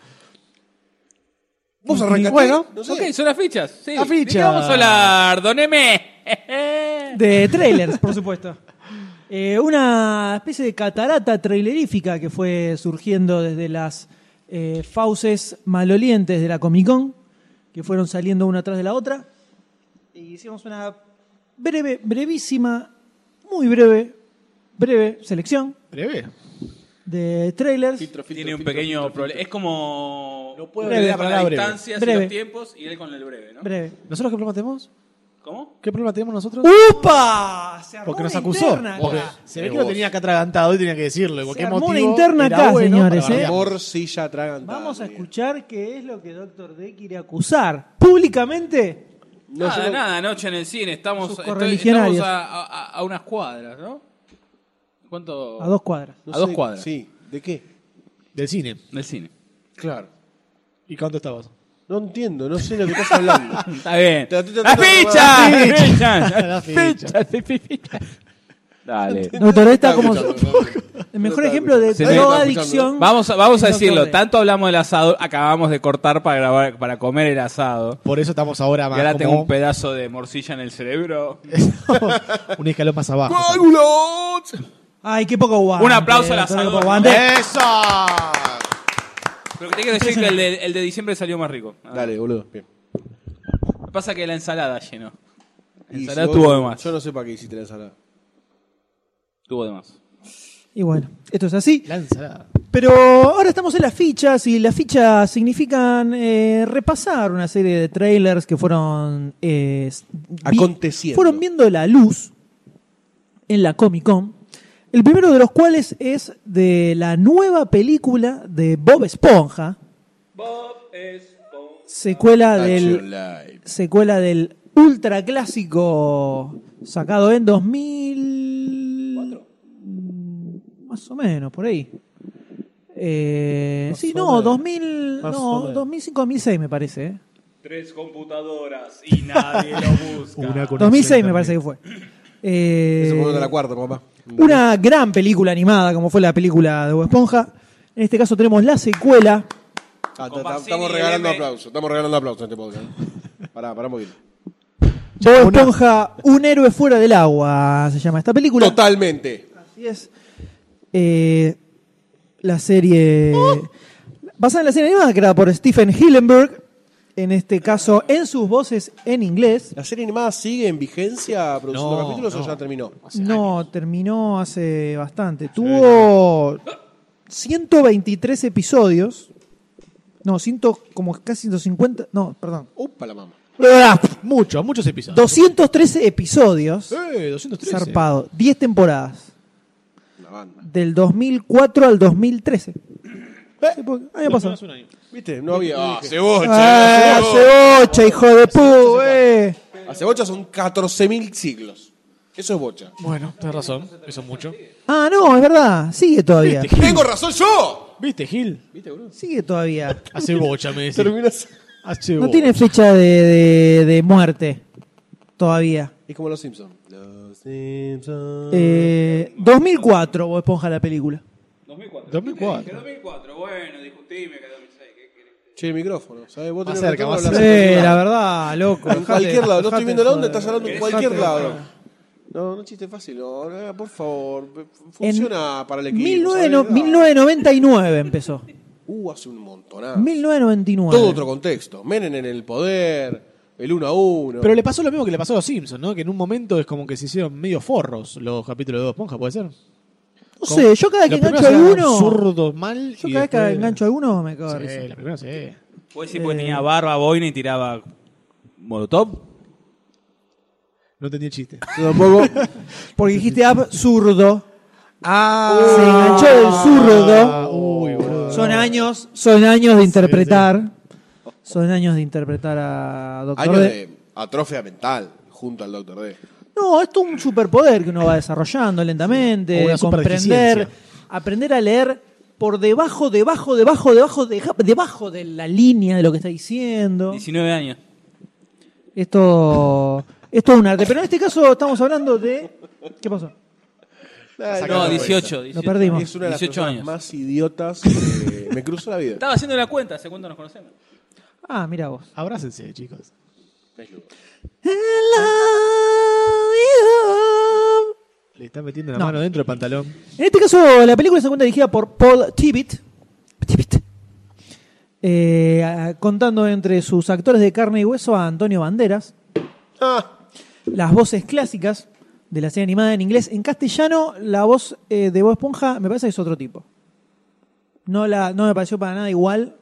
S3: Vos arrancaste.
S5: Bueno,
S3: no sé.
S4: Ok, son las fichas. Sí.
S5: Las fichas.
S4: ¿De qué Vamos a hablar, doneme.
S2: De trailers, por supuesto. Eh, una especie de catarata trailerífica que fue surgiendo desde las eh, fauces malolientes de la Comic Con, que fueron saliendo una tras de la otra. Y hicimos una breve, brevísima, muy breve, breve selección
S5: Breve.
S2: de trailers.
S4: Tiene un pequeño problema. Es como. No
S5: puedo leer la palabra breve.
S4: distancias y
S2: Breve.
S4: los tiempos y él con el breve, ¿no?
S2: Breve.
S5: ¿Nosotros qué problema tenemos?
S4: ¿Cómo?
S5: ¿Qué problema tenemos nosotros?
S2: ¡Upa! Se armó
S5: Porque
S2: una
S5: nos acusó.
S2: interna
S5: Porque
S2: acá.
S5: se
S4: Eh,
S5: ve que lo tenía acá atragantado y tenía que decirlo. de cualquier
S2: armó una
S5: motivo
S2: interna
S5: era
S2: acá,
S5: bueno
S2: señores,
S5: para
S2: ¿eh?
S5: variar.
S3: Morcilla atragantada.
S2: Vamos a
S3: tenía.
S2: escuchar qué es lo que Doctor D quiere acusar públicamente
S3: No,
S4: nada,
S3: yo no-
S4: nada, noche en el cine. Estamos,
S2: Sus
S4: estoy-
S2: correligionarios.
S4: estamos a, a- a unas cuadras, ¿no? ¿Cuánto?
S2: a dos cuadras.
S3: no
S4: a dos
S3: sé,
S4: cuadras.
S3: Sí. ¿De qué?
S5: Del cine.
S4: Del cine.
S3: Claro.
S5: ¿Y cuánto estabas?
S3: No entiendo, no sé de lo que estás hablando.
S4: Está bien.
S3: Te- te- te-
S4: ¡Las
S3: te-
S4: fichas! ¡Las fichas!
S5: La ficha.
S4: Dale.
S2: Doctor D está
S3: Estaba
S2: como
S3: escuchando, ¿no?
S2: el mejor ejemplo de
S4: Se me-
S2: drogadicción.
S4: Vamos a, vamos a
S2: Es Doctor
S4: decirlo.
S2: D.
S4: Tanto hablamos del asado, acabamos de cortar para grabar, para comer el asado.
S5: Por eso estamos ahora
S3: Ah,
S4: Y
S5: más.
S4: ahora
S5: como
S4: tengo un pedazo de morcilla en el cerebro.
S5: un escalón más abajo.
S2: Ay, qué poco guante.
S4: Un aplauso a la
S2: Doctor D,
S4: salud. Eh.
S2: poco guante.
S4: Pero que tengo que decir que el de, el de diciembre salió más rico. Ah,
S3: Dale, boludo. Bien.
S4: lo que Pasa que la ensalada llenó. La
S3: Y
S4: ensalada
S3: si
S4: tuvo
S3: vos-
S4: de más.
S3: Yo no sé para qué hiciste la ensalada.
S4: Tuvo de más.
S2: Y bueno, esto es así.
S5: Lanza.
S2: Pero ahora estamos en las fichas y las fichas significan eh, repasar una serie de trailers que fueron eh, vi-
S3: Aconteciendo.
S2: Fueron viendo la luz en la Comic Con. El primero de los cuales es de la nueva película de Bob Esponja, secuela Ah, del secuela del ultra clásico sacado en 2000 Mm, más o menos por ahí Eh, sí no 2000
S5: Más o
S2: no
S5: menos.
S2: 2005 2006 me parece eh.
S4: Tres computadoras y nadie lo busca.
S5: Una con
S2: 2006
S5: acento.
S2: me parece que fue Eh,
S3: Eso fue de la cuarta, papá.
S2: una gran película animada como fue la película de Bob Esponja en este caso tenemos la secuela
S3: Ah, ta-
S4: Con
S3: ta-
S4: Pacini
S3: estamos
S4: y
S3: regalando
S4: el M.
S3: aplausos. Estamos regalando aplausos en este podcast. Pará, pará un poquito.
S2: Bob Esponja un héroe fuera del agua se llama esta película
S3: Totalmente.
S2: Así es. Eh, la serie. Basada en la serie animada creada por Stephen Hillenberg. En este caso, en sus voces en inglés.
S3: ¿La serie animada sigue en vigencia produciendo
S5: No,
S3: capítulos
S5: no.
S3: o ya terminó?
S2: No, terminó hace bastante. Tuvo 123 episodios. No, ciento, como casi 150. No, perdón.
S3: Upa la mamá.
S5: Muchos, muchos episodios.
S2: 213 episodios.
S5: Eh, 213.
S2: Zarpado. 10 temporadas.
S3: Una banda.
S2: Del 2004 al 2013. Sí, porque- Año pasado.
S5: Hace un año.
S3: eh, ¿Viste? No había. Ah,
S2: Ah,
S7: oh.
S2: hace bocha, hijo de pu, eh.
S3: cebo- Hace bocha son 14.000 siglos. Eso es bocha.
S5: Bueno, tenés razón. Eso es mucho.
S2: Ah, no, es verdad. Sigue todavía.
S3: ¡Tengo razón yo!
S5: ¿Viste, Gil?
S2: Sigue todavía.
S5: Hace bocha, me decís.
S3: Terminas.
S5: Hace
S2: No
S5: bocha.
S2: tiene fecha de, de- de muerte todavía.
S3: Es como los Simpsons. Los Simpsons.
S2: Eh, 2004, Bob Esponja la película.
S4: 2004.
S5: 2004.
S4: Dije 2004. Bueno, discutime que 2006. ¿qué querés?
S3: Che, el micrófono. ¿sabes? Vos
S5: Más
S3: tenés
S5: cerca,
S3: razón,
S5: más
S3: hablas
S5: cerca.
S3: en cualquier lado.
S2: verdad, loco.
S3: En cualquier lado. No estoy viendo la onda, estás hablando en
S2: de
S3: cualquier lado. No, no chiste fácil. No, no, por favor. P- Funciona para el equipo.
S2: 19,
S3: ¿sabes? Ah.
S2: 1999 empezó.
S3: Uh, hace un montonazo.
S2: 1999.
S3: Todo otro contexto. Menem en el poder, el uno a uno.
S5: Pero le pasó lo mismo que le pasó a los Simpsons, ¿no? Que en un momento es como que se hicieron medio forros los capítulos de Dos Esponja, ¿puede ser?
S2: No sé, yo cada que
S5: Los
S2: engancho
S5: primeros eran
S2: alguno.
S5: zurdos mal.
S2: Yo
S5: y
S2: cada vez que
S5: después-
S2: engancho alguno me cago de risa.
S5: Sí, la primera sí.
S4: ¿Vos decís
S1: pues,
S2: Eh,
S4: porque tenía barba, boina y tiraba molotov?
S5: No entendí el chiste.
S2: Porque dijiste absurdo.
S5: Ah,
S2: Se enganchó del zurdo.
S5: uy, boludo.
S2: Son años, son años de interpretar. Son años de interpretar a Doctor
S3: Año
S2: D.
S3: de atrofia mental junto al Doctor D.
S2: No, esto es un superpoder que uno va desarrollando lentamente,
S5: O una
S2: comprender, aprender a leer por debajo, debajo, debajo, debajo, deja- debajo de la línea de lo que está diciendo.
S4: 19 años.
S2: Esto, esto es un arte. Pero en este caso estamos hablando de. ¿Qué pasó?
S4: No, 18. 18
S2: Lo perdimos.
S3: Es una de las
S4: 18
S3: personas
S4: años.
S3: más idiotas que me cruzó la vida.
S4: Estaba haciendo la cuenta, hace cuánto nos conocemos.
S2: Ah, mira vos.
S5: Abrácense, chicos. Le está metiendo la
S2: No.
S5: mano dentro del pantalón.
S2: En este caso, la película se encuentra dirigida por Paul Tibbet, Tibbet, eh, a- contando entre sus actores de carne y hueso a Antonio Banderas, las voces clásicas de la serie animada en inglés. En castellano, la voz eh, de Bob Esponja me parece que es otro tipo. No, la, no me pareció para nada igual.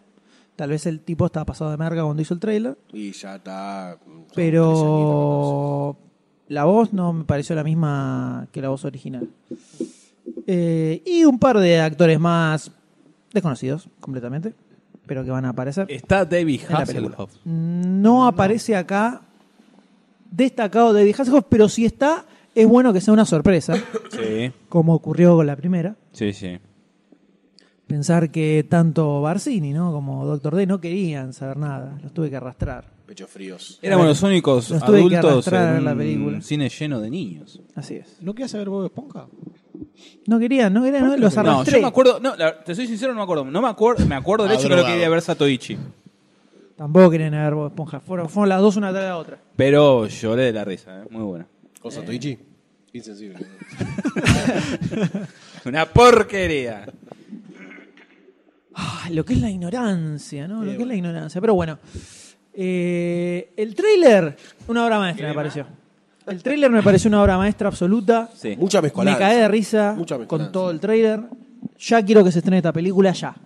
S2: Tal vez el tipo estaba pasado de marca cuando hizo el trailer.
S3: Y ya está. son tres añitos,
S2: Pero la voz no me pareció la misma que la voz original. Eh, y un par de actores más desconocidos completamente, pero que van a aparecer.
S1: Está David
S2: En la película.
S1: Hasselhoff.
S2: No aparece acá destacado David Hasselhoff, pero si está, es bueno que sea una sorpresa,
S1: Sí,
S2: como ocurrió con la primera.
S1: sí, sí.
S2: Pensar que tanto Barcini ¿no? como Doctor D no querían saber nada, los tuve que arrastrar.
S3: Pechos fríos.
S1: Éramos los únicos
S2: Los tuve que
S1: adultos
S2: arrastrar a
S1: en
S2: ver la
S1: un
S2: película.
S1: cine lleno de niños.
S2: Así es.
S5: ¿No quieres saber Bob Esponja?
S2: No querían, no querían, no, los
S1: No,
S2: arrastré.
S1: yo me acuerdo, no, la- te soy sincero, no me acuerdo. Ah, No me acuerdo, me acuerdo del hecho que lo
S5: Adrogado.
S1: quería ver Satoichi.
S2: Tampoco querían ver Bob Esponja. Fueron, fueron las dos una tras la otra.
S1: Pero lloré de la risa, ¿eh? muy buena.
S3: Cosa Toichi. Insensible.
S1: Una porquería.
S2: Ay, Ah, lo que es la ignorancia, ¿no? Lo que es la ignorancia. Pero bueno. Eh, el trailer, una obra maestra me pareció. El trailer me pareció una obra maestra absoluta.
S1: Sí.
S3: Mucha
S2: Me
S3: mezcolanza.
S2: caí de risa
S3: Mucha mezcolanza.
S2: con todo el trailer. Ya quiero que se estrene esta película, ya.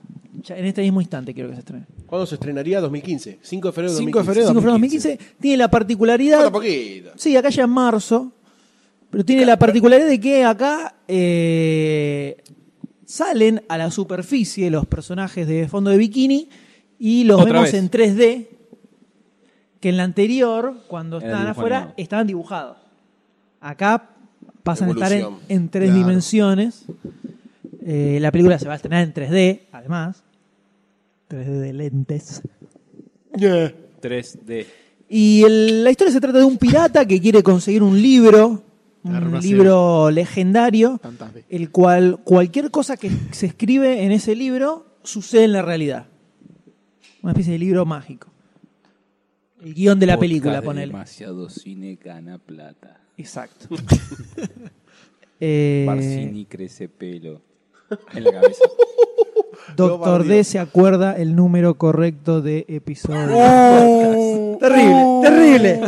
S2: Ya, En este mismo instante quiero que se estrene.
S3: ¿Cuándo se estrenaría? 2015. 5 de febrero de
S5: 5 de
S3: 2015.
S5: febrero.
S2: 5 de febrero de 2015 tiene la particularidad.
S3: Falta poquito.
S2: Sí, acá ya en marzo. Pero tiene
S1: eh,
S2: la particularidad de que acá eh, salen a la superficie los personajes de fondo de bikini y los
S1: Otra
S2: vemos
S1: vez.
S2: en 3D. Que en la anterior, cuando
S1: Era
S2: estaban
S1: dibujo
S2: afuera,
S1: animado.
S2: estaban dibujados. Acá pasan a estar en-
S3: Evolución.
S2: en, tres
S5: Claro.
S2: dimensiones. Eh, la película se va a estrenar en 3D, además. 3D de lentes.
S1: 3D.
S2: Y el- la historia se trata de un pirata que quiere conseguir un libro, un
S5: Armas, sí.
S2: libro legendario,
S5: Tantas veces.
S2: el cual cualquier cosa que se escribe en ese libro sucede en la realidad. Una especie de libro mágico. El guión de la película, ponele.
S1: Demasiado cine gana plata.
S2: Exacto. Eh,
S1: Barcini crece pelo en la cabeza.
S2: Doctor D se acuerda el número correcto de episodio. Oh,
S7: Oh.
S2: terrible, terrible.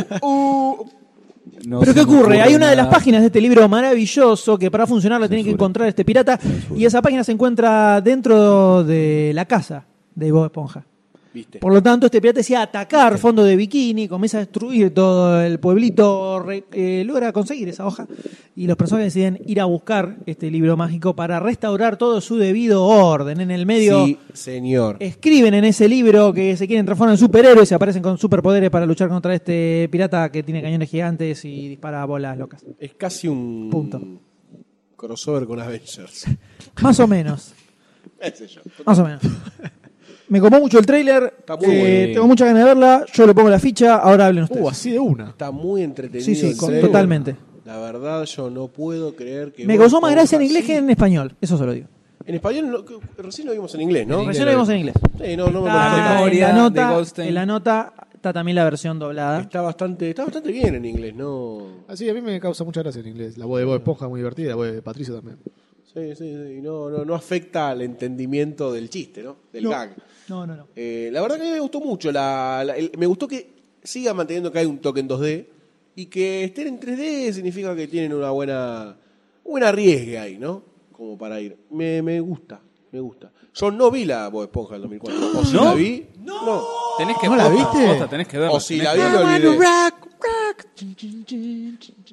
S1: No
S2: Pero
S1: se
S2: ¿qué
S1: me
S2: ocurre? Hay una de las
S1: nada.
S2: páginas de este libro maravilloso que para funcionar la tiene que encontrar este pirata y esa página se encuentra dentro de la casa de Bob Esponja.
S3: Viste.
S2: Por lo tanto, este pirata decide atacar fondo de bikini, comienza a destruir todo el pueblito, re- eh, logra conseguir esa hoja y los personajes deciden ir a buscar este libro mágico para restaurar todo su debido orden. En el medio Eh,
S3: Sí, señor.
S2: escriben en ese libro que se quieren transformar en superhéroes y aparecen con superpoderes para luchar contra este pirata que tiene cañones gigantes y dispara bolas locas.
S3: Es casi un.
S2: Punto.
S3: Crossover con Avengers.
S2: Más o menos.
S3: Qué sé yo.
S2: Más o menos. Me comó mucho el trailer.
S3: Está muy bueno.
S2: Tengo mucha ganas de verla. Yo le pongo la ficha. Ahora hablen ustedes.
S5: Uh, así de una.
S3: Está muy entretenido.
S2: Sí, sí,
S3: el
S2: con-
S3: trailer.
S2: totalmente.
S3: La verdad, yo no puedo creer que.
S2: Me
S3: vos
S2: causó más gracia en
S3: pongas
S2: inglés
S3: así.
S2: que en español. Eso se lo digo.
S3: En español, no- que- recién lo vimos en inglés, ¿no?
S2: Recién lo vimos en inglés.
S3: Sí, no, no me
S2: Está
S3: molestó
S1: la
S3: tanto.
S2: en,
S1: memoria
S2: la
S1: de
S2: nota,
S1: Goldstein.
S2: en la nota está también la versión doblada.
S3: Está bastante, está bastante bien en inglés, ¿no?
S5: Así a mí me causa mucha gracia en inglés. La voz de Bob Esponja muy divertida, la voz de Patricio también.
S3: Sí, sí, sí. No, no, no afecta al entendimiento del chiste, ¿no? Del
S2: No.
S3: gag.
S2: No, no, no.
S3: Eh, la verdad que a mí me gustó mucho. La, la- el- me gustó que siga manteniendo que hay un toque en 2D y que estén en 3D significa que tienen una buena, un buen arriesgue ahí, ¿no? Como para ir. Me, me gusta, me gusta. Yo no vi la Bob Esponja del 2004. ¿O si
S1: ¿No?
S3: la vi? No.
S1: Tenés que
S5: ¿No la
S1: posta,
S5: viste?
S1: posta, tenés que verla.
S3: O si
S1: tenés
S3: la
S1: que-
S2: Ah,
S3: vi, lo olvidé.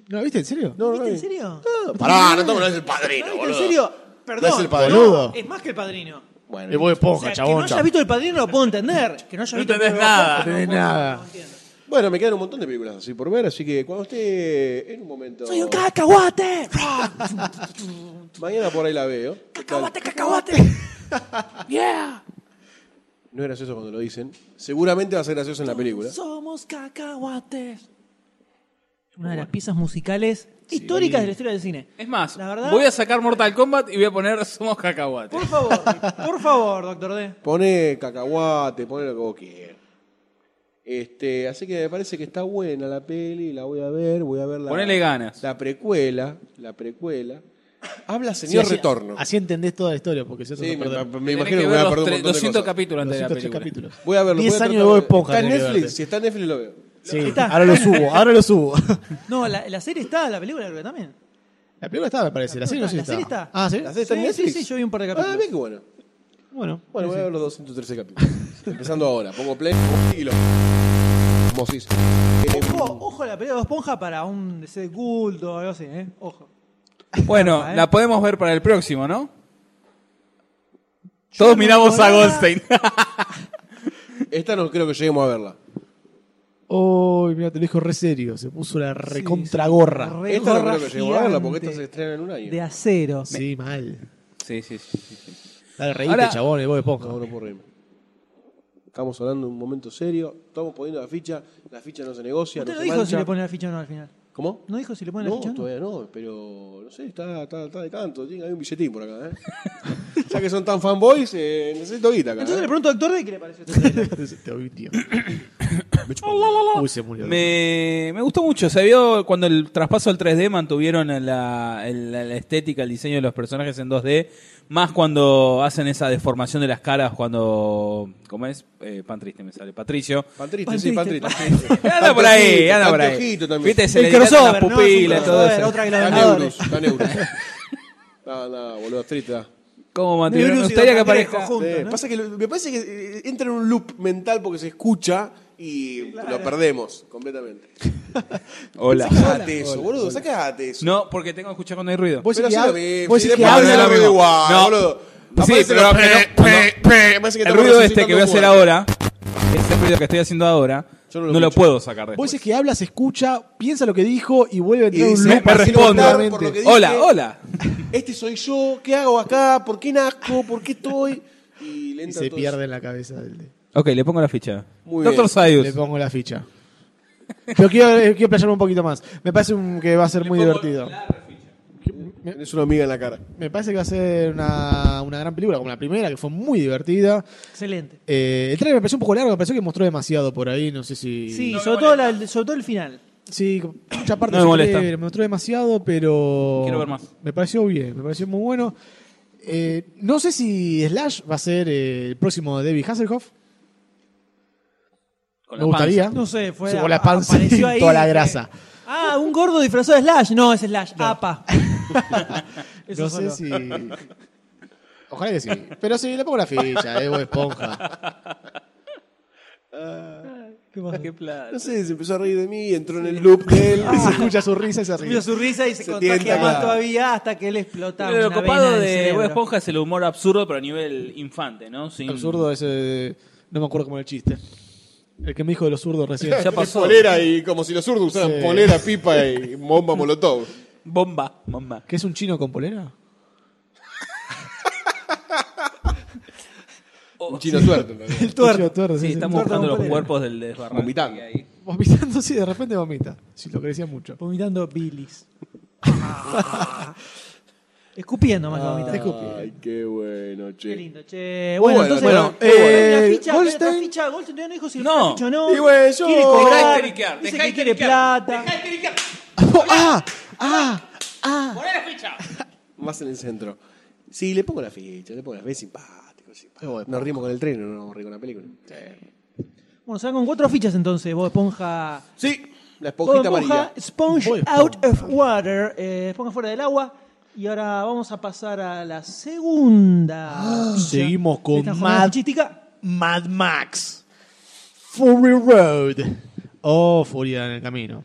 S5: ¿No la viste en serio?
S3: No, no la
S2: ¿Viste en
S3: vi.
S2: serio?
S3: Pará, no, no es el padrino,
S2: ¿En
S3: boludo.
S2: serio? Perdón.
S5: es el padrino.
S2: no, es más que el padrino.
S3: Bueno,
S5: El Bob
S2: O sea,
S5: Esponja,
S2: que no
S5: chabón.
S2: haya visto el padrino lo puedo entender. Que no haya
S4: No
S2: visto
S4: entendés
S2: el
S4: nada.
S5: Ah, No tenés nada.
S3: Bueno, me quedan un montón de películas así por ver, así que cuando esté en un momento.
S2: Soy un cacahuate.
S3: Mañana por ahí la veo.
S2: Cacahuate, cacahuate. Yeah.
S3: No es gracioso cuando lo dicen. Seguramente va a ser gracioso en la película.
S2: Somos cacahuates. Una de las piezas musicales históricas de la historia del cine.
S4: Es más,
S2: La verdad-
S4: voy a sacar Mortal Kombat y voy a poner Somos Cacahuate.
S2: Por favor, por favor, doctor D.
S3: Pone cacahuate, pone lo que vos quieras. Este, así que me parece que está buena la peli, la voy a ver, voy a ver la.
S4: Ponele ganas.
S3: La precuela, la precuela. Habla señor
S5: Sí, así-
S3: retorno.
S5: Así entendés toda la historia, porque si no
S3: sí,
S5: te
S3: me,
S5: perdés.
S3: me
S4: Tenés
S3: imagino que, voy
S4: que ver
S3: a perder
S4: los tre-
S3: un montón de
S4: 200
S3: cosas.
S4: capítulos antes de la
S5: 203
S4: película.
S5: capítulos.
S3: Voy a verlo.
S5: 10
S3: voy a
S5: años
S3: tratar
S5: de Bob
S3: ver.
S5: Esponja
S3: Está en
S5: tenés que
S3: Netflix,
S5: verte.
S3: si está en Netflix lo veo.
S5: Sí,
S2: Está.
S5: ahora lo subo, ahora lo subo.
S2: No, la, la serie está, la película creo que también.
S5: La película está, me parece. La serie no sé si
S2: La serie está.
S5: Ah, ¿sí?
S3: ¿La serie está en
S2: Sí, sí,
S3: Netflix?
S2: sí, yo vi un par de capítulos.
S3: Ah, bien que bueno.
S5: Bueno,
S3: Bueno, voy a ver los 213 capítulos. Empezando ahora. Pongo play y lo. Mosis. Eh,
S2: Ojo, ojo a la pelea de Bob Esponja para un deseo de culto o algo así, ¿eh? Ojo.
S4: Bueno,
S2: Trampa, ¿eh?
S4: la podemos ver para el próximo, ¿no? Todos miramos a Goldstein.
S3: Esta no creo que lleguemos a verla.
S5: Uy, mira, te lo dijo re serio. Se puso la recontragorra. Sí,
S2: Re
S3: Esta no
S2: gorra
S3: creo que lleguemos a verla porque
S2: gigante
S3: esta se estrena en un año.
S2: De acero.
S5: mal.
S4: sí, sí, sí.
S5: Dale, reíte,
S4: Ahora-
S5: chabón, el Bob Esponja.
S3: No, no puedo reírme. Estamos hablando de un momento serio. Estamos poniendo la ficha. La ficha no se negocia.
S2: Usted
S3: no
S2: no
S3: se
S2: dijo si
S3: mancha.
S2: le pone la ficha o no al final.
S3: ¿Cómo?
S2: ¿No dijo si le pone la
S3: No,
S2: ficha o no?
S3: todavía no, pero no sé, está, está, está de canto, tiene, hay un billetín por acá, ¿eh? ya que son tan fanboys, eh, necesito guita acá.
S2: Entonces
S3: ¿eh?
S2: le pregunto al doctor D qué le pareció este trailer.
S5: Te oí, tío. Me chupó un huevo. Uy, se murió.
S4: Me, me gustó mucho. Se vio cuando el traspaso al 3D mantuvieron la, el- la- la estética, el diseño de los personajes en 2D. Más cuando hacen esa deformación de las caras cuando. ¿Cómo es? Eh, pan triste me sale. Patricio.
S3: Pan triste,
S2: Pan
S3: sí, pan
S2: triste,
S3: triste.
S4: Anda por ahí,
S3: Anteojito,
S4: anda por ahí.
S3: anteojito también.
S4: Viste, se
S2: El
S4: le dilatan
S2: crossover,
S4: las
S2: ¿no? Es un
S4: pupilas, todo
S2: crossover,
S4: eso.
S2: otra que los
S3: Tan
S2: ganadores.
S3: euros, tan euros. Nada, nada, boludo, triste. da.
S4: ¿Cómo
S2: Neurus
S4: mantuvieron?
S2: y
S4: Me gustaría que
S2: Don Cangrejo
S4: aparezca.
S2: juntos,
S3: Eh,
S2: ¿no?
S3: pasa que lo- me parece que eh, entra en un loop mental porque se escucha y lo perdemos completamente.
S4: Hola.
S3: Sacate eso, boludo, sacate eso.
S4: No, porque tengo que escuchar cuando hay ruido.
S5: Vos
S3: Pero
S5: decís
S3: hace lo
S5: que
S3: mismo,
S5: vos
S3: si
S5: decís que
S3: después
S5: habla
S3: habla
S5: lo
S3: medio
S5: mismo.
S3: igual,
S4: No.
S3: boludo.
S4: Sí,
S3: Aparece
S4: pero
S3: la-
S4: no, no.
S3: Me parece que
S4: El
S3: estamos
S4: ruido este
S3: resucitando
S4: que voy a hacer
S3: muertos.
S4: ahora, ese ruido que estoy haciendo ahora,
S3: Yo no
S4: no
S3: lo
S4: lo,
S3: escucho.
S4: puedo sacar después.
S5: Vos decís que habla, se escucha, piensa lo que dijo y vuelve a entrar
S3: Y
S5: un
S3: dice,
S5: loop.
S4: me
S5: así
S4: respondo.
S5: completamente.
S3: Por lo que-
S4: Hola,
S3: dije-
S4: hola.
S3: Este soy yo, ¿qué hago acá? ¿Por qué nazco? ¿Por qué estoy? Y le
S5: Y
S3: entra
S5: se
S3: todo
S5: pierde en la cabeza del de-
S4: Ok, le pongo la ficha.
S3: Muy
S4: Doctor
S3: bien.
S5: Le
S4: Sayus.
S5: pongo la ficha. Pero quiero, eh, quiero playarme un poquito más. Me parece un- que va a ser muy divertido.
S3: eso. Tenés una amiga en la cara.
S5: Me parece que va a ser una, una gran película, como la primera, que fue muy divertida.
S2: Excelente.
S5: Eh, el trailer me pareció un poco largo, me pareció que mostró demasiado por ahí, no sé si...
S2: Sí, sobre, todo la- el- sobre todo el final.
S5: Sí, mucha parte
S4: No me
S5: del
S4: molesta.
S5: trailer, me mostró demasiado, pero...
S4: Quiero ver más.
S5: Me pareció bien, me pareció muy bueno. Eh, no sé si Slash va a ser eh, el próximo de David Hasselhoff.
S4: Con
S5: me
S4: la panza.
S5: gustaría.
S2: No sé, fue.
S5: Se voló la panza
S2: apareció
S5: y
S2: ahí,
S5: toda la
S2: dije,
S5: grasa.
S2: Ah, un gordo disfrazado de Slash. No, es Slash. Apa. Eso
S5: no sé
S2: solo.
S5: si... Ojalá que sí. Pero sí, le pongo la ficha, eh, Bob Esponja.
S2: ¿Qué pasa?
S3: No sé, se empezó a reír de mí, entró en el loop de él.
S5: Se escucha su risa y se ríe.
S2: Mira su risa y se,
S3: Se
S2: contagia
S3: tienta,
S2: más
S3: claro.
S2: todavía hasta que él explota.
S4: Lo
S2: una vena
S4: copado
S2: del
S4: de
S2: cerebro.
S4: Bob Esponja es el humor absurdo, pero a nivel infante, ¿no? Sin-
S5: Absurdo ese... No me acuerdo cómo era el chiste. El que me dijo de los zurdos recién.
S4: Ya pasó.
S3: Polera y como si los zurdos usaran
S5: Sí.
S3: polera, pipa y bomba molotov.
S4: Bomba, bomba.
S5: ¿Qué es un chino con polera?
S3: Un chino suerte. en realidad.
S5: El tuerto.
S4: Sí, estamos buscando los cuerpos del desbarranco.
S3: Vomitando.
S4: que hay.
S5: Vomitando, sí, de repente vomita. Si lo crecía mucho.
S2: Vomitando bilis. Escupiendo
S5: Ah.
S2: más que vomitando.
S3: Ay, qué bueno,
S2: Qué
S3: che.
S2: lindo, che.
S3: Muy
S2: Bueno,
S3: bueno,
S2: entonces,
S3: bueno,
S2: eh,
S3: muy bueno.
S2: hay
S5: Eh,
S2: una ficha, hay otra
S5: Goldstein.
S2: ficha, Goldstein todavía no dijo si le
S4: No.
S2: pone la ficha o no.
S3: Y bueno, yo-
S2: Quiere
S3: Dejá de
S2: cobrar,
S4: periquear,
S2: dice
S4: dejá
S2: que
S4: de
S2: quiere
S4: periquear.
S2: plata.
S5: ¡Ah! ¡Ah!
S3: Más en el centro. Sí, le pongo la ficha, le pongo la ficha. Es simpático, es simpático.
S5: Qué bueno.
S3: Nos rimos con el tren, no nos vamos a reír con la película.
S2: Bueno, se van con cuatro fichas entonces, Bob Esponja.
S3: Sí, la
S2: Bob Esponja,
S3: esponjita amarilla.
S2: Sponge
S5: Bob Esponja.
S2: Out of Water, eh, Esponja fuera del agua. Y ahora vamos a pasar a la segunda. ficha
S5: seguimos
S2: de
S5: con
S2: esta jornada
S5: Mad-
S2: fichística.
S5: Mad Max. Fury Road. Oh, Furia en el camino.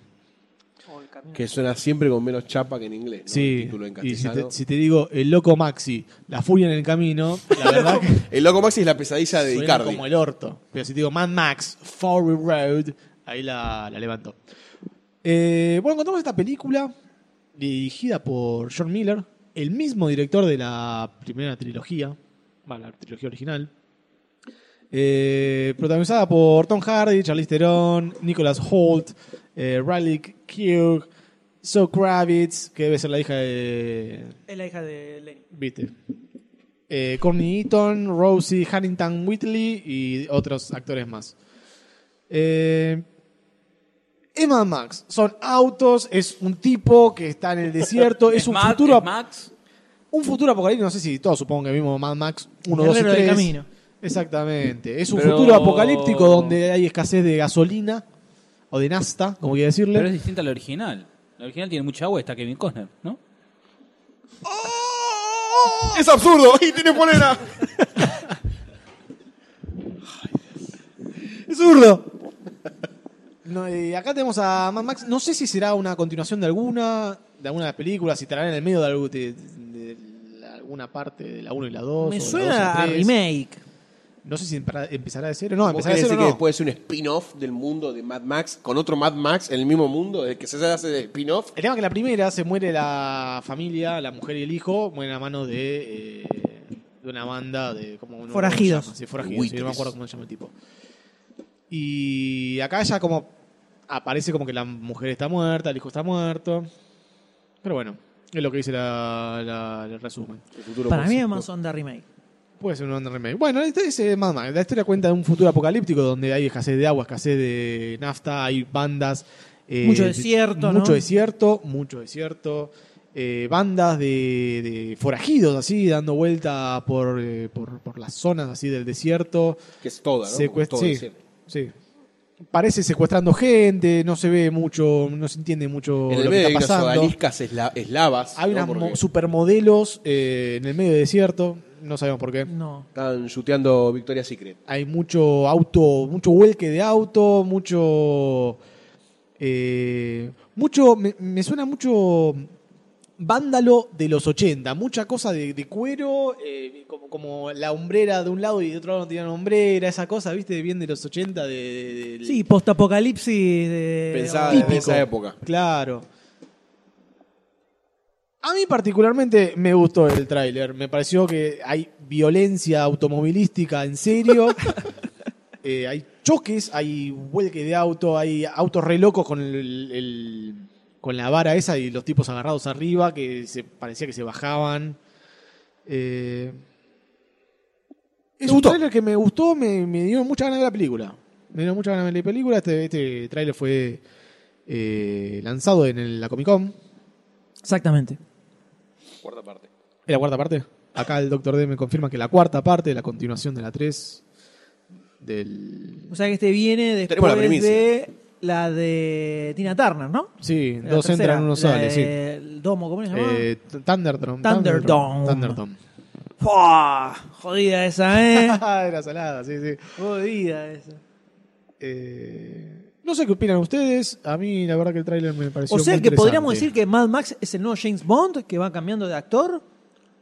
S3: Que suena siempre con menos chapa que en inglés. ¿no? El
S5: Sí,
S3: título en
S5: y si
S3: castellano.
S5: te, si te digo El Loco Maxi, La Furia en el Camino, la verdad que
S3: El loco Maxi es la pesadilla de
S5: suena
S3: Icardi.
S5: como el orto. Pero si te digo Mad Max, Fury Road, ahí la, la levanto. Eh, bueno, contamos esta película dirigida por John Miller, el mismo director de la primera trilogía, va, la trilogía original. Eh, protagonizada por Tom Hardy, Charlize Theron, Nicholas Holt, eh, Riley Keough, Zoe Kravitz, que debe ser la hija de
S2: Es la hija de Lenny.
S5: Viste. Eh, Courtney Eaton, Rosie Harrington Whitley y otros actores más. Eh, es Mad Max. Son autos, es un tipo que está en el desierto, es, un
S1: Mad-
S5: futuro
S1: es Max.
S5: un futuro apocalíptico, no sé si todos supongo que vimos Mad Max 1,
S2: El
S5: 2 y
S2: guerrero
S5: 3.
S2: del camino.
S5: Exactamente. Es un
S1: Pero-
S5: futuro apocalíptico donde hay escasez de gasolina o de nafta, como quiere decirle.
S1: Pero es distinta al original. La original tiene mucha agua, está Kevin Costner, ¿no?
S3: ¡Es absurdo! ¡Y tiene polera!
S5: ¡Es zurdo! No, eh, acá tenemos a Mad Max. No sé si será una continuación de alguna, de alguna de las películas, si estará en el medio de, algo- de- de la- alguna parte de la 1 y la 2. o
S2: Me
S5: de la
S2: suena
S5: 2 y la
S2: a
S5: 3.
S2: remake.
S5: No sé si empara- empezará de cero. No,
S3: ¿Vos
S5: empezará de
S3: querés
S5: cero.
S3: decir Ah, que
S5: No.
S3: después es un spin-off del mundo de Mad Max con otro Mad Max en el mismo mundo? ¿Es que se hace de spin-off?
S5: El tema es que la primera se muere la familia, la mujer y el hijo, mueren a mano de, eh, de una banda de. Como, no me acuerdo
S2: Forajidos.
S5: cómo se llama, sí, forajidos,
S3: Buitres.
S5: sí, no me acuerdo cómo se llama el tipo. Y acá ya como. Aparece como que la mujer está muerta, el hijo está muerto. Pero bueno, es lo que dice la, la- el resumen.
S2: Para mí es más onda remake.
S5: Puede ser un under remake. Bueno, este es eh, Mad Max. La historia cuenta de un futuro apocalíptico donde hay escasez de agua, escasez de nafta, hay bandas. eh,
S2: Mucho desierto,
S5: Mucho
S2: ¿no?
S5: desierto, mucho desierto. eh, bandas de, de forajidos así, dando vuelta por, eh, por, por las zonas así del desierto.
S3: Que es toda, ¿no? Como
S5: Secuest-
S3: todo
S5: sí,
S3: decir.
S5: sí. Parece secuestrando gente, no se ve mucho, no se entiende mucho
S3: En
S5: lo
S3: el
S5: que
S3: medio hay
S5: está
S3: unas
S5: pasando.
S3: odaliscas esla- eslavas.
S5: Hay
S3: ¿no?
S5: unas
S3: Porque
S5: mo- supermodelos eh, en el medio del desierto, no sabemos por qué.
S2: No.
S3: Están chuteando Victoria Secret.
S5: hay mucho auto, mucho vuelque de auto, mucho. eh, mucho. Me, me suena mucho. Vándalo de los 80, mucha cosa de, de cuero, eh, como, como la hombrera de un lado y de otro lado no tenían hombrera, esa cosa, viste, bien de los 80. De, de- del-
S2: Sí, postapocalipsis de.
S3: Pensada
S2: típico.
S3: en esa época.
S5: Claro. A mí particularmente me gustó el tráiler. Me pareció que hay violencia automovilística en serio. Eh, hay choques, hay vuelques de auto, hay autos re locos con el- el- con la vara esa y los tipos agarrados arriba que se, parecía que se bajaban. Eh, es un tráiler que me gustó, me, me dio mucha ganas de ver la película. Me dio mucha ganas de ver la película. Este, este tráiler fue eh, lanzado en el- la Comic Con.
S2: Exactamente.
S3: Cuarta parte.
S5: ¿Es la cuarta parte? Acá el Doctor D me confirma que la cuarta parte, la continuación de la 3, del...
S2: O sea que este viene después
S3: Tenemos la primicia.
S2: de la de Tina Turner, ¿no?
S5: Sí,
S2: La
S5: dos
S2: tercera,
S5: entran, uno
S2: la
S5: sale, sí.
S2: de- El domo, ¿cómo se llama?
S5: Eh, T- Thunderdome.
S2: Thunderdome.
S5: Thunderdome.
S2: Jodida esa, ¿eh?
S5: Era salada, sí, sí.
S2: Jodida esa.
S5: Eh, no sé qué opinan ustedes. A mí, la verdad, que el tráiler me pareció.
S2: O sea
S5: muy
S2: que podríamos decir
S5: interesante.
S2: que Mad Max es el nuevo James Bond que va cambiando de actor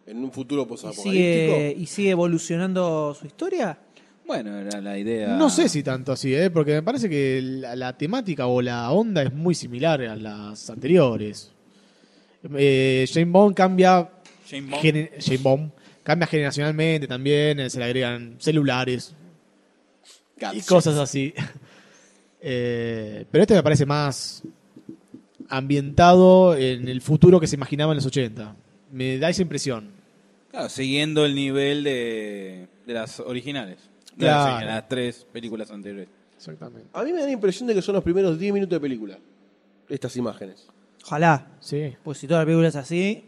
S3: En un futuro
S2: y
S3: posapocalíptico.
S2: sigue, y sigue evolucionando su historia.
S1: Bueno, era la idea.
S5: No sé si tanto así, ¿eh? porque me parece que la, la temática o la onda es muy similar a las anteriores. Eh, James Bond cambia.
S1: James Bond.
S5: gene- James Bond cambia generacionalmente también, eh, se le agregan celulares, y
S3: Gadgets.
S5: cosas así. Eh, pero este me parece más ambientado en el futuro que se imaginaba en los 80. Me da esa impresión.
S1: Claro, siguiendo el nivel de, de las originales. De
S5: Claro.
S1: las, de las tres películas anteriores.
S5: Exactamente.
S3: A mí me da la impresión de que son los primeros 10 minutos de película. Estas imágenes.
S2: Ojalá.
S5: Sí.
S2: Pues si toda la película es así,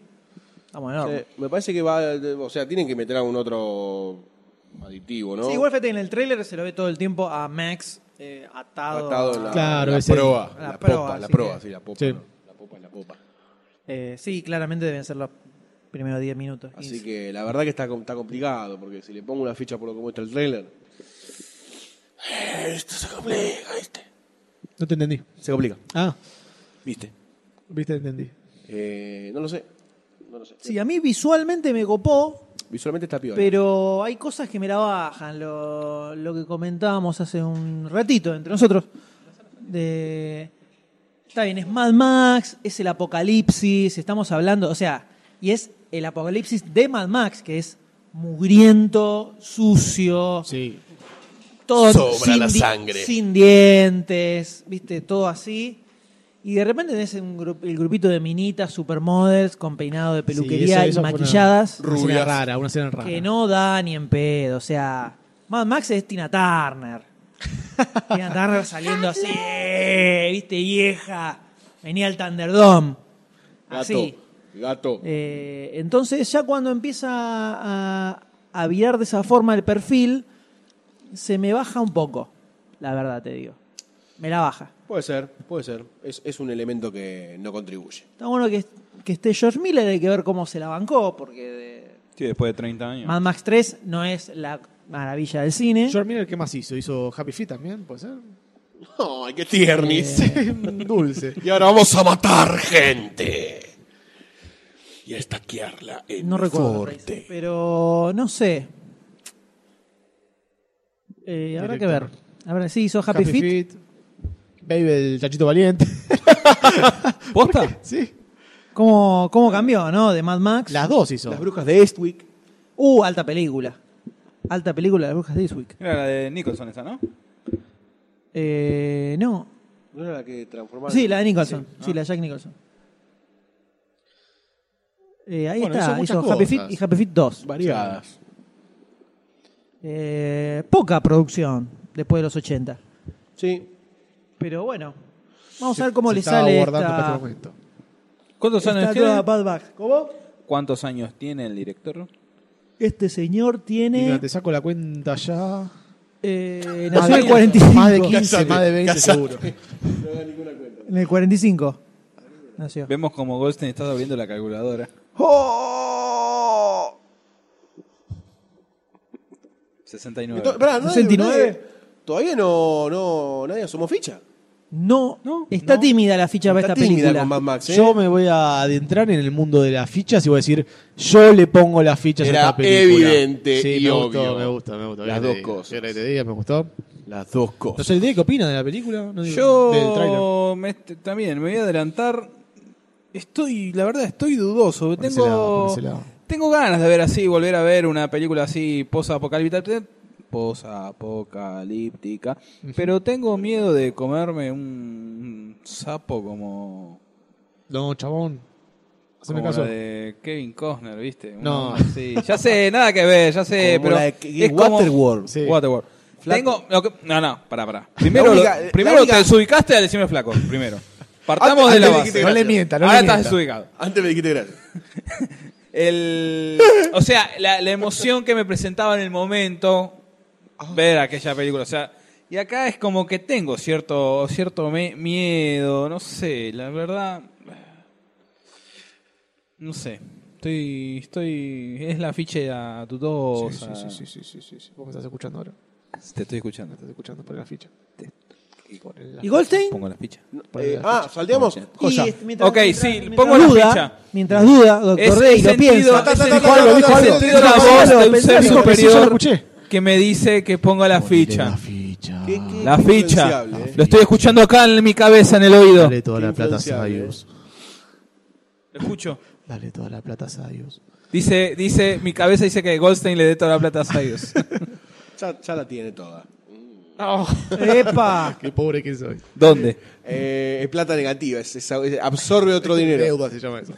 S2: estamos en
S3: Sí,
S2: orden.
S3: me parece que va. O sea, tienen que meter algún otro aditivo, ¿no?
S2: Sí, igual fíjate, en el tráiler se lo ve todo el tiempo a Max eh, atado,
S3: Atado
S2: a-
S3: la,
S5: Claro,
S3: la
S5: ese-
S3: proa.
S2: la
S3: La,
S2: proa,
S3: popa, la
S2: así
S3: proa,
S2: que-
S3: sí, la popa.
S5: Sí.
S3: ¿no? La popa es la popa.
S2: Eh, sí, claramente deben ser los primeros 10 minutos.
S3: Así
S2: 15.
S3: que la verdad que está, com- está complicado, porque si le pongo una ficha por lo que muestra el trailer. Esto se complica, ¿viste?
S5: No te entendí.
S3: Se complica,
S5: Ah.
S3: ¿viste?
S5: Viste, entendí.
S3: Eh, no lo sé. No lo sé.
S2: Sí, a mí visualmente me copó,
S3: Visualmente está piola.
S2: pero hay cosas que me la bajan. Lo, lo que comentábamos hace un ratito entre nosotros. De, está bien, es Mad Max, es el apocalipsis, estamos hablando, o sea, y es el apocalipsis de Mad Max, que es mugriento, sucio,
S5: Sí.
S2: todo
S3: Sobra
S2: sin
S3: la
S2: di-
S3: sangre.
S2: sin dientes, viste, todo así. Y de repente tenés un gru- el grupito de minitas, supermodels, con peinado de peluquería
S5: Sí, eso- eso
S2: y
S5: fue una-
S2: maquilladas,
S5: Una, escena
S3: Rubias.
S5: rara, una escena rara.
S2: que no da ni en pedo. O sea, Mad Max es Tina Turner. Tina Turner saliendo así, viste, vieja. Venía al Thunderdome.
S3: Gato.
S2: Así.
S3: Gato.
S2: Ah, Eh, entonces, ya cuando empieza a, a virar de esa forma el perfil, se me baja un poco, la verdad te digo. Me la baja.
S3: Puede ser, puede ser. Es, es un elemento que no contribuye.
S2: Está bueno que, que esté George Miller, hay que ver cómo se la bancó, porque de-
S4: Sí, después de 30 años.
S2: Mad Max 3 no es la maravilla del cine.
S5: George Miller, ¿qué más hizo? ¿Hizo Happy Feet también? ¿Puede ser? Eh,
S3: ¡Ay, qué tiernis!
S5: Dulce.
S7: Y ahora vamos a matar gente. Y a estaquearla en
S2: No recuerdo.
S7: Forte.
S2: Pero no sé. Eh, habrá que ver. A ver, sí, hizo Happy, Feet.
S5: Baby, el chachito valiente.
S1: ¿Posta?
S5: sí.
S2: ¿Cómo, ¿Cómo cambió, no? De Mad Max.
S5: Las dos hizo.
S3: Las brujas de Estwick.
S2: Uh, alta película. Alta película de las brujas de Eastwick.
S4: Era la de Nicholson esa, ¿no?
S2: Eh, no.
S3: ¿No era la que transformaron?
S2: Sí, la de Nicholson. Sí,
S5: ah.
S2: la de Jack Nicholson. Eh, ahí
S5: Bueno, hizo
S2: está,
S5: muchas
S2: hizo, Happy Feet
S5: cosas.
S2: y Happy Feet 2.
S5: Variadas.
S2: Eh, poca producción después de los 80.
S3: Sí.
S2: Pero bueno, vamos a ver cómo
S5: Se
S2: le
S5: estaba
S2: sale
S5: guardando para este
S2: esta,
S5: momento.
S4: ¿Cuántos años
S2: esta
S4: tiene?
S2: nueva Bad Batch. ¿Cómo?
S4: ¿Cuántos años tiene el director?
S2: Este señor
S5: Y
S2: tiene...
S5: mira, te saco la cuenta ya.
S2: Eh,
S5: Más
S2: nació en el
S5: de-
S2: 45.
S5: Más de 15, más de 20 seguro.
S2: En el 45. Nació.
S4: Vemos como Goldstein está abriendo la calculadora.
S3: ¡Oh!
S4: 69.
S3: Entonces, pará, nadie-
S2: 69.
S3: nadie- todavía no, no, nadie asomó ficha.
S2: No,
S4: No,
S2: está
S4: no.
S2: tímida la ficha para
S3: Está
S2: esta
S3: tímida
S2: película.
S3: con Mad Max, ¿eh?
S5: Yo me voy a adentrar en el mundo de las fichas y voy a decir, yo le pongo las fichas
S3: Era
S5: a esta película.
S3: evidente
S5: sí,
S3: y
S5: me
S3: obvio.
S5: gustó, me gusta, me gustó.
S3: Las
S5: Yo te
S3: dos
S5: digo,
S3: cosas.
S5: yo te digo, me gustó.
S3: Las dos
S5: No
S3: cosas.
S5: sé, ¿de qué opina de la película? No digo, del tráiler.
S4: Yo me- este, también me voy a adelantar. Estoy, la verdad, estoy dudoso.
S5: Por ese
S4: tengo,
S5: lado, por ese lado.
S4: tengo ganas de ver así, volver a ver una película así posa-apocalíptica. Posa-apocalíptica. Pero tengo miedo de comerme un, un sapo como.
S5: No, chabón. Haceme
S4: como
S5: caso.
S4: la de Kevin Costner, ¿viste? Una
S5: No.
S4: onda así. Ya sé, nada que ver, ya sé.
S3: Como
S4: pero
S3: la de que-
S4: es como-
S3: Waterworld.
S5: Sí.
S4: Waterworld.
S3: Flaco.
S4: Tengo. lo que- no, no, pará, pará. Primero,
S3: única-
S4: lo-
S3: la
S4: primero
S3: única-
S4: te desubicaste al decirme flaco. Primero. Partamos
S3: Antes-
S4: de la
S3: antes de
S4: base.
S3: que te- No le
S5: mienta, no le
S4: Ahora
S5: mienta.
S4: estás desubicado.
S3: Antes me dijiste gracias.
S4: El, o sea, la, la emoción que me presentaba en el momento ver
S5: Ah.
S4: aquella película. O sea, y acá es como que tengo cierto, cierto me- miedo, no sé, la verdad. No sé. Estoy, estoy. Es la ficha
S5: Sí,
S4: dudosa.
S5: sí, sí, sí, sí, sí, sí, sí. Vos me estás escuchando ahora. Me
S4: Te estoy escuchando.
S5: estás escuchando por la ficha. Por la-
S2: ¿Y Goldstein?
S4: Pongo la ficha.
S5: Ponle
S3: Eh,
S5: la
S3: ah, salteamos.
S5: Joya.
S2: Y, mientras-
S4: Ok,
S2: mientras-
S4: sí,
S2: mientras
S4: pongo la
S2: duda,
S4: ficha.
S2: Mientras duda,
S4: Es
S2: doctor Rey
S4: el
S2: lo
S4: sentido,
S2: piensa.
S4: es el-
S3: Dijo algo, dijo
S4: es el
S3: algo.
S4: sentido de
S5: Ah,
S4: la voz de un ser
S5: Dijo que sí, yo lo
S4: superior
S5: escuché.
S4: que me dice que ponga la ficha.
S5: ficha.
S3: Qué- qué-
S4: La
S3: qué
S4: ficha.
S3: influenciable, eh.
S4: Lo estoy escuchando acá en mi cabeza, en el oído.
S5: Dale toda
S3: Qué
S5: la plata a
S3: influenciable,
S5: Sayus.
S4: Lo escucho.
S5: Dale toda la plata a Sayus.
S4: Dice, dice, mi cabeza dice que Goldstein le dé toda la plata a Sayus.
S3: Ya, ya la tiene toda.
S2: ¡Epa!
S5: Qué pobre que soy.
S4: ¿Dónde?
S3: Eh, es plata negativa, es- es- es- absorbe otro dinero.
S5: Deuda se llama eso.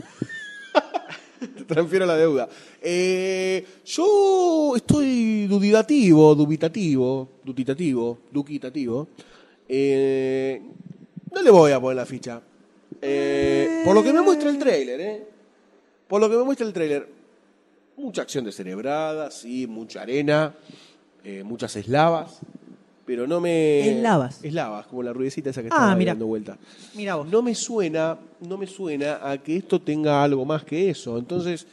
S3: Te transfiero la deuda. Eh, yo estoy duditativo, dubitativo, dutitativo, duquitativo. Eh, no le voy a poner la ficha. Eh, por lo que me muestra el tráiler, ¿eh? Por lo que me muestra el tráiler. Mucha acción descerebrada, sí, mucha arena, eh, muchas eslavas, pero no me...
S2: Eslavas.
S3: Eslavas, como la ruidecita esa que
S2: Ah,
S3: está
S2: mira.
S3: dando vuelta.
S2: Mira vos.
S3: No me suena, no me suena a que esto tenga algo más que eso. Entonces,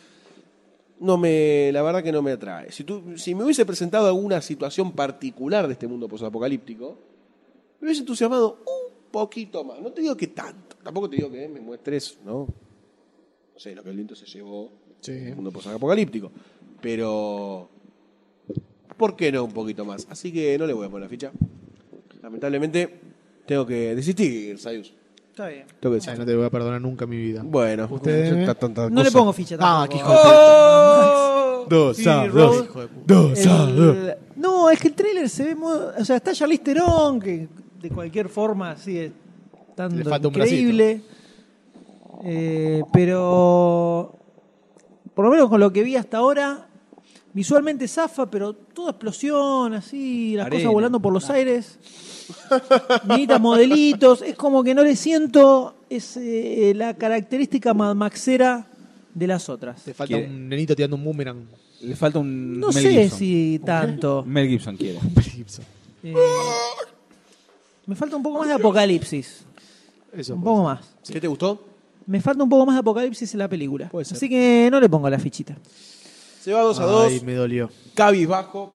S3: no me, la verdad que no me atrae. Si, tú, si me hubiese presentado alguna situación particular de este mundo posapocalíptico, me hubiese entusiasmado un poquito más. No te digo que tanto. Tampoco te digo que me muestres, ¿no? No sé, lo que el viento se llevó
S5: Sí.
S3: en el mundo posapocalíptico. Pero. ¿Por qué no un poquito más? Así que no le voy a poner la ficha. Lamentablemente, tengo que desistir, Sayus.
S2: Está bien.
S3: Tengo que
S5: O sea,
S3: desistir.
S5: no te voy a perdonar nunca en mi vida.
S3: Bueno,
S5: Ustedes,
S3: tanta-
S5: ¿eh?
S3: tanta
S2: No le
S3: cosa.
S2: pongo ficha tampoco.
S5: Ah,
S4: Oh,
S5: qué hijo de puta. Dos,
S2: ¡Oh! Sí,
S5: ah,
S2: Rose.
S5: dos, hijo de puta. Dos, ah, dos.
S2: El- No, es que el tráiler se ve muy... O sea, está Charlize Theron, que de cualquier forma sigue
S5: Le
S2: estando
S5: falta un
S2: increíble. Eh, pero... Por lo menos con lo que vi hasta ahora, visualmente zafa, pero toda explosión, así, las
S1: Arena.
S2: cosas volando por los aires. Minitas modelitos. Es como que no le siento ese- eh, la característica Mad Maxera de las otras.
S5: Te falta
S1: Quiere-
S5: un nenito tirando un boomerang.
S1: Le falta un.
S2: No
S1: Mel
S2: sé
S1: Gibson.
S2: si tanto.
S1: Mel Gibson quiere.
S2: Eh, me falta un poco más de apocalipsis.
S5: Eso.
S2: Un poco más.
S3: ¿Qué te gustó?
S2: Me falta un poco más de apocalipsis en la película. Así que no le pongo la fichita.
S3: Se va 2 a 2.
S5: Ay, me dolió.
S3: Cabizbajo.